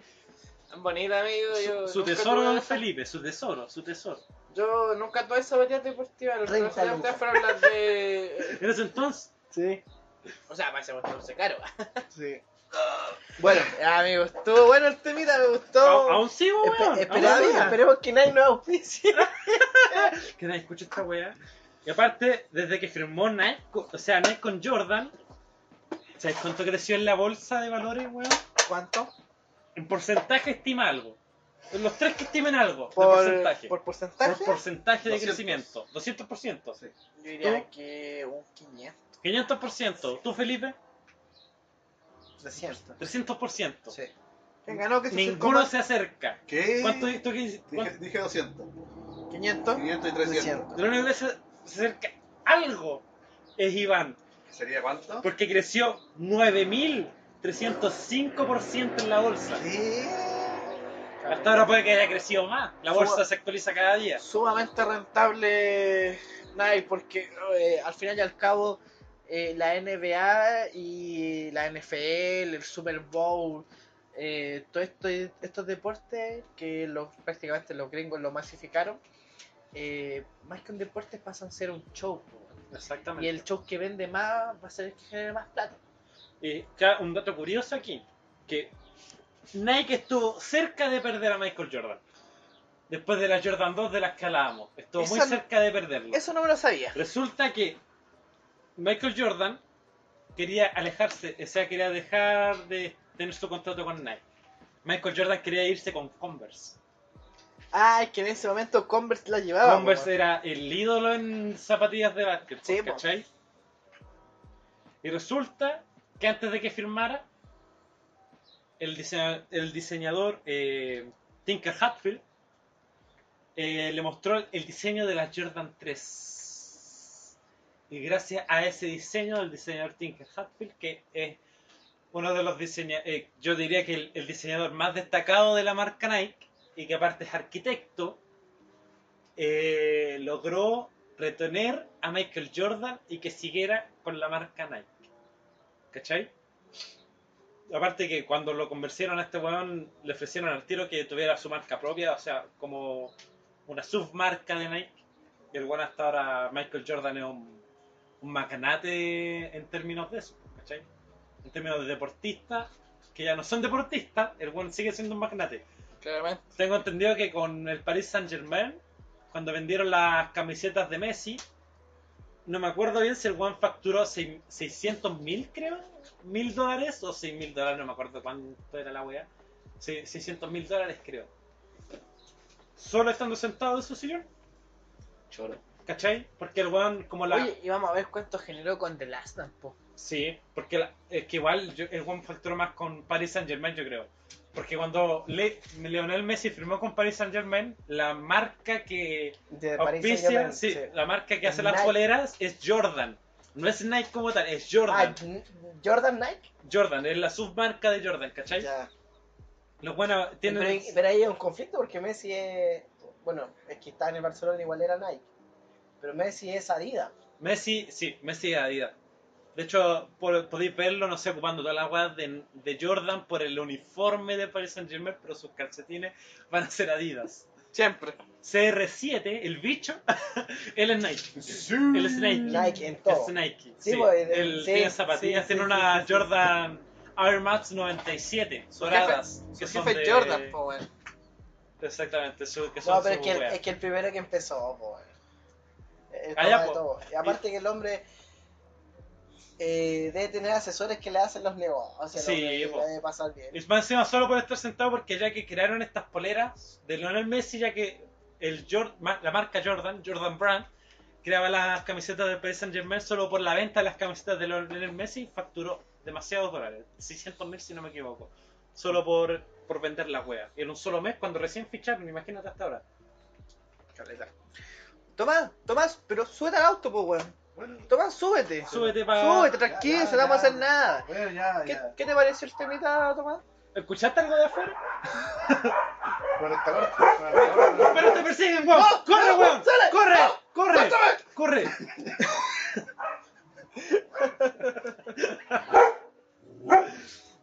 Tan bonita, amigo. yo Su, su nunca tesoro tuve de esa- Felipe, su tesoro, su tesoro. Yo nunca tuve zapatillas deportivas. Las Treinta zapatillas deportivas fueron lucas. las de. En ese entonces, Sí, O sea, parece bastante caro. ¿ah? sí. Bueno, ya, amigo, estuvo bueno el temita, me gustó. a- aún sigo, Espe- weón. esperemos, aún sigo. esperemos que nadie nos auspicie. que nadie escucha esta weá. Y aparte, desde que firmó Nike, co- o sea, Nike con Jordan, ¿sabes cuánto creció en la bolsa de valores, weón? ¿Cuánto? En porcentaje estima algo. Los tres que estimen algo, de porcentaje. Por, Por, por porcentaje. porcentaje de 200. crecimiento. 200%. Sí. Yo diría ¿Tú? que un 500. 500%. ¿Tú, Felipe? 300. 300%. Sí. ¿Quién ganó? ¿Qué Ninguno se acerca. ¿Qué? ¿Cuánto tú qué dices? Dije, dije 200. 500. 500 y 300. Lo único que se se acerca algo es Iván. ¿Sería cuánto? Porque creció 9.305% en la bolsa. ¿Qué? Hasta ahora puede que haya crecido más. La bolsa Suba. se actualiza cada día. Sumamente rentable Nike, porque eh, al final y al cabo eh, la NBA y la NFL, el Super Bowl, eh, todo esto, estos deportes que los, prácticamente los gringos lo masificaron, eh, más que un deporte pasan a ser un show. po. Y Exactamente. el show que vende más va a ser el que genere más plata. Eh, ya un dato curioso aquí, que Nike estuvo cerca de perder a Michael Jordan. Después de la Jordan 2 de las que hablábamos. Estuvo muy Esa- cerca de perderlo. Eso no me lo sabía. Resulta que Michael Jordan quería alejarse, o sea, quería dejar de tener su contrato con Nike. Michael Jordan quería irse con Converse. Ah, es que en ese momento Converse la llevaba. Converse po. era el ídolo en zapatillas de básquet, pues, Sí, po. ¿cachai? Y resulta que antes de que firmara, el, diseña- el diseñador eh, Tinker Hatfield eh, le mostró el diseño de la Jordan 3. Y gracias a ese diseño del diseñador Tinker Hatfield, que es uno de los diseñadores, yo diría que el, el diseñador más destacado de la marca Nike, y que aparte es arquitecto, eh, logró retener a Michael Jordan y que siguiera con la marca Nike. ¿Cachai? Aparte que cuando lo convencieron a este weón, le ofrecieron al tiro que tuviera su marca propia, o sea, como una submarca de Nike. Y el weón hasta ahora, Michael Jordan es un, un magnate en términos de eso, ¿cachai? En términos de deportistas, que ya no son deportistas, el weón sigue siendo un magnate. Claramente. Tengo entendido que con el Paris Saint Germain, cuando vendieron las camisetas de Messi, no me acuerdo bien si el One facturó 600 mil, creo, mil dólares o 6 mil dólares, no me acuerdo cuánto era la weá. 600 mil dólares, creo. Solo estando sentado en su sillón, Choro. ¿cachai? Porque el One, como la. Oye, y vamos a ver cuánto generó con The Last Dance, po. Sí, porque la- es que igual yo- el One facturó más con Paris Saint Germain, yo creo. Porque cuando Le- Lionel Messi firmó con Paris Saint Germain, la marca que De París Auspicia, Saint-Germain, sí, sí. la marca que hace Nike. las poleras es Jordan. No es Nike como tal, es Ah, Jordan. Jordan Nike. Jordan, es la submarca de Jordan, ¿cachai? Ya. Los buenos tienen. Pero, pero ahí hay un conflicto porque Messi es. Bueno, es que está en el Barcelona igual era Nike. Pero Messi es Adidas. Messi, sí, Messi y Adidas. De hecho, por- podéis verlo, no sé, ocupando toda la weá de, de Jordan por el uniforme de Paris Saint Germain, pero sus calcetines van a ser Adidas. Siempre. CR7, el bicho, él es Nike. Él es Nike. Mm. Nike en todo. Mm. Es Nike. Sí, Sí, pues, Él sí, tiene zapatillas, sí, tiene sí, una sí, sí, sí. Jordan Air Max 97, doradas. Su jefe que son es de- Jordan, po, weón. Exactamente, su- que son No, pero es su que, el, wea. es que el primero que empezó, po, weón. El Ah, ya, papá de po. todo. Y aparte que el hombre eh, debe tener asesores que le hacen los negocios. Sí, el hombre, y po. la debe pasar bien. Y más encima solo por estar sentado porque ya que crearon estas poleras de Lionel Messi, ya que el Jord- ma- la marca Jordan, Jordan Brand, creaba las camisetas del Paris Saint Germain solo por la venta de las camisetas de Lionel Messi facturó demasiados dólares, 600 mil si no me equivoco, solo por, por vender las weas. En un solo mes cuando recién ficharon, imagínate hasta ahora. Caleta. Tomás, Tomás, pero súbete al auto, pues, weón. Bueno, Tomás, súbete. Súbete para... Súbete, tranquilo, Ya, si no ya, vamos a hacer ya. nada. bueno, ya, ¿Qué, ya. qué te pareció el temita, Tomás? ¿Escuchaste algo de afuera? Por el calor. por el calor. ¡Pero te persiguen, weón! ¡Corre, weón! ¡Corre! ¡Corre! ¡Corre!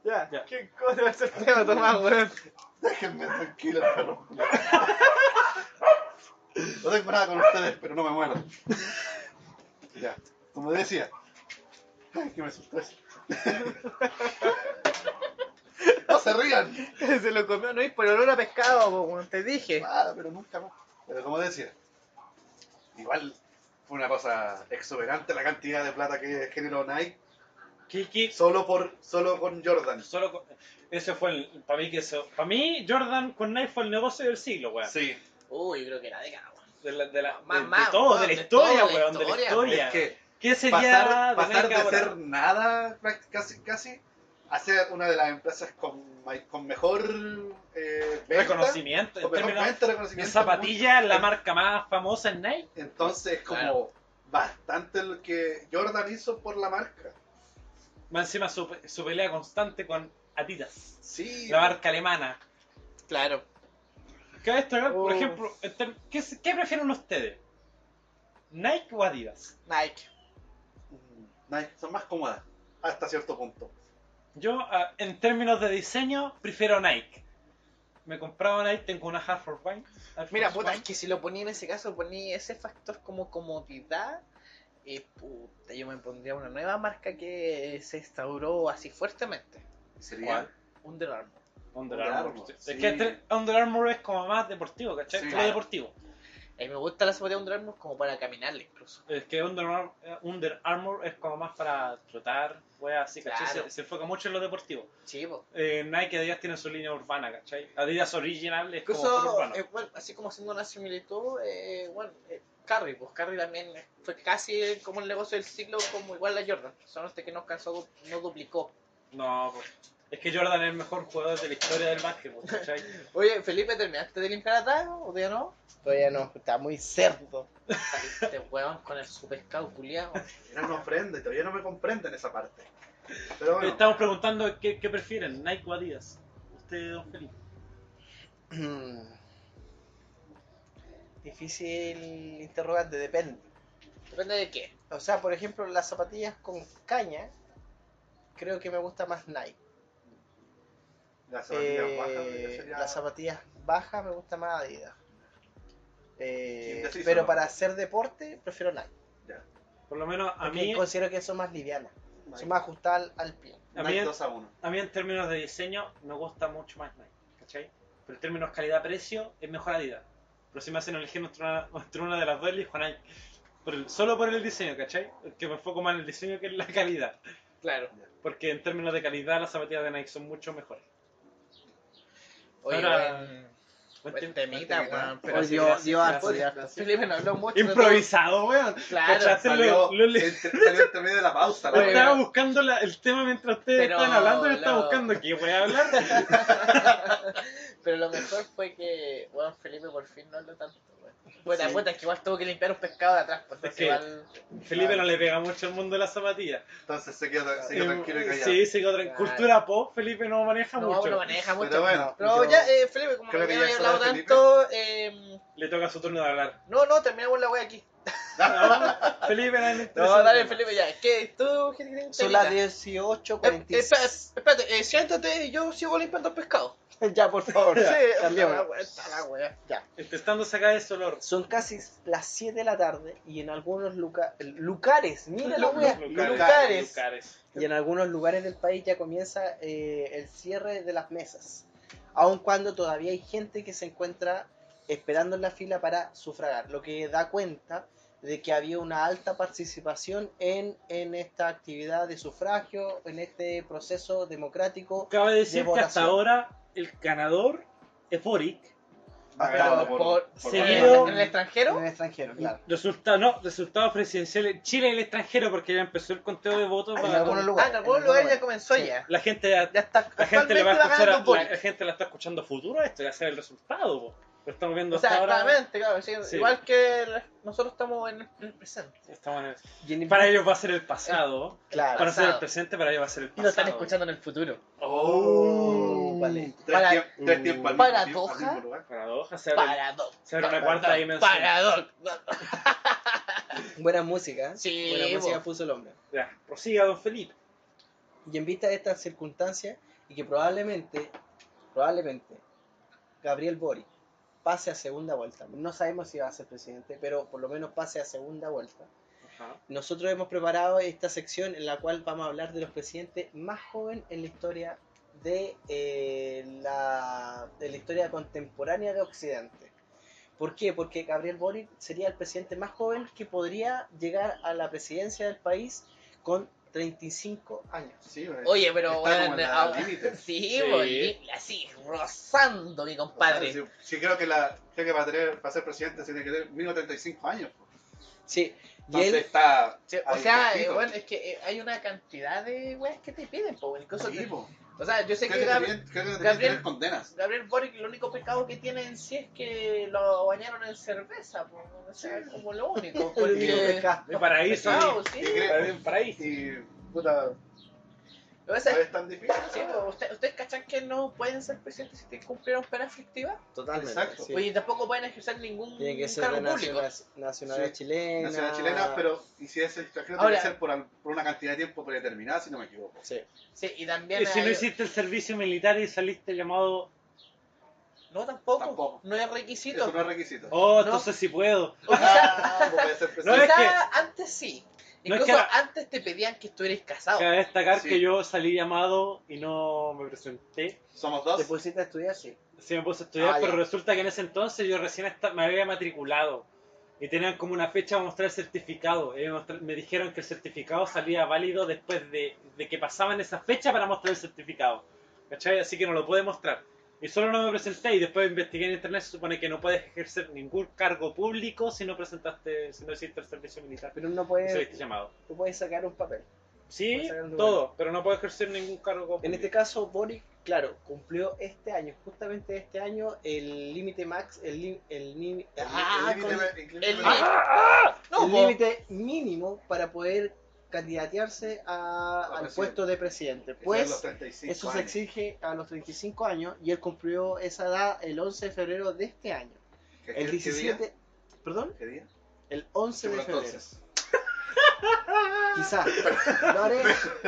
Ya, Ya. ¿Qué, ¿cómo te pareció el tema, Tomás, weón? Déjenme tranquilo, perro. No tengo nada con ustedes, pero no me muero. Ya, como decía. Ay, que me asustó eso. No se rían. Se lo comió, no, y por el olor a pescado, po, weón, te dije. Claro, Ah, pero nunca más. Pero como decía, igual fue una cosa exuberante la cantidad de plata que generó Nike Kiki, solo por solo con Jordan. solo con- ese fue el para mí que eso para mí Jordan con Nike fue el negocio del siglo weón Sí, Uy, creo que era de cara, weón. de, la, de, la, Más, de- de más, todo weón, de la de historia todo, de la weón de la historia, historia es que qué sería de pasar, pasar Nike de, ahora? ser nada práct- casi casi a ser una de las empresas con, may- con mejor eh, venta, reconocimiento en con mejor términos venta, en reconocimiento zapatillas la en- marca más famosa en Nike entonces es como Claro. bastante lo que Jordan hizo por la marca más encima su, su pelea constante con Adidas sí la marca alemana Claro. cabe destacar por Oh. ejemplo en ter- ¿qué, se- qué prefieren ustedes Nike o Adidas Nike. Mm, Nike, son más cómodas hasta cierto punto Yo, ah, en términos de diseño, prefiero Nike. Me compraba Nike, tengo una Half for Wine. Mira, puta, es que si lo ponía en ese caso, ponía ese factor como comodidad. Y puta, yo me pondría una nueva marca que se instauró así fuertemente. sería Under Armour. Under Under Armour. Armour, Es sí. que este- Under Armour es como más deportivo, ¿cachai? Sí. Solo Claro. deportivo. A mí me gusta la zapatilla Under Armour como para caminarla incluso. Es que Under Armour, eh, Under Armour es como más para trotar, weas así, ¿cachai? Claro. Se, se enfoca mucho en lo deportivo. Chivo. Eh, Nike y Adidas tienen su línea urbana, ¿cachai? Adidas Original es como puro Incluso, urbano. eh, bueno, así como haciendo una similitud, eh, bueno, eh, Curry, pues Curry también fue casi como el negocio del siglo, como igual la Jordan. Son este que no cansó, no duplicó. No, pues, es que Jordan es el mejor jugador de la historia del básquetbol, ¿cachai? Oye, Felipe, ¿terminaste de limpiar atrás o todavía no? Todavía no, está muy cerdo. Este huevón con el su pescado culiado. era una ofrenda y todavía no me comprenden esa parte pero bueno Estamos preguntando qué, qué prefieren, Nike o Adidas. Usted, don Felipe. Difícil interrogante, depende. Depende de qué. O sea, por ejemplo, las zapatillas con caña, creo que me gusta más Nike. las zapatillas Eh, bajas ya sería- Las zapatillas bajas me gusta más Adidas. Eh, Indeciso, pero ¿no? para hacer deporte prefiero Nike. ya, Por lo menos a porque mí, considero que son más livianas, Nike. son más ajustadas al, al pie. a, mí Nike en, 2 a 1 a mí en términos de diseño me gusta mucho más Nike, ¿cachai? Pero en términos calidad-precio es mejor Adidas. Pero si me hacen elegir entre una, entre una de las dos, elijo a Nike. Por el- solo por el diseño, ¿cachai? Que me enfoco más en el diseño que en la calidad. Claro. Porque en términos de calidad las zapatillas de Nike son mucho mejores. Oye, Ahora- weón, Pues, buen Buen tem- temita, temita. weón. Pero Oye, sí, dio- gracias, dio gracias. harto, dio harto. Felipe no habló mucho. de todo. Improvisado, weón. Claro. ¿Cachaste? salió, Lo- lo- entre- salió entre medio de la pausa la Oye, verdad. Estaba buscando la- el tema mientras ustedes Pero, estaban hablando. Yo estaba lo- buscando qué voy a hablar. Pero lo mejor fue que, weón, Felipe por fin no habló tanto, weón. Puta, Sí. puta, es que igual tuvo que limpiar un pescado de atrás, pues entonces que- igual. Felipe no le pega mucho al mundo de las zapatillas. entonces se quedó, se quedó Eh, tranquilo y callado Sí, se quedó tranquilo. Claro. Cultura pop, Felipe no maneja No, mucho. no maneja mucho. pero bueno Pero yo- ya, eh, Felipe, como creo que que ya ya había es hablado hora de Felipe. tanto, eh, Le toca su turno de hablar. no, no, terminamos la wea aquí. No, Felipe, no, hay No, dale, Felipe, ya. ¿Qué? ¿Tú, qué tienes Son las 18.46. Espérate, eh, siéntate y yo sigo limpiando el pescado. ya, por favor. Sí, cambiemos. la wea, está la wea. Ya. Intentando sacar ese olor. Son casi las 7 de la tarde y en algunos luca- lugares, mira la wea, Lugares, lugares. lugares. y en algunos lugares del país ya comienza eh, el cierre de las mesas, aun cuando todavía hay gente que se encuentra esperando en la fila para sufragar, lo que da cuenta de que había una alta participación en, en esta actividad de sufragio, en este proceso democrático. Cabe decir De que hasta votación. ahora el ganador es Boric. Pagando Pero Ah, por, por- seguido- en el extranjero, En el extranjero, claro. Resulta- no, resultados presidenciales Chile y el extranjero, porque ya empezó el conteo de votos. En para- algunos ah, lugares. en algún lugar ya comenzó Sí. ya. La gente ya- Ya está, la gente le actualmente va a va escuchar a- ganando la, Boric. gente la está escuchando futuro este esto, ya sea el resultado. po. Lo estamos viendo O sea, hasta ahora. claramente, claro, sí, Sí. igual que la- nosotros estamos en el, en el presente. Estamos en el- Y en- Para ellos va a ser el pasado. Claro. Para nosotros el Pasado. presente, para ellos va a ser el Y pasado. lo están escuchando en el futuro. Oh. Vale. Tres, Para- tiemp- tres tiempos al mismo Paradoja. tiempo, al mismo lugar. Paradoja, se abre- Paradox. se abre una cuarta dimensión. Paradox. Buena música. ¿eh? Sí, Buena vos. música puso el hombre. Ya, prosiga, don Felipe. Y en vista de estas circunstancias y que probablemente, probablemente, Gabriel Boric pase a segunda vuelta. No sabemos si va a ser presidente, pero por lo menos pase a segunda vuelta. Nosotros hemos preparado esta sección en la cual vamos a hablar de los presidentes más jóvenes en la historia de, eh, la, de la historia contemporánea de Occidente. ¿Por qué? Porque Gabriel Boric sería el presidente más joven que podría llegar a la presidencia del país con 35 años. Sí, güey. Oye, pero Está bueno, ah, como en la ahora- límite. sí, vos, y- así, rozando, mi compadre. Sí, sí, creo que, la, creo que para, tener, para ser presidente se tiene que tener mínimo 35 años. po. Sí, y Entonces él, está. Sí, o ahí sea, justito. eh, bueno, es que eh, hay una cantidad de weas que te piden, po, weón. Incluso Sí, que- po. o sea, yo sé Creo que Gabriel, que también- creo que también Gabriel- tener condenas. Gabriel Boric, el único pecado que tiene en sí es que lo bañaron en cerveza, po. O sea, es como lo único. único Porque... pecado. De paraíso. Pecado, Y sí. creo- De paraíso. Y puta, Lo que no pasa es- es tan difícil. sí, po, ¿usted- ¿Ustedes cachan que no pueden ser presidentes si te cumplieron pena efectiva? totalmente. Exacto. sí. Oye, tampoco pueden ejercer ningún Tiene que ser de cargo público. nacional, nacionalidad Sí, chilena. Nacional chilena, pero y si es extranjero, tiene Ahora- que ser por, al- por una cantidad de tiempo predeterminada, si no me equivoco. Sí. Sí, y también. Y si no hay- hiciste el servicio militar y saliste llamado. No, tampoco. Tampoco. No es requisito. Eso no es requisito. Oh, No. entonces sí puedo. O quizá, No puede ser No es presidente. quizá que- antes sí. No es Incluso que Ah. la- antes te pedían que estuvieras casado. Cabe destacar Sí. que yo salí llamado y no me presenté. Somos ¿Te dos. pusiste a estudiar? Sí. Sí, me puse a estudiar, Ah, ya. pero resulta que en ese entonces yo recién esta- me había matriculado. Y tenían como una fecha para mostrar el certificado. Y me, mostra- me dijeron que el certificado salía válido después de, de que pasaban esa fecha para mostrar el certificado. ¿Cachai? Así que no lo pude mostrar. Y solo no me presenté y después investigué en internet. Se supone que no puedes ejercer ningún cargo público si no presentaste, si no hiciste el servicio militar. Pero no Y puedes, saliste llamado. tú puedes sacar un papel. Sí, Puedes sacar un todo, pero no puedes ejercer ningún cargo público. En este caso, Boric, claro, cumplió este año, justamente este año, el límite max, el límite el, ni- Ah, El límite- el límite- el- Ah, No, el po. límite mínimo para poder candidatearse a- A al presidente. puesto de presidente. eso Pues es los 35 Eso se años. exige a los 35 años y él cumplió esa edad el 11 de febrero de este año. ¿Qué- qué- El qué 17, perdón, día? ¿Qué día? el 11 Sí, de bueno, febrero. entonces. Quizás. Lo haré.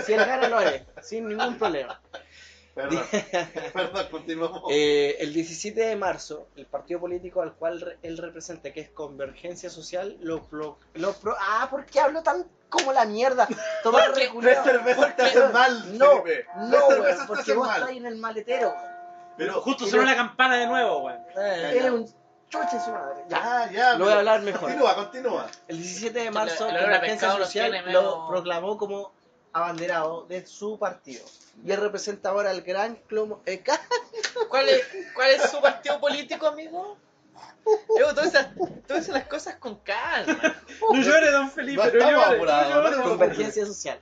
Si él gana, lo haré. Sin ningún problema. Perdón, perdón, continuamos. Eh, el 17 de marzo, el partido político al cual re- él representa, que es Convergencia Social, lo, pro- lo pro- Ah, ¿por qué hablo tan como la mierda? Tomar Porque- reculeo. cerveza te hace mal, No, Felipe. no, Tres cervezas weón, te porque hacen vos mal. estás en el maletero. weón. Pero Justo sonó la campana de nuevo, weón. Ya, Eres ya. un chuche su madre. Ya. Ah, Ya, ya. Lo voy a pero- hablar mejor. Continúa, continúa. El 17 de marzo, El- la el olor a Convergencia pescado lo Social tiene medio- lo proclamó como abanderado de su partido. Y él representa ahora al gran clomo. eh, ca- ¿Cuál, es, ¿Cuál es su partido político, amigo? Evo, todas esas, todas esas cosas con calma. No llores, don Felipe, no, No llores, estamos no apurados, no llores. estamos Convergencia Social.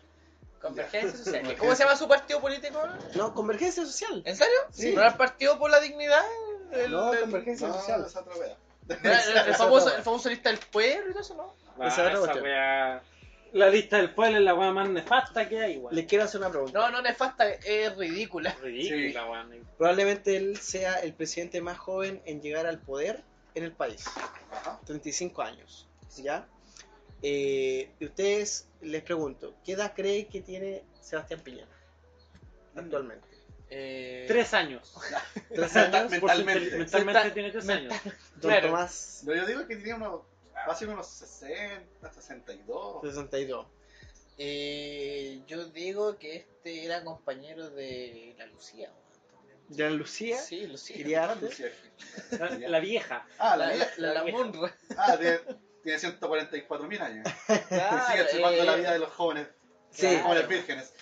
Convergencia social. ¿Y ¿Cómo se llama su partido político? No, Convergencia Social. ¿En serio? Sí. ¿No era el partido por la dignidad? El, No, el- Convergencia No, Social. esa otra wea. ¿no era el- el famoso, el famoso lista del pueblo y todo eso, ¿no? Ah, Esa otra esa cuestión. weá. La lista del pueblo es la weá más nefasta que hay, weón. Les quiero hacer una pregunta. No, no, nefasta, es ridícula. Ridícula, weón. Probablemente él sea el presidente más joven en llegar al poder en el país. Ajá. 35 años. ¿Ya? Eh, y ustedes les pregunto, ¿qué edad creen que tiene Sebastián Piñera actualmente? Eh, Tres años. ¿Tres Mental- años? Por mentalmente. su- mentalmente Mental- tiene tres mental- años. Don Mm. claro. Tomás, No, yo digo que tenía unos. Fácil unos 60, 62. 62. Eh, yo digo que este era compañero de la Lucía. weón. Ya Lucía, Sí, Lucía. quería arte. La, la vieja. Ah, La, la la, vieja. la, la Munra. Ah, tiene, tiene 144 mil años. Claro, Sigue chupando eh, la vida de los jóvenes. Sí. los jóvenes vírgenes.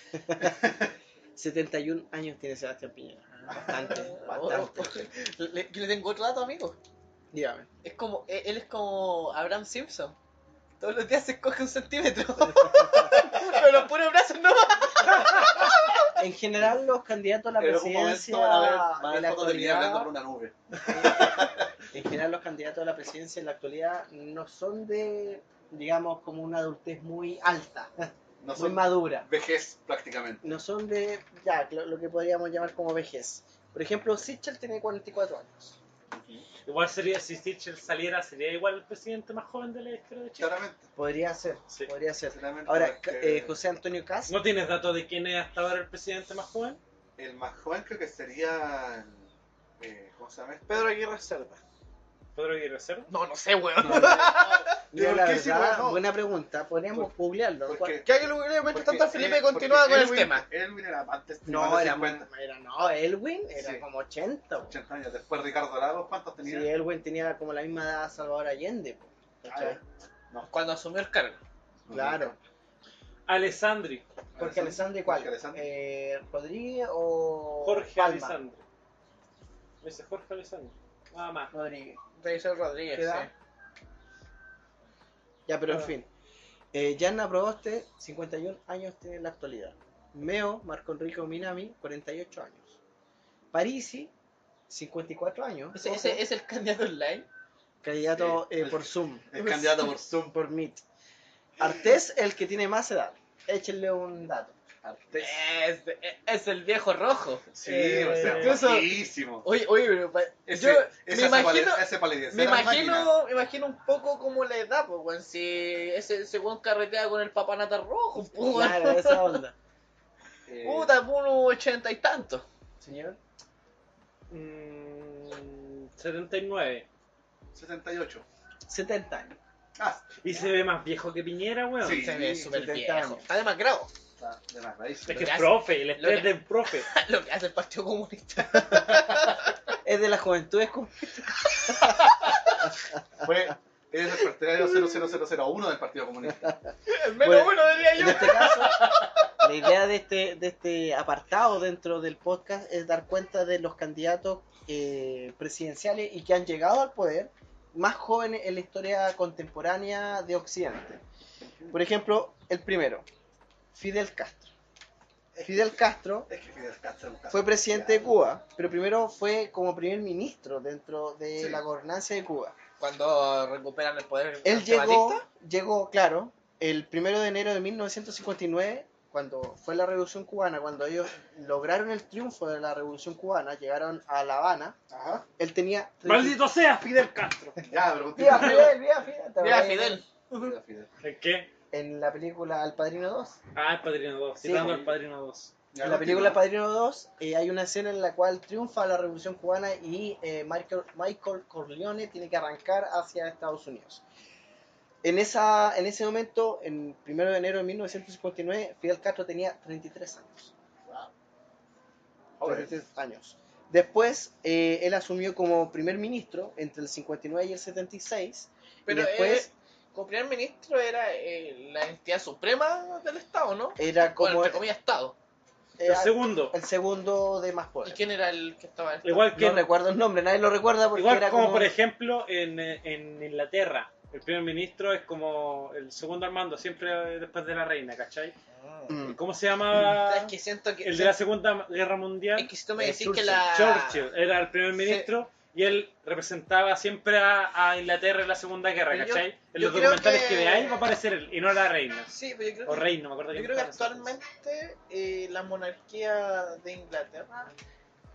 71 años tiene Sebastián Piñera. Bastante, Oh, bastante. oh, oh. Le- Yo le tengo otro dato, amigo. Dígame. Es como, e- él es como Abraham Simpson. Todos los días se coge un centímetro. Pero los puros brazos no. En general, los candidatos a la En algún presidencia momento van a ver, van a de ver la fotos de mí hablando actualidad, por una nube. en general, los candidatos a la presidencia en la actualidad no son de, digamos, como una adultez muy alta, No muy son madura. vejez prácticamente. No son de, ya, lo, lo que podríamos llamar como vejez. Por ejemplo, Sichel tiene 44 años. Igual sería, si Sichel saliera, sería igual el presidente más joven de la historia de Chile. Claramente. Podría ser, Sí. podría ser. claramente, Ahora, porque eh, José Antonio Cast, ¿No tienes datos de quién es hasta ahora el presidente más joven? El más joven creo que sería. eh, ¿Cómo se llama? este? Pedro Aguirre Cerda. ¿Pedro Aguirre Cerda? No, no sé, weón. mira, ¿por la qué si verdad, pues, no? buena pregunta, podríamos googlearlo. Porque- ¿Qué hay que lo que mientras tanto porque, Felipe eh, continúa porque con el Elwin- tema? Elwin era antes. más No, de era, 50, era- no, Elwin era Sí. como 80. po. 80 años. Después Ricardo Lagos, ¿cuántos Sí, tenía? Elwin tenía como la misma edad a Salvador Allende. po, ¿cachai? Ah, Cuando asumió el cargo. claro. Alessandri. Jorge Alessandri, ¿cuál? Jorge Alessandri. Eh, ¿Rodríguez o Jorge Palma? Alessandri. Ese es Jorge Alessandri. Nada más. Rodríguez. Revisor Rodríguez. ¿Qué edad? sí. Ya, pero en Ah. fin. Eh, Yanna Proboste, 51 años tiene en la actualidad. Meo, Marco Enrico Minami, 48 años. Parisi, 54 años. Ese, Ojo, ese es el candidato online. candidato Sí, eh, el- por Zoom. El candidato por Zoom. por Meet. Artés, el que tiene más edad. Échenle un dato. Artes. Es, e, es el viejo rojo. Sí, Eh, o sea, incluso- guapísimo. Oye, oye, pero pa- Ese, yo ese me hace imagino, pale- hace palidez, me era máquina. imagino, me imagino un poco como la edad, pues, weón. Si ese según carretea con el papanata rojo, pues, weón. Claro, esa onda. Eh, Puta, unos ochenta y tantos. Señor. Mm, 79. 78. 70 años. Ah, Y se ve más viejo que Piñera, weón. Sí. Se ve súper 70 viejo. años. Está demacrado. está de más raíz. Es que Lo que es hace- profe, el lo estrés que- del profe. Lo que hace el Partido Comunista. Es de la juventud, es como- Fue, es el partidario 00001 del Partido Comunista. El menos Bueno, bueno diría En yo. este caso, la idea de este, de este apartado dentro del podcast es dar cuenta de los candidatos eh, presidenciales y que han llegado al poder más jóvenes en la historia contemporánea de Occidente. Por ejemplo, el primero, Fidel Castro. Eh, Fidel Castro Es que Fidel Castro es un caso fue presidente de especial. Cuba, pero primero fue como primer ministro dentro de Sí. la gobernanza de Cuba. Cuando recuperan el poder. Él ante llegó, Batista, llegó, claro, el primero de enero de 1959, cuando fue la Revolución Cubana, cuando ellos lograron el triunfo de la Revolución Cubana, llegaron a La Habana, Ajá. él tenía... ¡Maldito sea Fidel Castro! Ya, pero ¡Viva continúa. Fidel! ¡Viva Fidel! ¿te Mira, acuerdas? Fidel. Viva Fidel. ¿El qué? En la película El Padrino 2. Ah, el Padrino 2. Sí, Citando sí. al Padrino 2. Ya, en la película El continúa. Padrino 2 eh, hay una escena en la cual triunfa la Revolución Cubana y eh, Michael, Michael Corleone tiene que arrancar hacia Estados Unidos. En, esa, en ese momento, en 1 de enero de 1959, Fidel Castro tenía 33 años. Ahora, 33 años. Después, eh, él asumió como primer ministro entre el 59 y el 76. Pero y después eh, como primer ministro era eh, la entidad suprema del Estado, ¿no? era Bueno, como entre comillas, Estado. era El segundo. el segundo de más ¿Y poder. quién era el que estaba? al- Igual que No recuerdo el nombre, nadie lo recuerda porque Igual era como, por ejemplo en, eh, en Inglaterra, el primer ministro es como el segundo al mando, siempre eh, después de la reina, ¿cachai? Mm. ¿Cómo se llamaba Es que Ah, siento que. el de la Segunda Guerra Mundial? Es que si tú me Eh, decís que Churchill. la. Churchill era el primer ministro y él representaba siempre a, a Inglaterra en la Segunda Guerra, Pero yo- ¿cachai? en yo los creo documentales que- que... veáis va a aparecer él y no la reina. Sí, pero yo creo O que- rey, no me acuerdo Yo quién creo que estaba en ese actualmente eh, la monarquía de Inglaterra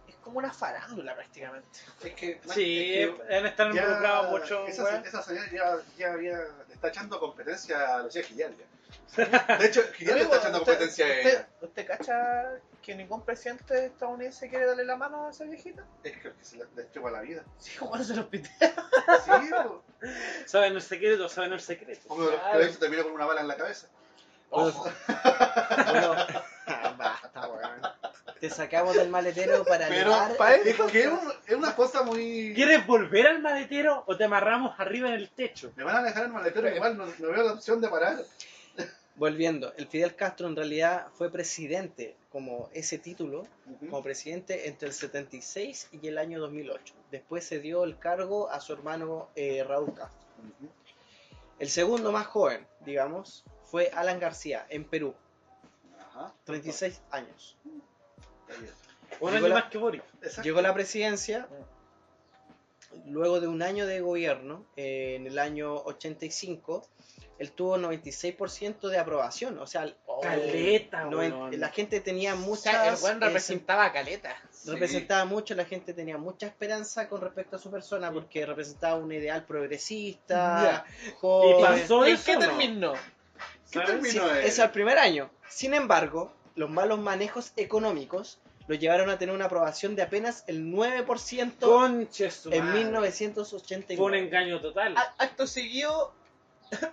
es como una farándula prácticamente. es que, entonces. Sí, han estado ya- involucrados mucho. Esa, weón. esa señora ya, ya había, le está echando competencia a Lucía Gillard. ya. De hecho, Gillard le Amigo, está echando usted- competencia a ¿Usted, ella. usted cacha que ningún presidente estadounidense quiere darle la mano a esa viejita? Es que se le, le estreba la vida. Sí, como se los pide. Sí, po. Saben el secreto, saben el secreto. uno de los proyectos termina con una bala en la cabeza. Ojo, Pues, Bueno, basta, weón. Te sacamos del maletero para Pero elevar pa- este es que es, podcast. un- es una cosa muy. ¿Quieres volver al maletero o te amarramos arriba en el techo? Me van a dejar en maletero, igual no, no veo la opción de parar. Volviendo, el Fidel Castro en realidad fue presidente, como ese título, como presidente entre el 76 y el año 2008. Después se dio el cargo a su hermano eh, Raúl Castro. El segundo más joven, digamos, fue Alan García, en Perú, Ajá. 36 años. Un año Nicolás- más que Boris. Exacto. Llegó a la presidencia luego de un año de gobierno, eh, en el año 85, él tuvo 96% de aprobación, o sea, Oh, Caleta, noven- weón. la gente tenía o sea, el muchas buen eh, representaba a Caleta. Sí. representaba mucho, la gente tenía mucha esperanza con respecto a su persona porque representaba un ideal progresista, joven. ¿Y pasó ¿En eso qué o no? terminó? ¿Qué ¿Sabes? Sí, terminó él? es al primer año. Sin embargo, los malos manejos económicos lo llevaron a tener una aprobación de apenas el 9% Conche su en madre. 1989. Fue un engaño total. A- Acto seguido,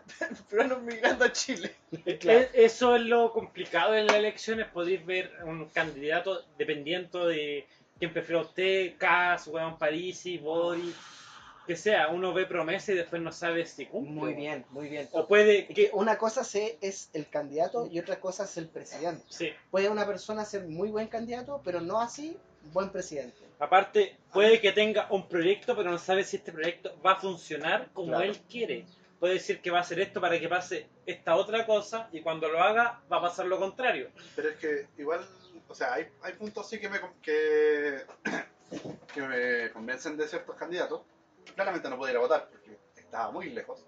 peruanos migrando a Chile. claro. E- Eso es lo complicado en las elecciones. Podéis ver un candidato dependiendo de quién prefiera usted, Cas, Weón Parisi, Boris, que sea. Uno ve promesa y después no sabe si cumple. Muy bien, muy bien. O puede Es que que. una cosa se- es el candidato y otra cosa es el presidente. Sí. Puede una persona ser muy buen candidato, pero no así buen presidente. Aparte, puede que tenga un proyecto, pero no sabe si este proyecto va a funcionar como Claro. él quiere. Puede decir que va a hacer esto para que pase esta otra cosa y cuando lo haga va a pasar lo contrario. Pero es que igual, o sea, hay, hay puntos sí que me, con- que, que me convencen de ciertos candidatos. Claramente no pude ir a votar porque estaba muy lejos.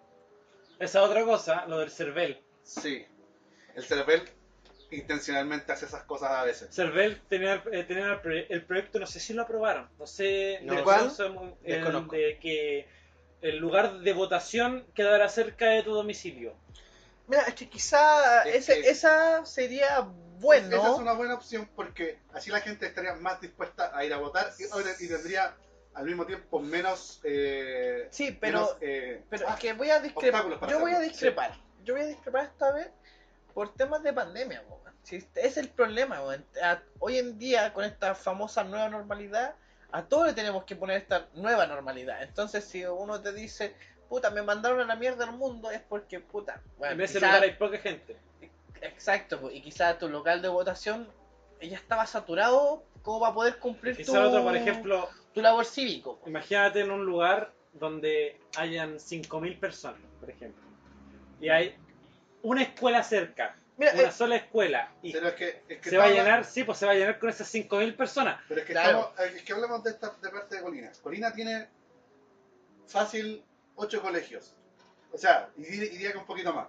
Esa otra cosa, lo del Cervel. Sí, el CERVEL intencionalmente hace esas cosas a veces. Cervel tenía, eh, tenía el, proye- el proyecto, no sé si lo aprobaron. No sé. No. de ¿Cuál? son- el Desconozco. de que el lugar de votación quedara cerca de tu domicilio. Mira, es que quizá Es ese- que- esa sería Esa es bueno. una buena opción porque así la gente estaría más dispuesta a ir a votar y, y tendría al mismo tiempo menos... eh, Sí, pero, menos, eh, pero ah, es que voy a discrepar. obstáculos para Yo voy a hacerlo, discrepar. Yo voy a discrepar esta vez por temas de pandemia, po, weón. Si este- es el problema, weón. A- Hoy en día, con esta famosa nueva normalidad, a todos le tenemos que poner esta nueva normalidad. Entonces, si uno te dice, puta, me mandaron a la mierda del mundo, es porque, puta, weón, en ese quizá- lugar hay poca gente. Exacto, po, y quizá tu local de votación ya estaba saturado, ¿cómo va a poder cumplir tu, Quizá otro, por ejemplo, tu labor cívico? po? Imagínate en un lugar donde hayan 5.000 personas, por ejemplo, y hay una escuela cerca, Mira, una eh, sola escuela, y pero es que, es que se va a estaba- llenar, sí, pues se va a llenar con esas 5.000 personas. Pero es que, Claro. estamos- eh, es que hablamos de, esta, de parte de Colina. Colina tiene fácil ocho colegios. O sea, y di- y diría que un poquito más.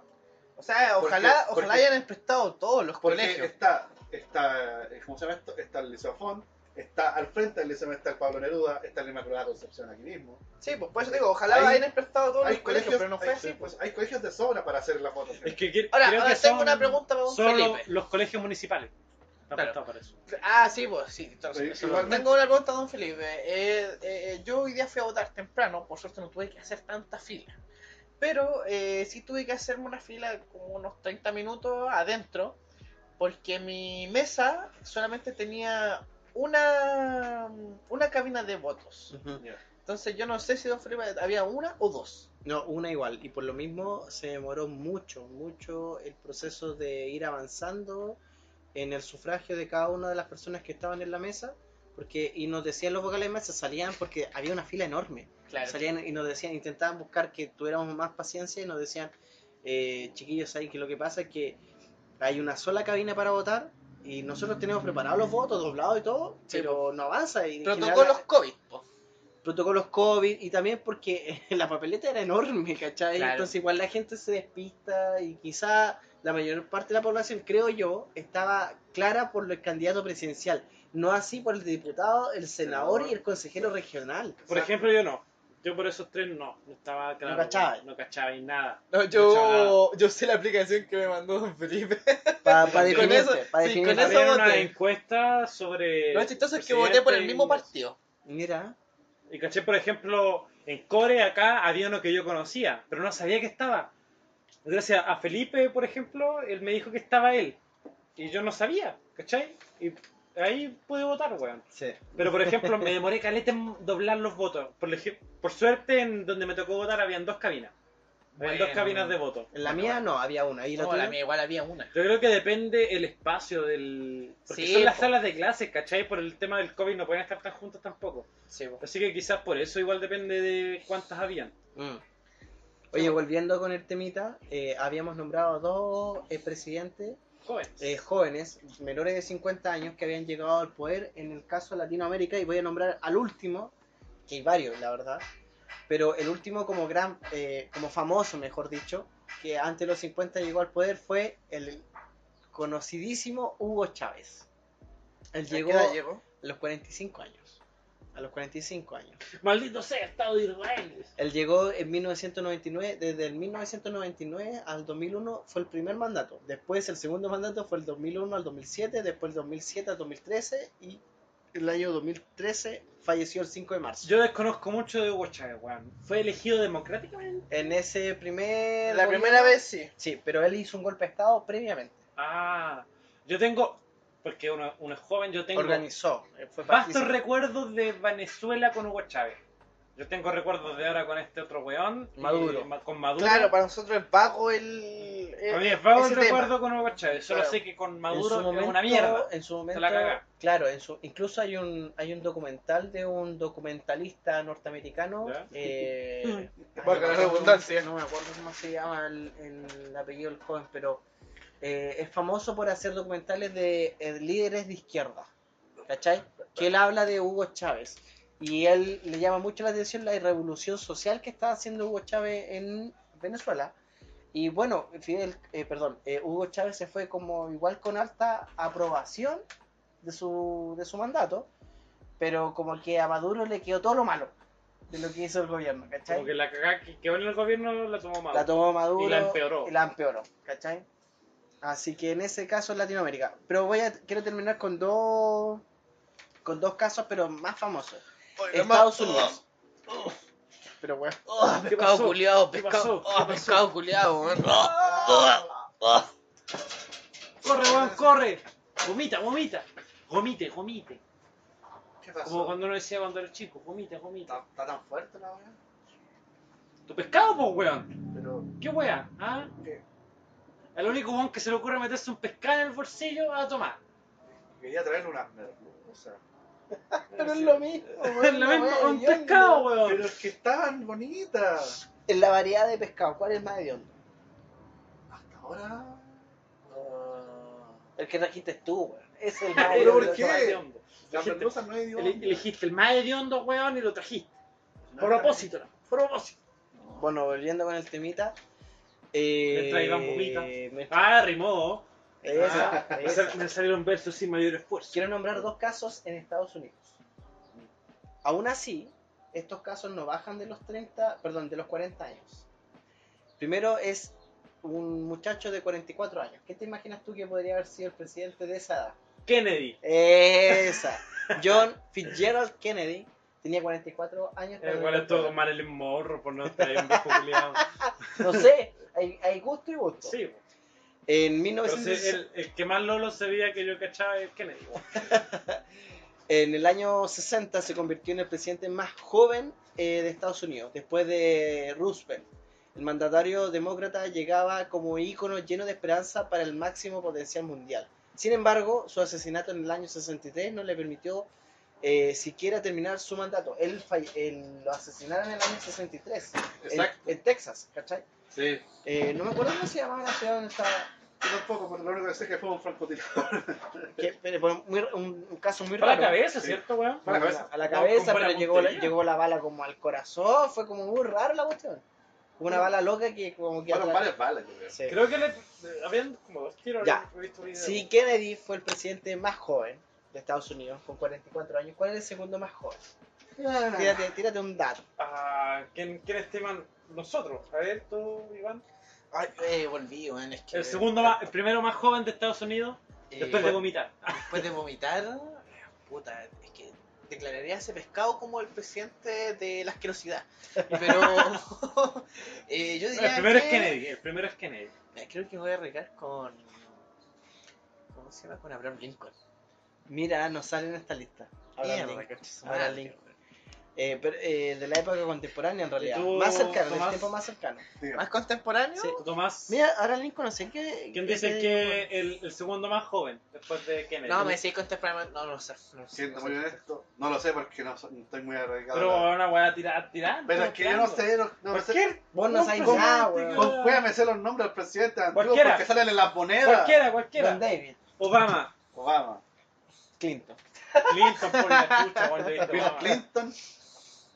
o sea, porque- ojalá, porque- ojalá hayan prestado todos los Porque colegios. está, está, eh, ¿cómo se llama esto? Está el Liceo Font, está al frente del Liceo está el Pablo Neruda, está la Inmaculada Concepción aquí mismo. Sí, pues por eso digo, ojalá Hay- hayan prestado todos los colegios, pero no fue hay, así. sí, pues. pues, hay colegios de sobra para hacer la foto. Es que quiero- Ahora, creo ahora que tengo son- una pregunta para un son los- Felipe. los colegios municipales. Está Claro. apuntado para eso. Ah, sí, pues sí. entonces, Pero eso- igualmente- tengo una pregunta, don Felipe. Eh, eh, yo hoy día fui a votar temprano, por suerte no tuve que hacer tanta fila. Pero eh, sí tuve que hacerme una fila como unos 30 minutos adentro, porque mi mesa solamente tenía una, una cabina de votos. Entonces yo no sé si don Felipe había una o dos. No, una igual. Y por lo mismo se demoró mucho, mucho el proceso de ir avanzando en el sufragio de cada una de las personas que estaban en la mesa. Porque, y nos decían los vocales de mesa, salían porque había una fila enorme. Claro. Salían y nos decían, intentaban buscar que tuviéramos más paciencia y nos decían, eh, chiquillos, ¿saben que lo que pasa es que hay una sola cabina para votar y nosotros tenemos preparados los votos, doblados y todo, Sí, pero no avanza. Y en general Protocolos COVID. po. protocolos COVID y también porque la papeleta era enorme, ¿cachai? Claro. Entonces igual la gente se despista y quizá la mayor parte de la población, creo yo, estaba clara por el candidato presidencial, no así por el diputado, el senador y el consejero regional. Por ejemplo, yo no. Yo por esos tres no. No estaba claro. cachaba. No cachaba y nada. No, yo- yo sé la aplicación que me mandó don Felipe. Para Pues, Con definirse, eso- para sí, con definirse. eso- Había una voté. encuesta sobre... Lo chistoso es que voté por el presidente mismo y- partido. Mira, Y caché, por ejemplo, en Core acá había uno que yo conocía, pero no sabía que estaba. Gracias a Felipe, por ejemplo, él me dijo que estaba él. Y yo no sabía, ¿cachai? Y ahí pude votar, weón. sí. Pero, por ejemplo, me demoré caleta en doblar los votos. Por, ej- por suerte, en donde me tocó votar habían dos cabinas. Habían Bueno. dos cabinas de voto. En la mía no, había una. ¿Y la No, tuya? la mía igual había una. Yo creo que depende el espacio del... Porque Sí, son las po. salas de clases, ¿cachai? Por el tema del COVID no pueden estar tan juntos tampoco. Sí, po. Así que quizás por eso igual depende de cuántas habían. Mm. Oye, volviendo con el temita, eh, habíamos nombrado dos eh, presidentes Joven. eh, jóvenes, menores de 50 años, que habían llegado al poder en el caso de Latinoamérica, y voy a nombrar al último, que hay varios, la verdad, pero el último como gran, eh, como famoso, mejor dicho, que antes de los 50 llegó al poder fue el conocidísimo Hugo Chávez. Él llegó ¿A qué edad a llegó? los 45 años. A los 45 años. Maldito sea Estado de Israel. Él llegó en 1999, desde el 1999 al 2001 fue el primer mandato. Después el segundo mandato fue el 2001 al 2007, después el 2007 al 2013 y el año 2013 falleció el 5 de marzo. Yo desconozco mucho de Hugo Chávez, weón. Fue elegido democráticamente. En ese primer... La gobierno- primera vez sí. Sí, pero él hizo un golpe de Estado previamente. Ah, yo tengo, porque uno, uno es joven, yo tengo Organizó. eh, Fue vastos partícipe. recuerdos de Venezuela con Hugo Chávez. Yo tengo recuerdos de ahora con este otro weón. y Maduro. ma- con Maduro. Claro, para nosotros es vago el. Eh, el- A mí es vago el ese tema. recuerdo con Hugo Chávez. Solo Claro. sé que con En su Maduro es momento- una mierda. En su momento, la cagá. claro, en su, incluso hay un hay un documental de un documentalista norteamericano. ¿Ya? Eh, Valga la no me acuerdo- redundancia. No me acuerdo cómo se llama el, el apellido del joven, pero eh, es famoso por hacer documentales de eh, líderes de izquierda. ¿Cachai? Que él habla de Hugo Chávez. Y él le llama mucho la atención la revolución social que está haciendo Hugo Chávez en Venezuela. Y bueno, Fidel, eh, perdón, eh, Hugo Chávez se fue como igual con alta aprobación de su, de su mandato, pero como que a Maduro le quedó todo lo malo de lo que hizo el gobierno, ¿cachai? Como que la cagada que quedó en el gobierno la tomó Maduro. La tomó Maduro Y la empeoró. y la empeoró, ¿cachai? Así que en ese caso es Latinoamérica. Pero voy a, quiero terminar con dos, con dos casos, pero más famosos. Estados Unidos. Pero bueno. Oh, Ah, ¿Qué pescado pasó? culiado, ¿Qué pescado. pasó? Oh, ¿Qué pasó? pescado culiado, weón. Oh, oh, Corre, weón, corre. Gomita, gomita. Gomite, gomite. ¿Qué Como pasó? cuando uno decía cuando era chico, gomita, gomita. Está, está tan fuerte la weá. Tu pescado, pues, weón. Pero. ¿Qué wea? ¿Ah? ¿Qué? El único weón que se le ocurre meterse un pescado en el bolsillo a tomar. Quería traerle unas merluzas. Pero es lo mismo. Es lo mismo con un pescado, weón. Pero es que estaban bonitas. En la variedad de pescado, ¿cuál es más hediondo? Hasta ahora. uh, El que trajiste tú, weón. Es el más ¿Pero hediondo. por El más qué? hediondo. Las Dijiste- merluzas no hay idioma. Ele- Elegiste el más hediondo, weón, y lo trajiste. Por propósito, no. Por propósito. Bueno, volviendo con el temita. Me Eh, traigan bombita. me- Ah, rimó. esa, Ah, Me esa. sal- me salieron versos sin mayor esfuerzo. Quiero nombrar dos casos en Estados Unidos. Aún así, estos casos no bajan de los 30, perdón, de los 40 años. Primero es un muchacho de 44 años. ¿Qué te imaginas tú que podría haber sido el presidente de esa edad? Eh, Kennedy. Esa. John Fitzgerald Kennedy tenía 44 años. El cuando cual es entró al todo Marilyn Morro, por no estar bien viejo culiao. poder. No sé, hay, hay gusto y gusto. Sí, weón. En Pero si 1960 el, el que más Lolo se veía que yo cachaba es Kennedy, weón. En el año 60 se convirtió en el presidente más joven eh, de Estados Unidos, después de Roosevelt. El mandatario demócrata llegaba como ícono lleno de esperanza para el máximo potencial mundial. Sin embargo, su asesinato en el año 63 no le permitió eh, siquiera terminar su mandato. Él, falle- él lo asesinaron en el año 63, en, Exacto. en Texas, ¿cachai? Sí. Eh, no me acuerdo cómo se llamaba la ciudad donde estaba. Yo tampoco, porque lo único que sé es que fue un francotirador. que- pero fue muy- un, un caso muy Para la raro. cabeza, Sí. ¿cierto, weón? Para la cabeza. a la Con- cabeza, con buena pero llegó la, puntería. llegó la bala como al corazón, fue como muy raro la cuestión. Una bala loca que como que... Fueron atra- varias balas, yo creo. Sí. Mm. Creo que le, le- habían como dos tiros. Ya. he visto un video. Si Kennedy fue el presidente más joven de Estados Unidos, con 44 años, ¿cuál es el segundo más joven? Tírate, tírate un dato. Ah, ¿quién, ¿Quién estiman nosotros? A ver, tú, Iván. Ay, eh, volví, weón. Es que El segundo más, el primero más joven de Estados Unidos, Eh, después de vomitar. después de vomitar, puta, es que declararía a ese pescado como el presidente de la asquerosidad. Pero eh, yo diría el primero que- es Kennedy, el primero es Kennedy. Eh, Creo que voy a regar con. ¿Cómo se llama? Con Abraham Lincoln. Mierda, que- Mira, no sale en esta lista. Abraham Abraham Lincoln. Lincoln. eh, pero, eh, de la época contemporánea en realidad. tú, más cercano, del Tomás? tiempo más cercano. ¿Más contemporáneo? Sí. Tomás. Mira, ahora Lincoln, no sé qué. ¿Quién qué dice te- que el, el segundo más joven después de Kennedy? No, me decís contemporáneo. No, no sé. No, sé, Siento no muy sé. honesto. No lo sé porque no, so- no estoy muy arraigado. Pero ahora voy a tirar, tirar. Pero es que yo no sé, no, no me sé. Cualquier, Vos no sabés nada, weón. Con cueva me sé los nombres del presidente antiguo Cualquiera. porque salen en las monedas. cualquiera, Don cualquiera. David, Obama, Obama. Clinton. Clinton, por la escucha, cuando viste Bill Obama. Clinton. eh,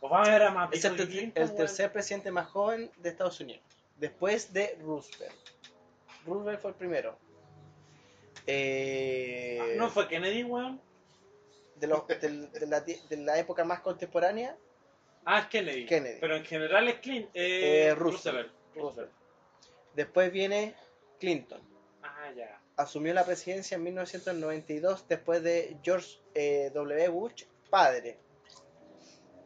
Obama era más Es viejo el, que ter- Clinton, el weón. tercer presidente más joven de Estados Unidos. Después de Roosevelt. Roosevelt fue el primero. Eh, Ah, No fue Kennedy, weón. de, los, del- de la, ti- de la época más contemporánea, Ah, es Kennedy. Kennedy. Pero en general es Clinton. Eh, Eh, Roosevelt. Roosevelt. Roosevelt. Después viene Clinton. Ah, ya. Asumió la presidencia en 1992 después de George eh, W. Bush, padre.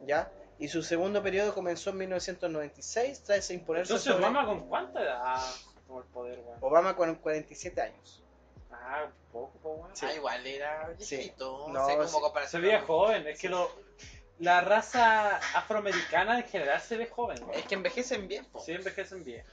¿Ya? Y su segundo periodo comenzó en 1996 tras imponerse Entonces, sobre- Obama con cuánta edad Ah, por poder, weón. Obama con 47 años. Ah, poco, po, weón. Ah, igual era Sí. viejito. No, No, sé sí. cómo Se comparación. veía joven, es que lo, la raza afroamericana en general se ve joven. ¿no? Es que envejecen bien, po. Sí, envejecen bien.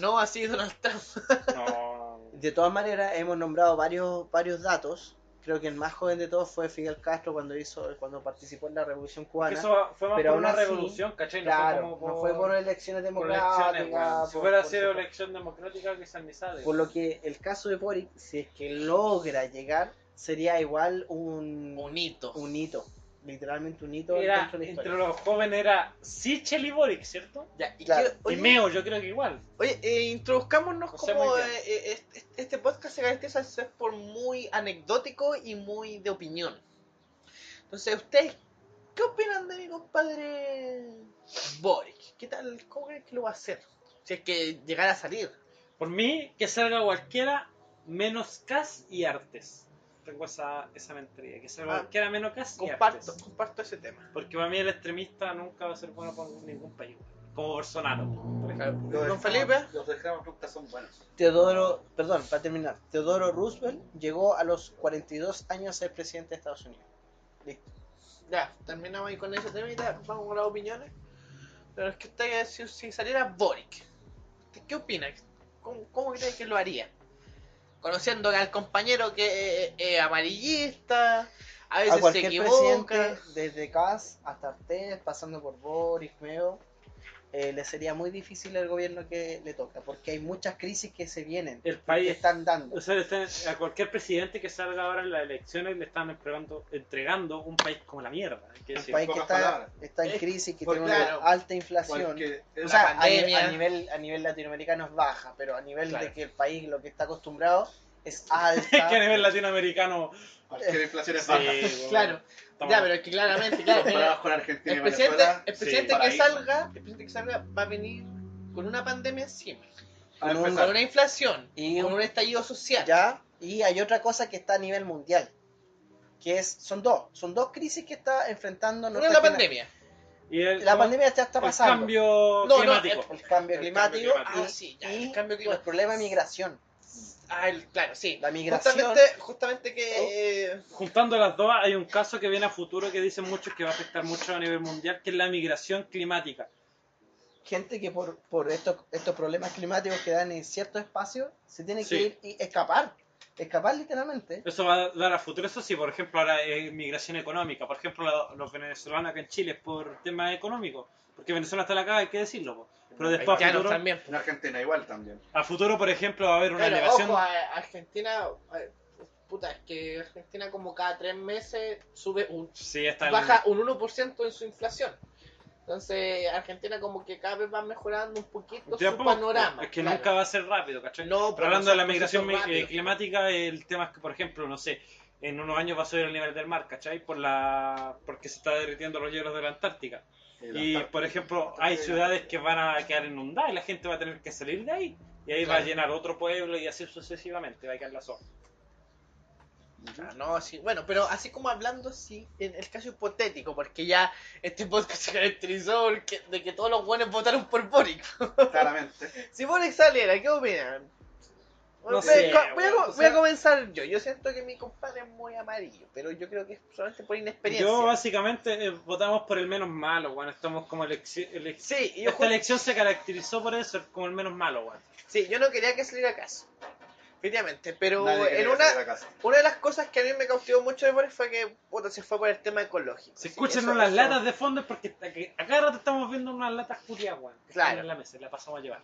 No así Donald Trump. No. De todas maneras, hemos nombrado varios, varios datos. Creo que el más joven de todos fue Fidel Castro cuando hizo, cuando participó en la Revolución que Cubana. eso fue más pero por aún una así, revolución, ¿cachai? No claro, fue como no fue por elecciones por democráticas. elecciones, weón. Si por- hubiera por sido su- elección democrática, quizás ni sale. Por lo que el caso de Boric, si es que logra llegar, sería igual un, Bonito. un hito, literalmente un hito Era, dentro de la entre historia. los jóvenes era Sichel y Boric, ¿cierto? Ya, y Claro. quiero- oye, y Meo, yo creo que igual. Oye, eh, introduzcámonos No sé como muy bien. eh, eh, este, este podcast se caracteriza a ser por muy anecdótico y muy de opinión. Entonces, ¿ustedes qué opinan de mi compadre Boric? ¿Qué tal? ¿Cómo creen que lo va a hacer? Si es que llegara a salir. Por mí, que salga cualquiera menos Cas y Artes. Tengo esa, esa mentalidad, que salga Ah. cualquiera menos Cas y Comparto, Artes. comparto ese tema. Porque para mí el extremista nunca va a ser bueno para ningún país. weón. Como Bolsonaro, por ejemplo. Los Don extremos- Felipe. Los extremos nunca son buenos. Teodoro, perdón, para terminar, Teodoro Roosevelt llegó a los 42 años a ser presidente de Estados Unidos. Ya, terminamos ahí con ese tema y ya, vamos con las opiniones. Pero es que usted, si, si saliera Boric, ¿usted ¿qué opina? ¿Cómo, cómo cree que lo haría? Conociendo al compañero que eh, es amarillista, a a veces se cualquier equivoca. presidente, desde Kass hasta Artés, pasando por Boris, Meo, eh, le sería muy difícil el gobierno que le toca, porque hay muchas crisis que se vienen, El que país están dando. O sea, le están- a cualquier presidente que salga ahora en las elecciones le están entregando, entregando un país como la mierda. hay que un decir. país que pocas está, palabras. está en Es- crisis, que pues tiene claro, una alta inflación. Porque O es- sea, La a nivel- pandemia. a nivel, a nivel latinoamericano es baja, pero a nivel Claro. de que el país lo que está acostumbrado es Es que a alta. nivel latinoamericano. cualquier inflación es sí, baja. weón, Claro, estamos- ya, pero es que claramente, claro, Comparado con Argentina y el presidente, Venezuela. el sí, presidente que paraíso. salga, el presidente que salga va a venir con una pandemia encima, para con un- empezar, con una inflación, Y con un- un estallido social. ¿ya? Y hay otra cosa que está a nivel mundial, que es, son dos, son dos crisis que está enfrentando Una es nuestra la generación. pandemia. Y el, La pandemia ya está el pasando. cambio no, climático. el cambio El climático, cambio Ah, climático. y- sí, ya, y el cambio el climático. problema de migración. Ah, el- claro, sí. La migración. Justamente, justamente que. eh, Juntando las dos, hay un caso que viene a futuro que dicen muchos que va a afectar mucho a nivel mundial, que es la migración climática. Gente que por, por estos, estos problemas climáticos que dan en cierto espacio se tiene Sí. que ir y escapar. Escapar literalmente. Eso va a dar a futuro, eso sí, por ejemplo, ahora es migración económica. Por ejemplo, la- los venezolanos acá en Chile es por temas económicos. Porque Venezuela está la caga, hay que decirlo. po. Pero después a haitianos futuro, también. En Argentina igual también. a futuro, por ejemplo, va a haber una Pero elevación. ojo, a- Argentina. a- puta, es que Argentina, como cada tres meses, sube un, Sí, está el- baja un 1% en su inflación. Entonces, Argentina, como que cada vez va mejorando un poquito Ya su poco, panorama. Es que claro. nunca va a ser rápido, ¿cachai? No, Pero hablando de la son procesos migración mi- eh, rápidos. climática, el tema es que, por ejemplo, no sé, en unos años va a subir el nivel del mar, ¿cachai? Por la... Porque se está derritiendo los hielos de la Antártica. Y, por ejemplo, hay ciudades que van a quedar inundadas y la gente va a tener que salir de ahí. Y ahí va a Claro. llenar otro pueblo y así sucesivamente, va a quedar la zona. Ah, No, sí, bueno, pero así como hablando, sí, en el caso hipotético, porque ya este podcast se caracterizó porque- de que todos los buenos votaron por Boric. Claramente. Si Boric saliera, ¿qué opinan? Bueno, sé, voy, a, voy a- weón, voy o a sea- comenzar yo. Yo siento que mi compadre es muy amarillo, pero yo creo que es solamente por inexperiencia. Yo básicamente eh, votamos por el menos malo, weón. Estamos como elección. Sí, y yo, Esta ju- elección se caracterizó por eso, como el menos malo, weón. sí, yo no quería que saliera caso. Efectivamente, pero Nadie quería en que una, saliera a casa. una de las cosas que a mí me cautivó mucho de Boris fue que puta, se fue por el tema ecológico. Se Sí, escuchan eso- unas eso- latas de fondo porque aquí- a cada rato estamos viendo unas latas culiadas, weón. que Claro. están En la mesa, y la pasamos a llevar.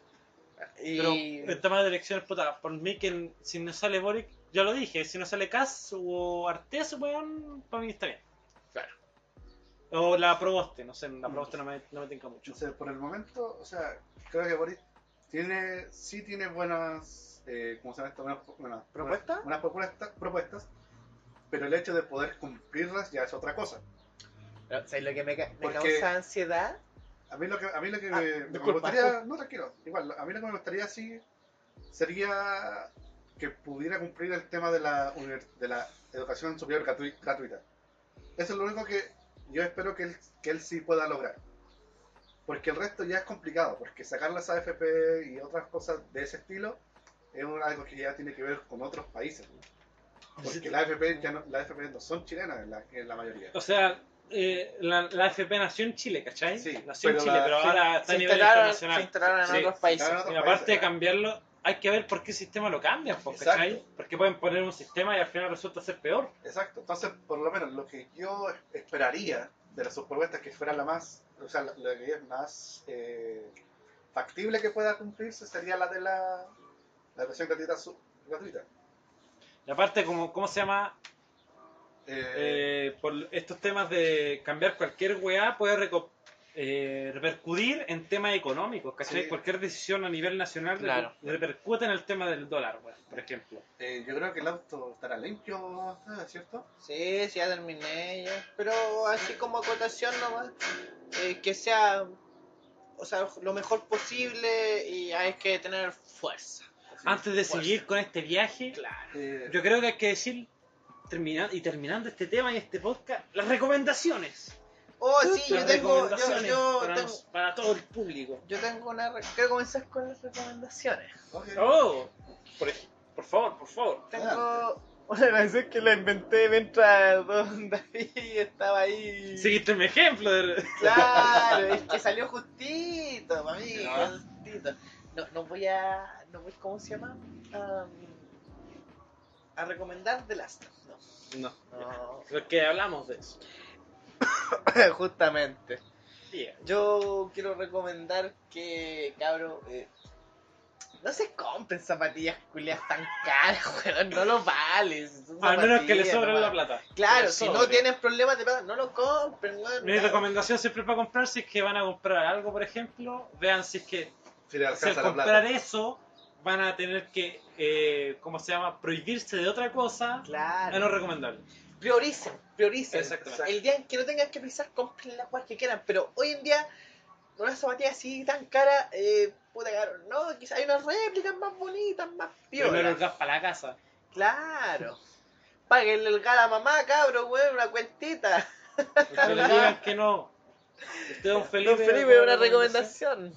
Pero Y... el tema de elecciones, puta, por mí que si no sale Boric, ya lo dije, si no sale Cas o Artes, weón, para mí está bien. Claro. O la Proboste, no sé, la Proboste no me, no me tinca mucho. O sea, por el momento, o sea, creo que Boris tiene, sí tiene buenas, eh, ¿cómo se llama esto? Buenas, buenas- ¿Propuestas? Buenas propuestas, propuestas, pero el hecho de poder cumplirlas ya es otra cosa. Pero, ¿Sabes lo que me, ca- me Porque- causa ansiedad? A mí lo que, a mí lo que Ah, me, lo que me disculpa. gustaría, no tranquilo, igual, a mí lo que me gustaría sí sería que pudiera cumplir el tema de la, univer- de la educación superior gratu- gratuita. Eso es lo único que yo espero que él, que él sí pueda lograr. Porque el resto ya es complicado, porque sacar las AFP y otras cosas de ese estilo es un- algo que ya tiene que ver con otros países. Porque las AFP, ya no, las AFP no son chilenas en la, en la mayoría. O sea, eh, la, la FP nació en Chile, ¿cachai? Sí, nació en pero Chile, la- pero sí, ahora está Se a nivel instalaron, se internacional. instalaron en Sí. otros países. Claro, en Y otros aparte de países. cambiarlo, hay que ver por qué sistema lo cambian, po, Exacto. ¿cachai? Porque pueden poner un sistema y al final resulta ser peor. Exacto, entonces por lo menos lo que yo esperaría de las propuestas que fuera la más, o sea, la, la que es más eh, factible que pueda cumplirse sería la de la, la educación gratuita. su- gratuita. Y aparte, como, ¿cómo se llama? Eh, Eh, por estos temas de cambiar cualquier weá puede reco- eh, repercutir en temas económicos, ¿cachai? Sí. Cualquier decisión a nivel nacional reper- Claro. repercute en el tema del dólar, weá, por ejemplo. eh, yo creo que el auto estará limpio, ah, ¿cierto? Sí, sí, ya terminé ya. Pero así como acotación nomás, eh, que sea, o sea, lo mejor posible y hay que tener fuerza. Antes de fuerza. seguir con este viaje, Claro. Eh, Yo creo que hay que decir, termina- y terminando este tema y este podcast, las recomendaciones. Oh, sí, yo Las tengo, yo, recomendaciones yo para, tengo, nos- para todo el público. yo tengo una, re- quiero comenzar con las recomendaciones. ok. Oh, por, ej- por favor, por favor. Tengo una canción que la inventé mientras Don David estaba ahí. Seguiste mi ejemplo. de- Claro, es que salió justito, mami, Ya. justito. No, no voy a, no voy, ¿cómo se llama? Am, a recomendar The Last. No. No, no. porque hablamos de eso. Justamente. Yeah. Yo quiero recomendar que, cabro, eh, no se compren zapatillas culias tan caras, weón, no lo vales. son Al menos que le zapatillas, sobra no la valen. plata. Claro, Le si no sobra. tienen problemas de plata, no lo compren, weón. Mi no. recomendación siempre para comprar, si es que van a comprar algo, por ejemplo, vean si es que Si si le al alcanza la comprar plata. eso van a tener que, eh, ¿cómo se llama?, prohibirse de otra cosa. Claro. Es no recomendable. prioricen, prioricen. Exactamente. El día en que no tengan que pisar, compren las cosas que quieran. Pero hoy en día, con una zapatilla así tan cara, eh, puta caro. No, quizás hay unas réplicas más bonitas, más Primero piolas. el gas para la casa. Claro. Páguenle el gas a la mamá, cabro, weón, una cuentita. Que le digan que no. Usted, don Felipe. Don Felipe, ¿alguna una recomendación.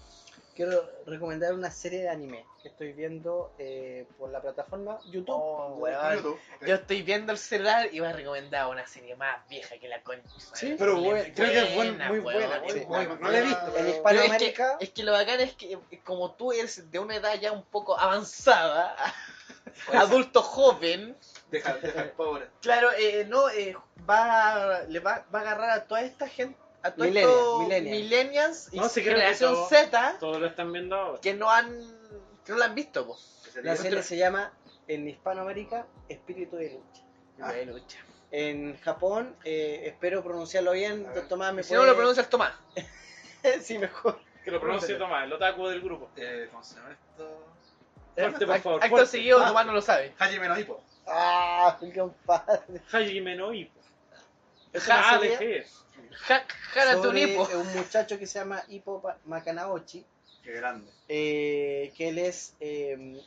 Quiero recomendar una serie de anime que estoy viendo eh, por la plataforma YouTube. Oh, En weón. YouTube, ok. Yo estoy viendo el celular y me ha recomendado una serie más vieja que la concha. Sí, madre. pero Buena, creo que es buen- muy weón, buena, es sí. buena. No la he visto, En Pero es, que, Hispanoamérica, es que lo bacán es que eh, como tú eres de una edad ya un poco avanzada, adulto joven, Deja, deja el pobre. claro, eh, no eh, va, le va, va a agarrar a toda esta gente, a todos Millennials, estos millennials. millennials y No, sí creo que generación todo- Z Todos lo están viendo ahora. que no han que no la han visto, po. la serie se llama en Hispanoamérica Espíritu de Lucha. Ah. De lucha. En Japón, eh, espero pronunciarlo bien, A doctor ver. Tomás. ¿me Si no lo puede- pronuncias Tomás. sí, mejor. Que lo pronuncie Tomás, el otaku del grupo. Eh, ¿Cómo se llama esto? Fuerte, por favor. Acto fuerte. seguido Tomás no lo sabe. Hajime no Hippo. Ah, mi compadre. Hajime no Ippo. pues, Es Ja, una sería- ADG. Ja, jala tu Sobre nipo. Un muchacho que se llama Hippo Pa- Makanaochi, Qué grande. eh, que él es, eh,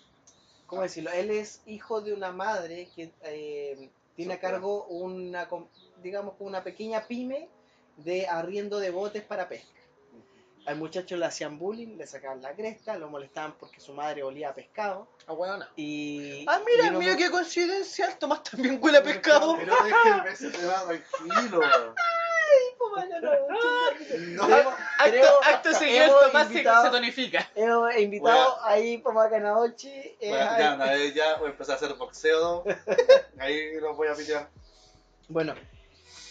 ¿cómo decirlo? Él es hijo de una madre que eh, tiene a cargo una, com- digamos, una pequeña pyme de arriendo de botes para pesca. Al muchacho le hacían bullying, le sacaban la cresta, lo molestaban porque su madre olía a pescado. Ah, weón. Y. Ah, y mira, no mira me- qué coincidencia. Tomás también huele a pescado. Pero déjenme ese tema tranquilo. Ah. No, Acto, Creo- acto seguido, hemos Tomás se, invitado- se tonifica. He invitado ahí Papá Canauchi. eh, bueno, a- ya, una vez ya voy a empezar a hacer boxeo. Ahí los voy a pitear. Bueno,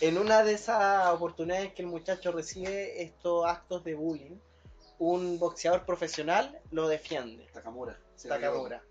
en una de esas oportunidades que el muchacho recibe estos actos de bullying, un boxeador profesional lo defiende. Takamura. si no me equivoco. Takamura.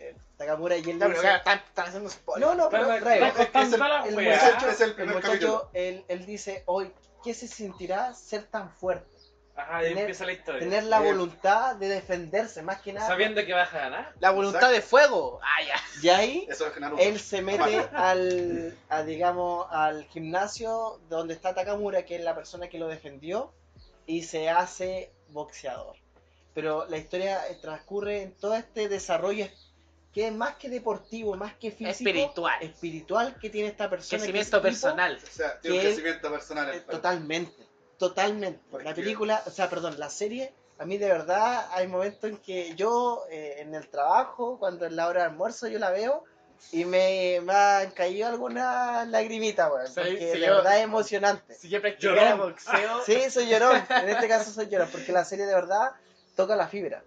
Eh, Takamura y él No, pero le dice- claro, están, están haciendo spoiler. No, no, pero Están Rey, están contando la el weá. muchacho- Eh, ah, es el el primer capítulo. muchacho, él, él dice hoy, ¿qué se sentirá ser tan fuerte? Ajá, ahí tener- empieza la historia. Tener la Eh. voluntad de defenderse, más que nada. Sabiendo que vas a ganar. La voluntad Exacto. de fuego. Ah, ya. Y ahí Eso es Naruto. él se mete al, a, digamos, al gimnasio donde está Takamura, que es la persona que lo defendió, y se hace boxeador. Pero la historia eh, transcurre en todo este desarrollo que es más que deportivo, más que físico, Espiritual. espiritual que tiene esta persona. que es Crecimiento tipo- personal. O sea, tiene un que él- crecimiento personal. eh, el perro. Totalmente, totalmente. Porque- La película, o sea, perdón, la serie, a mí de verdad hay momentos en que yo eh, en el trabajo, cuando es la hora de almuerzo, yo la veo y me, me han caído algunas lagrimitas, weón. Sí, porque sí, de yo- verdad es emocionante. Si yo practicara Llorón. eh, boxeo, Sí, soy llorón. En este caso soy llorón, porque la serie de verdad toca la fibra.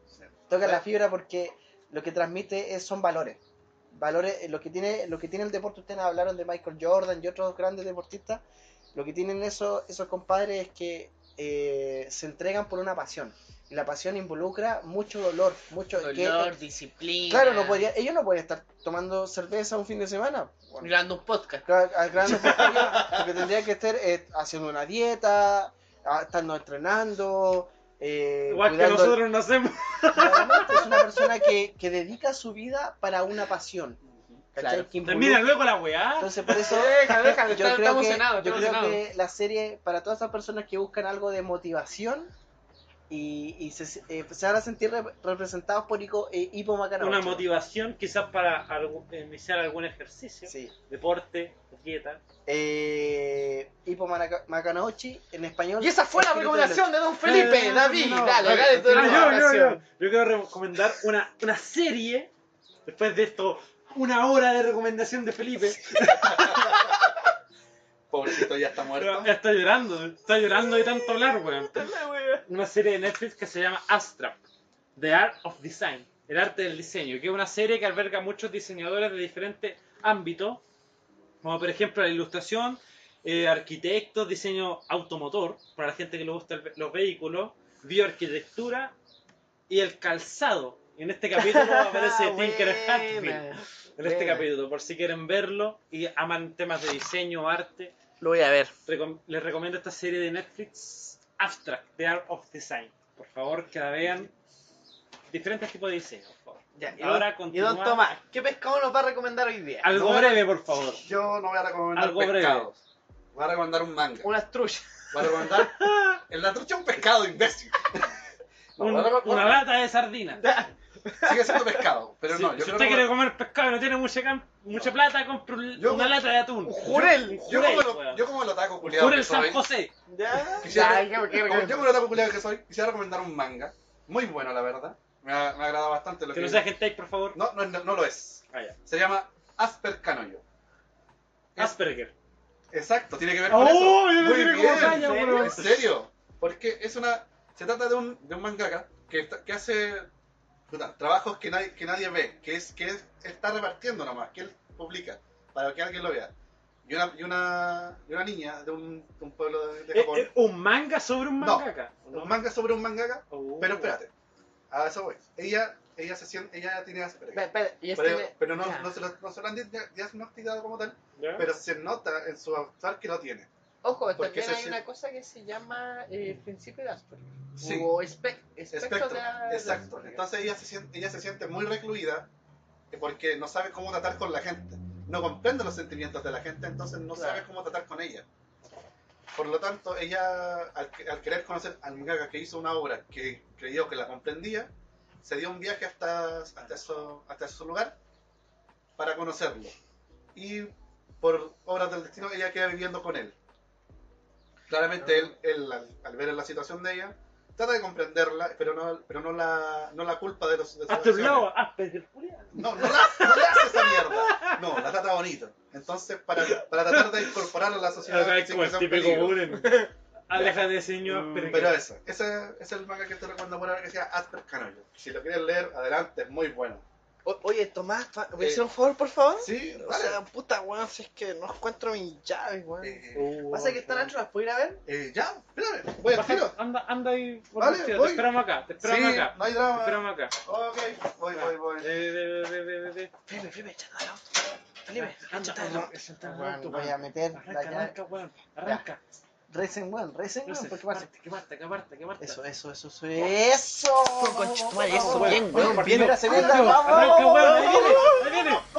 Toca la fibra porque lo que transmite es, son valores. Valores, eh, lo que tiene, lo que tiene el deporte, ustedes hablaron de Michael Jordan y otros grandes deportistas, lo que tienen esos, esos compadres es que eh, se entregan por una pasión. Y la pasión involucra mucho dolor, mucho que- dolor, disciplina. Claro, no podría, ellos no pueden estar tomando cerveza un fin de semana. Bueno, ah, Mirando un podcast. Claro, al gran empresario, porque tendría que estar eh, haciendo una dieta, a- estando entrenando, eh, Igual que cuidando- nosotros no hacemos. Claramente es una persona que, que dedica su vida para una pasión. ¿cachai? Claro. Que involucra- Termina luego la weá. Entonces por eso Déjalo, déjalo, yo está- creo, está que, emocionado, está yo creo emocionado. que la serie, para todas esas personas que buscan algo de motivación y, y se, eh, se van a sentir rep- representados por Ico, eh, Ipo Macanauchi. Una motivación quizás para algo- iniciar algún ejercicio. Sí. Deporte, dieta. Eh, Ipo Manaca- Macanauchi, en español. Y esa fue la Espíritu de recomendación de Don No, Felipe, no, David. Eh, no, no. Dale, dale tu Ah, yo, yo, yo. recomendación. Yo quiero recomendar una, una serie. Después de esto, una hora de recomendación de Felipe. Pobrecito ya está Pero muerto. Está llorando, está llorando de tanto hablar, weón. Una serie de Netflix que se llama Astra, The Art of Design, el arte del diseño, que es una serie que alberga muchos diseñadores de diferentes ámbitos, como por ejemplo la ilustración, eh, arquitectos, diseño automotor, para la gente que le gusta el ve- los vehículos, bioarquitectura y el calzado. En este capítulo aparece Tinker Hatfield. Buena. En este Buena. capítulo, por si quieren verlo y aman temas de diseño, arte, Lo voy a ver. Recom- les recomiendo esta serie de Netflix, Abstract, The Art of Design. Por favor, que la vean. Diferentes tipos de diseños, por favor. Ya, y Ahora don- y continúa. don Tomás, ¿qué pescado nos va a recomendar hoy día? Algo No, breve, por favor. Yo no voy a recomendar eh, Algo breve. pescados. Voy a recomendar un manga. Una trucha. Voy a recomendar. El la trucha es un pescado, imbécil. No, Un- voy a recomendar- una lata de sardina. Sigue siendo pescado, pero si no. si Yo usted creo quiere comer pescado y no tiene mucha, cam- mucha plata, compre un- Yo- una lata de atún. Un jurel. Yo como jurel, lo- weón. yo como lo taco culiado que Jurel San soy. José. Ya. Quisiera- Ya, ¿qué- qué como recomiendas? Yo como lo taco culiado que soy, quisiera recomendar un manga. Muy bueno, la verdad. Me ha, me ha agradado bastante lo Que que. no sea gente ahí, por favor. no, no, no, no lo es. Ah, ya. Se llama Asper Canoyo. Es- Asperger. Exacto, tiene que ver con eso. ¡Oh! Yo lo Muy tiré como bien. talla, ¿en weón. ¿En serio? Porque es una. Se trata de un, de un mangaka que, está- que hace puta, trabajos que nadie, que nadie ve, que es que es- está repartiendo nomás, que él publica para que alguien lo vea. Y una, y una, y una niña de un, de un pueblo de, de Eh, Japón. eh, Un manga sobre un No. mangaka. un manga sobre un mangaka, Oh. pero espérate. A eso voy. Ella, ella, se siente, ella tiene Espera, Asperger. espera, y este Pero, me- pero no, ya. no, se lo, no se lo han di- diagnosticado como tal, ¿Ya? pero se nota en su actual que lo tiene. Ojo, porque también eso hay sí- una cosa que se llama eh, principio de Asperger. Sí. O espe- espectro, espectro. de de Exacto. Asperger. Entonces ella se, siente, ella se siente muy recluida eh, porque no sabe cómo tratar con la gente. No comprende los sentimientos de la gente, entonces no Claro. sabe cómo tratar con ella. Por lo tanto, ella, al, que- al querer conocer al mangaka que hizo una obra que creyó que la comprendía, se dio un viaje hasta, hasta, su, hasta su lugar para conocerlo. Y por obras del destino, ella queda viviendo con él. Claramente, él, él, al, al ver la situación de ella, trata de comprenderla, pero no, pero no, la, no la culpa de los de sus Hazte un acciones. lado, hazte del culiao. No, no, la, no le hace esa mierda. No, la trata bonito. Entonces, para, para tratar de incorporarla a la sociedad, Acá es sin como que el sea un típico Mm, peligro. Buren. Aleja de señor, Pero eso, ese ese es el manga que te recomiendo por ahora que se llama Asper Canoyo. Si lo quieres leer, adelante, es muy bueno. O- oye, Tomás, fa- ¿me Eh, hicieron un favor, por favor? Sí, O vale. sea, puta, weón, si es que no encuentro mis llaves, weón. Eh, Pasa que están ancho, ¿las puedo ir a ver? eh, ya, espérame, voy al Oh, Baja- tiro. Anda, anda y por Vale, la ciudad, voy. te esperamos acá, te esperamos Sí, acá. no hay Te drama. esperamos acá. Eh, Ok, voy, voy, voy. Ve, ve, ve, ve, ve, ve. Felipe, Felipe, echando al auto. Felipe, Anda, echando al anda, auto. senta en el Weón, auto, voy a weón. meter la Arranca, llave. arranca, weón. Arranca. Recen, weón, recen, No weón, sé, porque pasa. parte, que parte, que parte, que parte. Eso, eso, eso, eso. ¡Eso! Concha tu madre, eso, Vamos, bien, vamos, weón, Primera, bien. segunda, vamos, Arranca, vamos, weón, ahí vamos. viene, ahí viene.